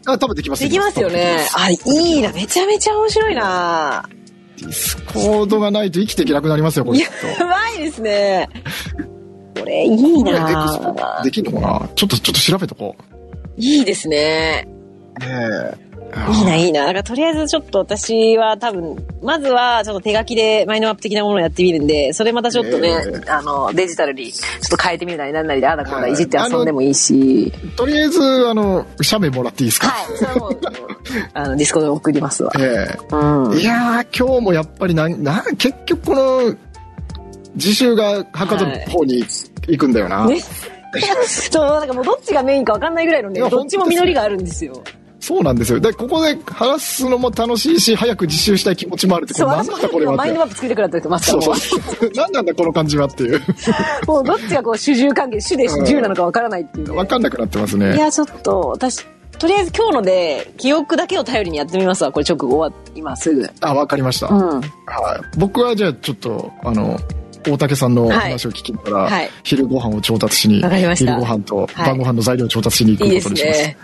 Speaker 1: あ、多分できます。
Speaker 2: できますよね。あ、いいな。めちゃめちゃ面白いな。
Speaker 1: ディスコードがないと生きていけなくなりますよ、これ。
Speaker 2: や
Speaker 1: きっと
Speaker 2: ばいですね。これ、いい
Speaker 1: これ、エクスポ
Speaker 2: な
Speaker 1: で。きるのかなちょっと、ちょっと調べとこう。
Speaker 2: いいですね。
Speaker 1: ね
Speaker 2: いいな、
Speaker 1: え。
Speaker 2: いいな。だから、とりあえずちょっと私は多分、まずはちょっと手書きでマインドマップ的なものをやってみるんで、それまたちょっとね、
Speaker 1: え
Speaker 2: あの、デジタルにちょっと変えてみるなりなんなりで、あだこうだ
Speaker 1: はい
Speaker 2: いじって遊んでもいいし、
Speaker 1: とりあえず、あの、写メもらっていいですか
Speaker 2: はい、それはもう、あの、ディスコで送りますわ。
Speaker 1: え
Speaker 2: うん。
Speaker 1: え。いやー、今日もやっぱりな、な、結局この、自習がはかどる方に行くんだよな。
Speaker 2: ね。そう、なんかもうどっちがメインかわかんないぐらいのね
Speaker 1: いや、
Speaker 2: どっちも
Speaker 1: 本当ですね
Speaker 2: 実りがあるんですよ。
Speaker 1: そうなんですよ。で、ここで話すのも楽しいし、早く自習したい気持ちもあるって、こ
Speaker 2: そ
Speaker 1: れ
Speaker 2: う、
Speaker 1: なん
Speaker 2: 私
Speaker 1: だ
Speaker 2: も
Speaker 1: これはっ
Speaker 2: マインド
Speaker 1: て。
Speaker 2: マップ作りたくなってるますか
Speaker 1: そ
Speaker 2: ら、
Speaker 1: う
Speaker 2: も。
Speaker 1: そうう。 なんなんだこの感じはっていう。
Speaker 2: もうどっちがこう主従関係、主で
Speaker 1: うん
Speaker 2: 従なのかわからないっていうね、
Speaker 1: わかんなくなってます
Speaker 2: い
Speaker 1: ね。
Speaker 2: や、ちょっと、私、とりあえず今日ので、記憶だけを頼りにやってみますわ。これ直後は、今すぐ。
Speaker 1: あ、わかりました。
Speaker 2: う
Speaker 1: は
Speaker 2: ん。
Speaker 1: い。僕はじゃあちょっと、あの、大竹さんの
Speaker 2: はい
Speaker 1: 話を聞きながら、
Speaker 2: はい
Speaker 1: 昼ご飯を調達しに、
Speaker 2: わかりました
Speaker 1: 昼ご飯と
Speaker 2: はい
Speaker 1: 晩ご飯の材料を調達しに行
Speaker 2: い
Speaker 1: く
Speaker 2: いで
Speaker 1: こと
Speaker 2: す
Speaker 1: にします。
Speaker 2: ね。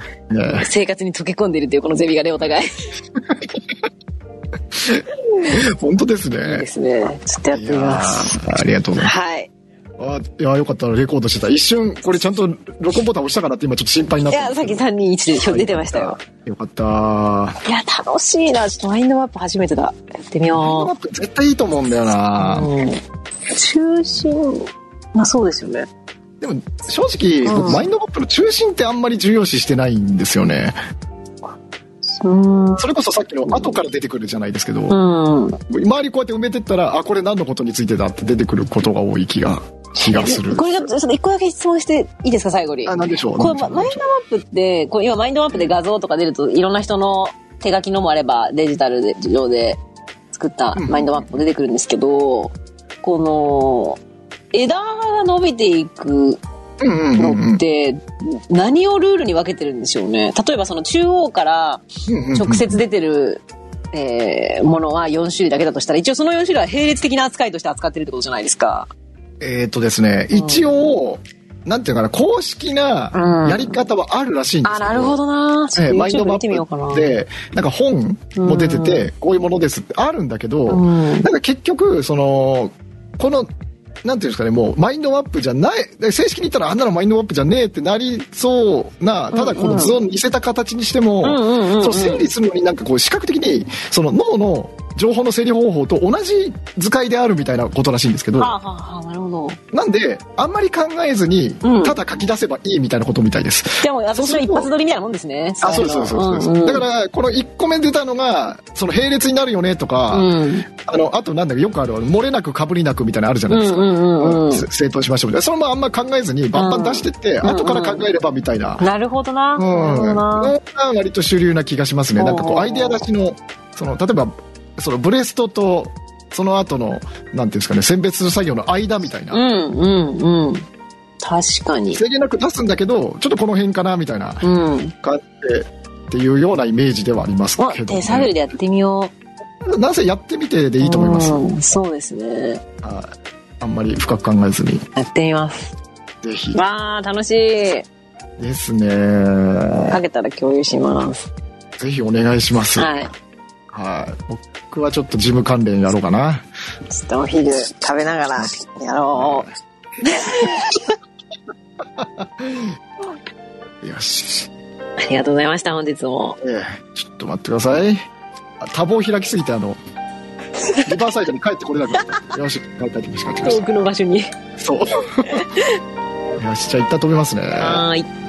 Speaker 1: ね
Speaker 2: 生活に溶け込んでいるという、このゼミがね、お互い。い
Speaker 1: え本当ですね。
Speaker 2: いですね。ちょっとやってみます。
Speaker 1: いやーありがとうございます。
Speaker 2: はい。
Speaker 1: あいやー、よかった。レコードしてた。一瞬、これちゃんと録音ボタン押したかなって今ちょっと心配にないったん
Speaker 2: や、
Speaker 1: です
Speaker 2: さっ
Speaker 1: け
Speaker 2: き
Speaker 1: ど。
Speaker 2: 321で出てましたよ。
Speaker 1: よかった。マ
Speaker 2: いや、楽しいな。ちょっとマインドマップ初めてだ。やってみ
Speaker 1: ッ
Speaker 2: よ
Speaker 1: プ絶対いいと思うんだよ
Speaker 2: う。
Speaker 1: な。
Speaker 2: うん。中心、まあそうですよね。
Speaker 1: でも、正直、
Speaker 2: うん
Speaker 1: 僕マインドマップの中心ってあんまり重要視してないんですよね。
Speaker 2: うん。
Speaker 1: それこそさっきの後から出てくるじゃないですけど、
Speaker 2: うん。
Speaker 1: 周りこうやって埋めてったら、あ、これ何のことについてだって出てくることが多い気が、気がする。
Speaker 2: これちょっと、その一個だけ質問していいですか、最後に。
Speaker 1: あ、なんでしょう。な
Speaker 2: これ
Speaker 1: んでしょ
Speaker 2: ま
Speaker 1: う
Speaker 2: マインドマップってこう今マインドマップで画像とか出るといろんな人の手書きのもあればデジタルで上で作った
Speaker 1: うん
Speaker 2: マインドマップも出てくるんですけど、この枝が伸びていく
Speaker 1: うんうんうんうん
Speaker 2: のって何をルールに分けてるんでしょうね例えばその中央から直接出てる、えーものは4種類だけだとしたら一応その4種類は並列的な扱いとして扱ってるってことじゃないですか。
Speaker 1: えーっとですね、一応、なんていうのかな、公式な
Speaker 2: うん
Speaker 1: やり方はあるらしいんです
Speaker 2: あ
Speaker 1: けど。
Speaker 2: なるほどなちょっ
Speaker 1: え
Speaker 2: と
Speaker 1: ーマインド
Speaker 2: YouTube
Speaker 1: マ
Speaker 2: 見てみようかな。
Speaker 1: ップで、なんか本も出てて、こういうものですってあるんだけど、
Speaker 2: うん
Speaker 1: なんか結局、その、この、なんていうんですかね、もう、マインドマップじゃない、で正式に言ったらあんなのマインドマップじゃねえってなりそうな、ただこの図を似せた形にしても、
Speaker 2: うんうんうんうん
Speaker 1: その整理するのになんかこう、視覚的に、その脳の情報の整理方法と同じ図解であるみたいなことらしいんですけど、
Speaker 2: はあ、はあはあ、なるほど。
Speaker 1: なんで、あんまり考えずに
Speaker 2: うん、
Speaker 1: ただ書き出せばいいみたいなことみたいです。
Speaker 2: でも、私の一発撮りみたいなもんですね。
Speaker 1: あ、そうです、そうです、そうです。だから、この1個目出たのが、その並列になるよねとか、
Speaker 2: うん、
Speaker 1: あの、あとなんだかよくある、漏れなく被りなくみたいなのあるじゃ
Speaker 2: う
Speaker 1: ない
Speaker 2: ん、
Speaker 1: ですか。
Speaker 2: うん、うん、うん。
Speaker 1: せ正当しましょうみたいな。そのままあんま考えずに、バンバン出してって、
Speaker 2: ん
Speaker 1: 後から考えればみたいな。
Speaker 2: なるほどな。
Speaker 1: うん。
Speaker 2: なるほどな。
Speaker 1: のが割と主流な気がしますね。なんかこ
Speaker 2: お
Speaker 1: う、
Speaker 2: ー
Speaker 1: アイデア出しの、その、例えば、そのブレストと、その後の、なんていうんですかね、選別する作業の間みたいうな。
Speaker 2: ん、うん、うん。確かに。
Speaker 1: 制限なく出すんだけど、ちょっとこの辺かなみたいな
Speaker 2: うん。
Speaker 1: 感じで、っていうようなイメージではあります
Speaker 2: あ
Speaker 1: けど、
Speaker 2: 手探りでやってみよ
Speaker 1: なぜやってみてで
Speaker 2: う。
Speaker 1: いいと思います。
Speaker 2: うんそうですね。
Speaker 1: ああんまり深く考えずに、
Speaker 2: やってみます。
Speaker 1: ぜひ。
Speaker 2: わあ、楽しい。
Speaker 1: ですね。
Speaker 2: かけたら共有します。
Speaker 1: ぜひお願いします。はい。
Speaker 2: はい。
Speaker 1: 僕はちょっと事務関連やろうかな。
Speaker 2: ちょっとお昼食べながらやろう。
Speaker 1: よし。
Speaker 2: ありがとうございました、本日も。
Speaker 1: ええちょっと待ってください。あ多忙開きすぎて、あ の、リバーサイドに帰ってこれなくなった。よし、帰ってきました。帰ってきま
Speaker 2: 遠
Speaker 1: し
Speaker 2: くの場所に。
Speaker 1: たそう。よし、じゃあ一旦飛びますね。
Speaker 2: はーい。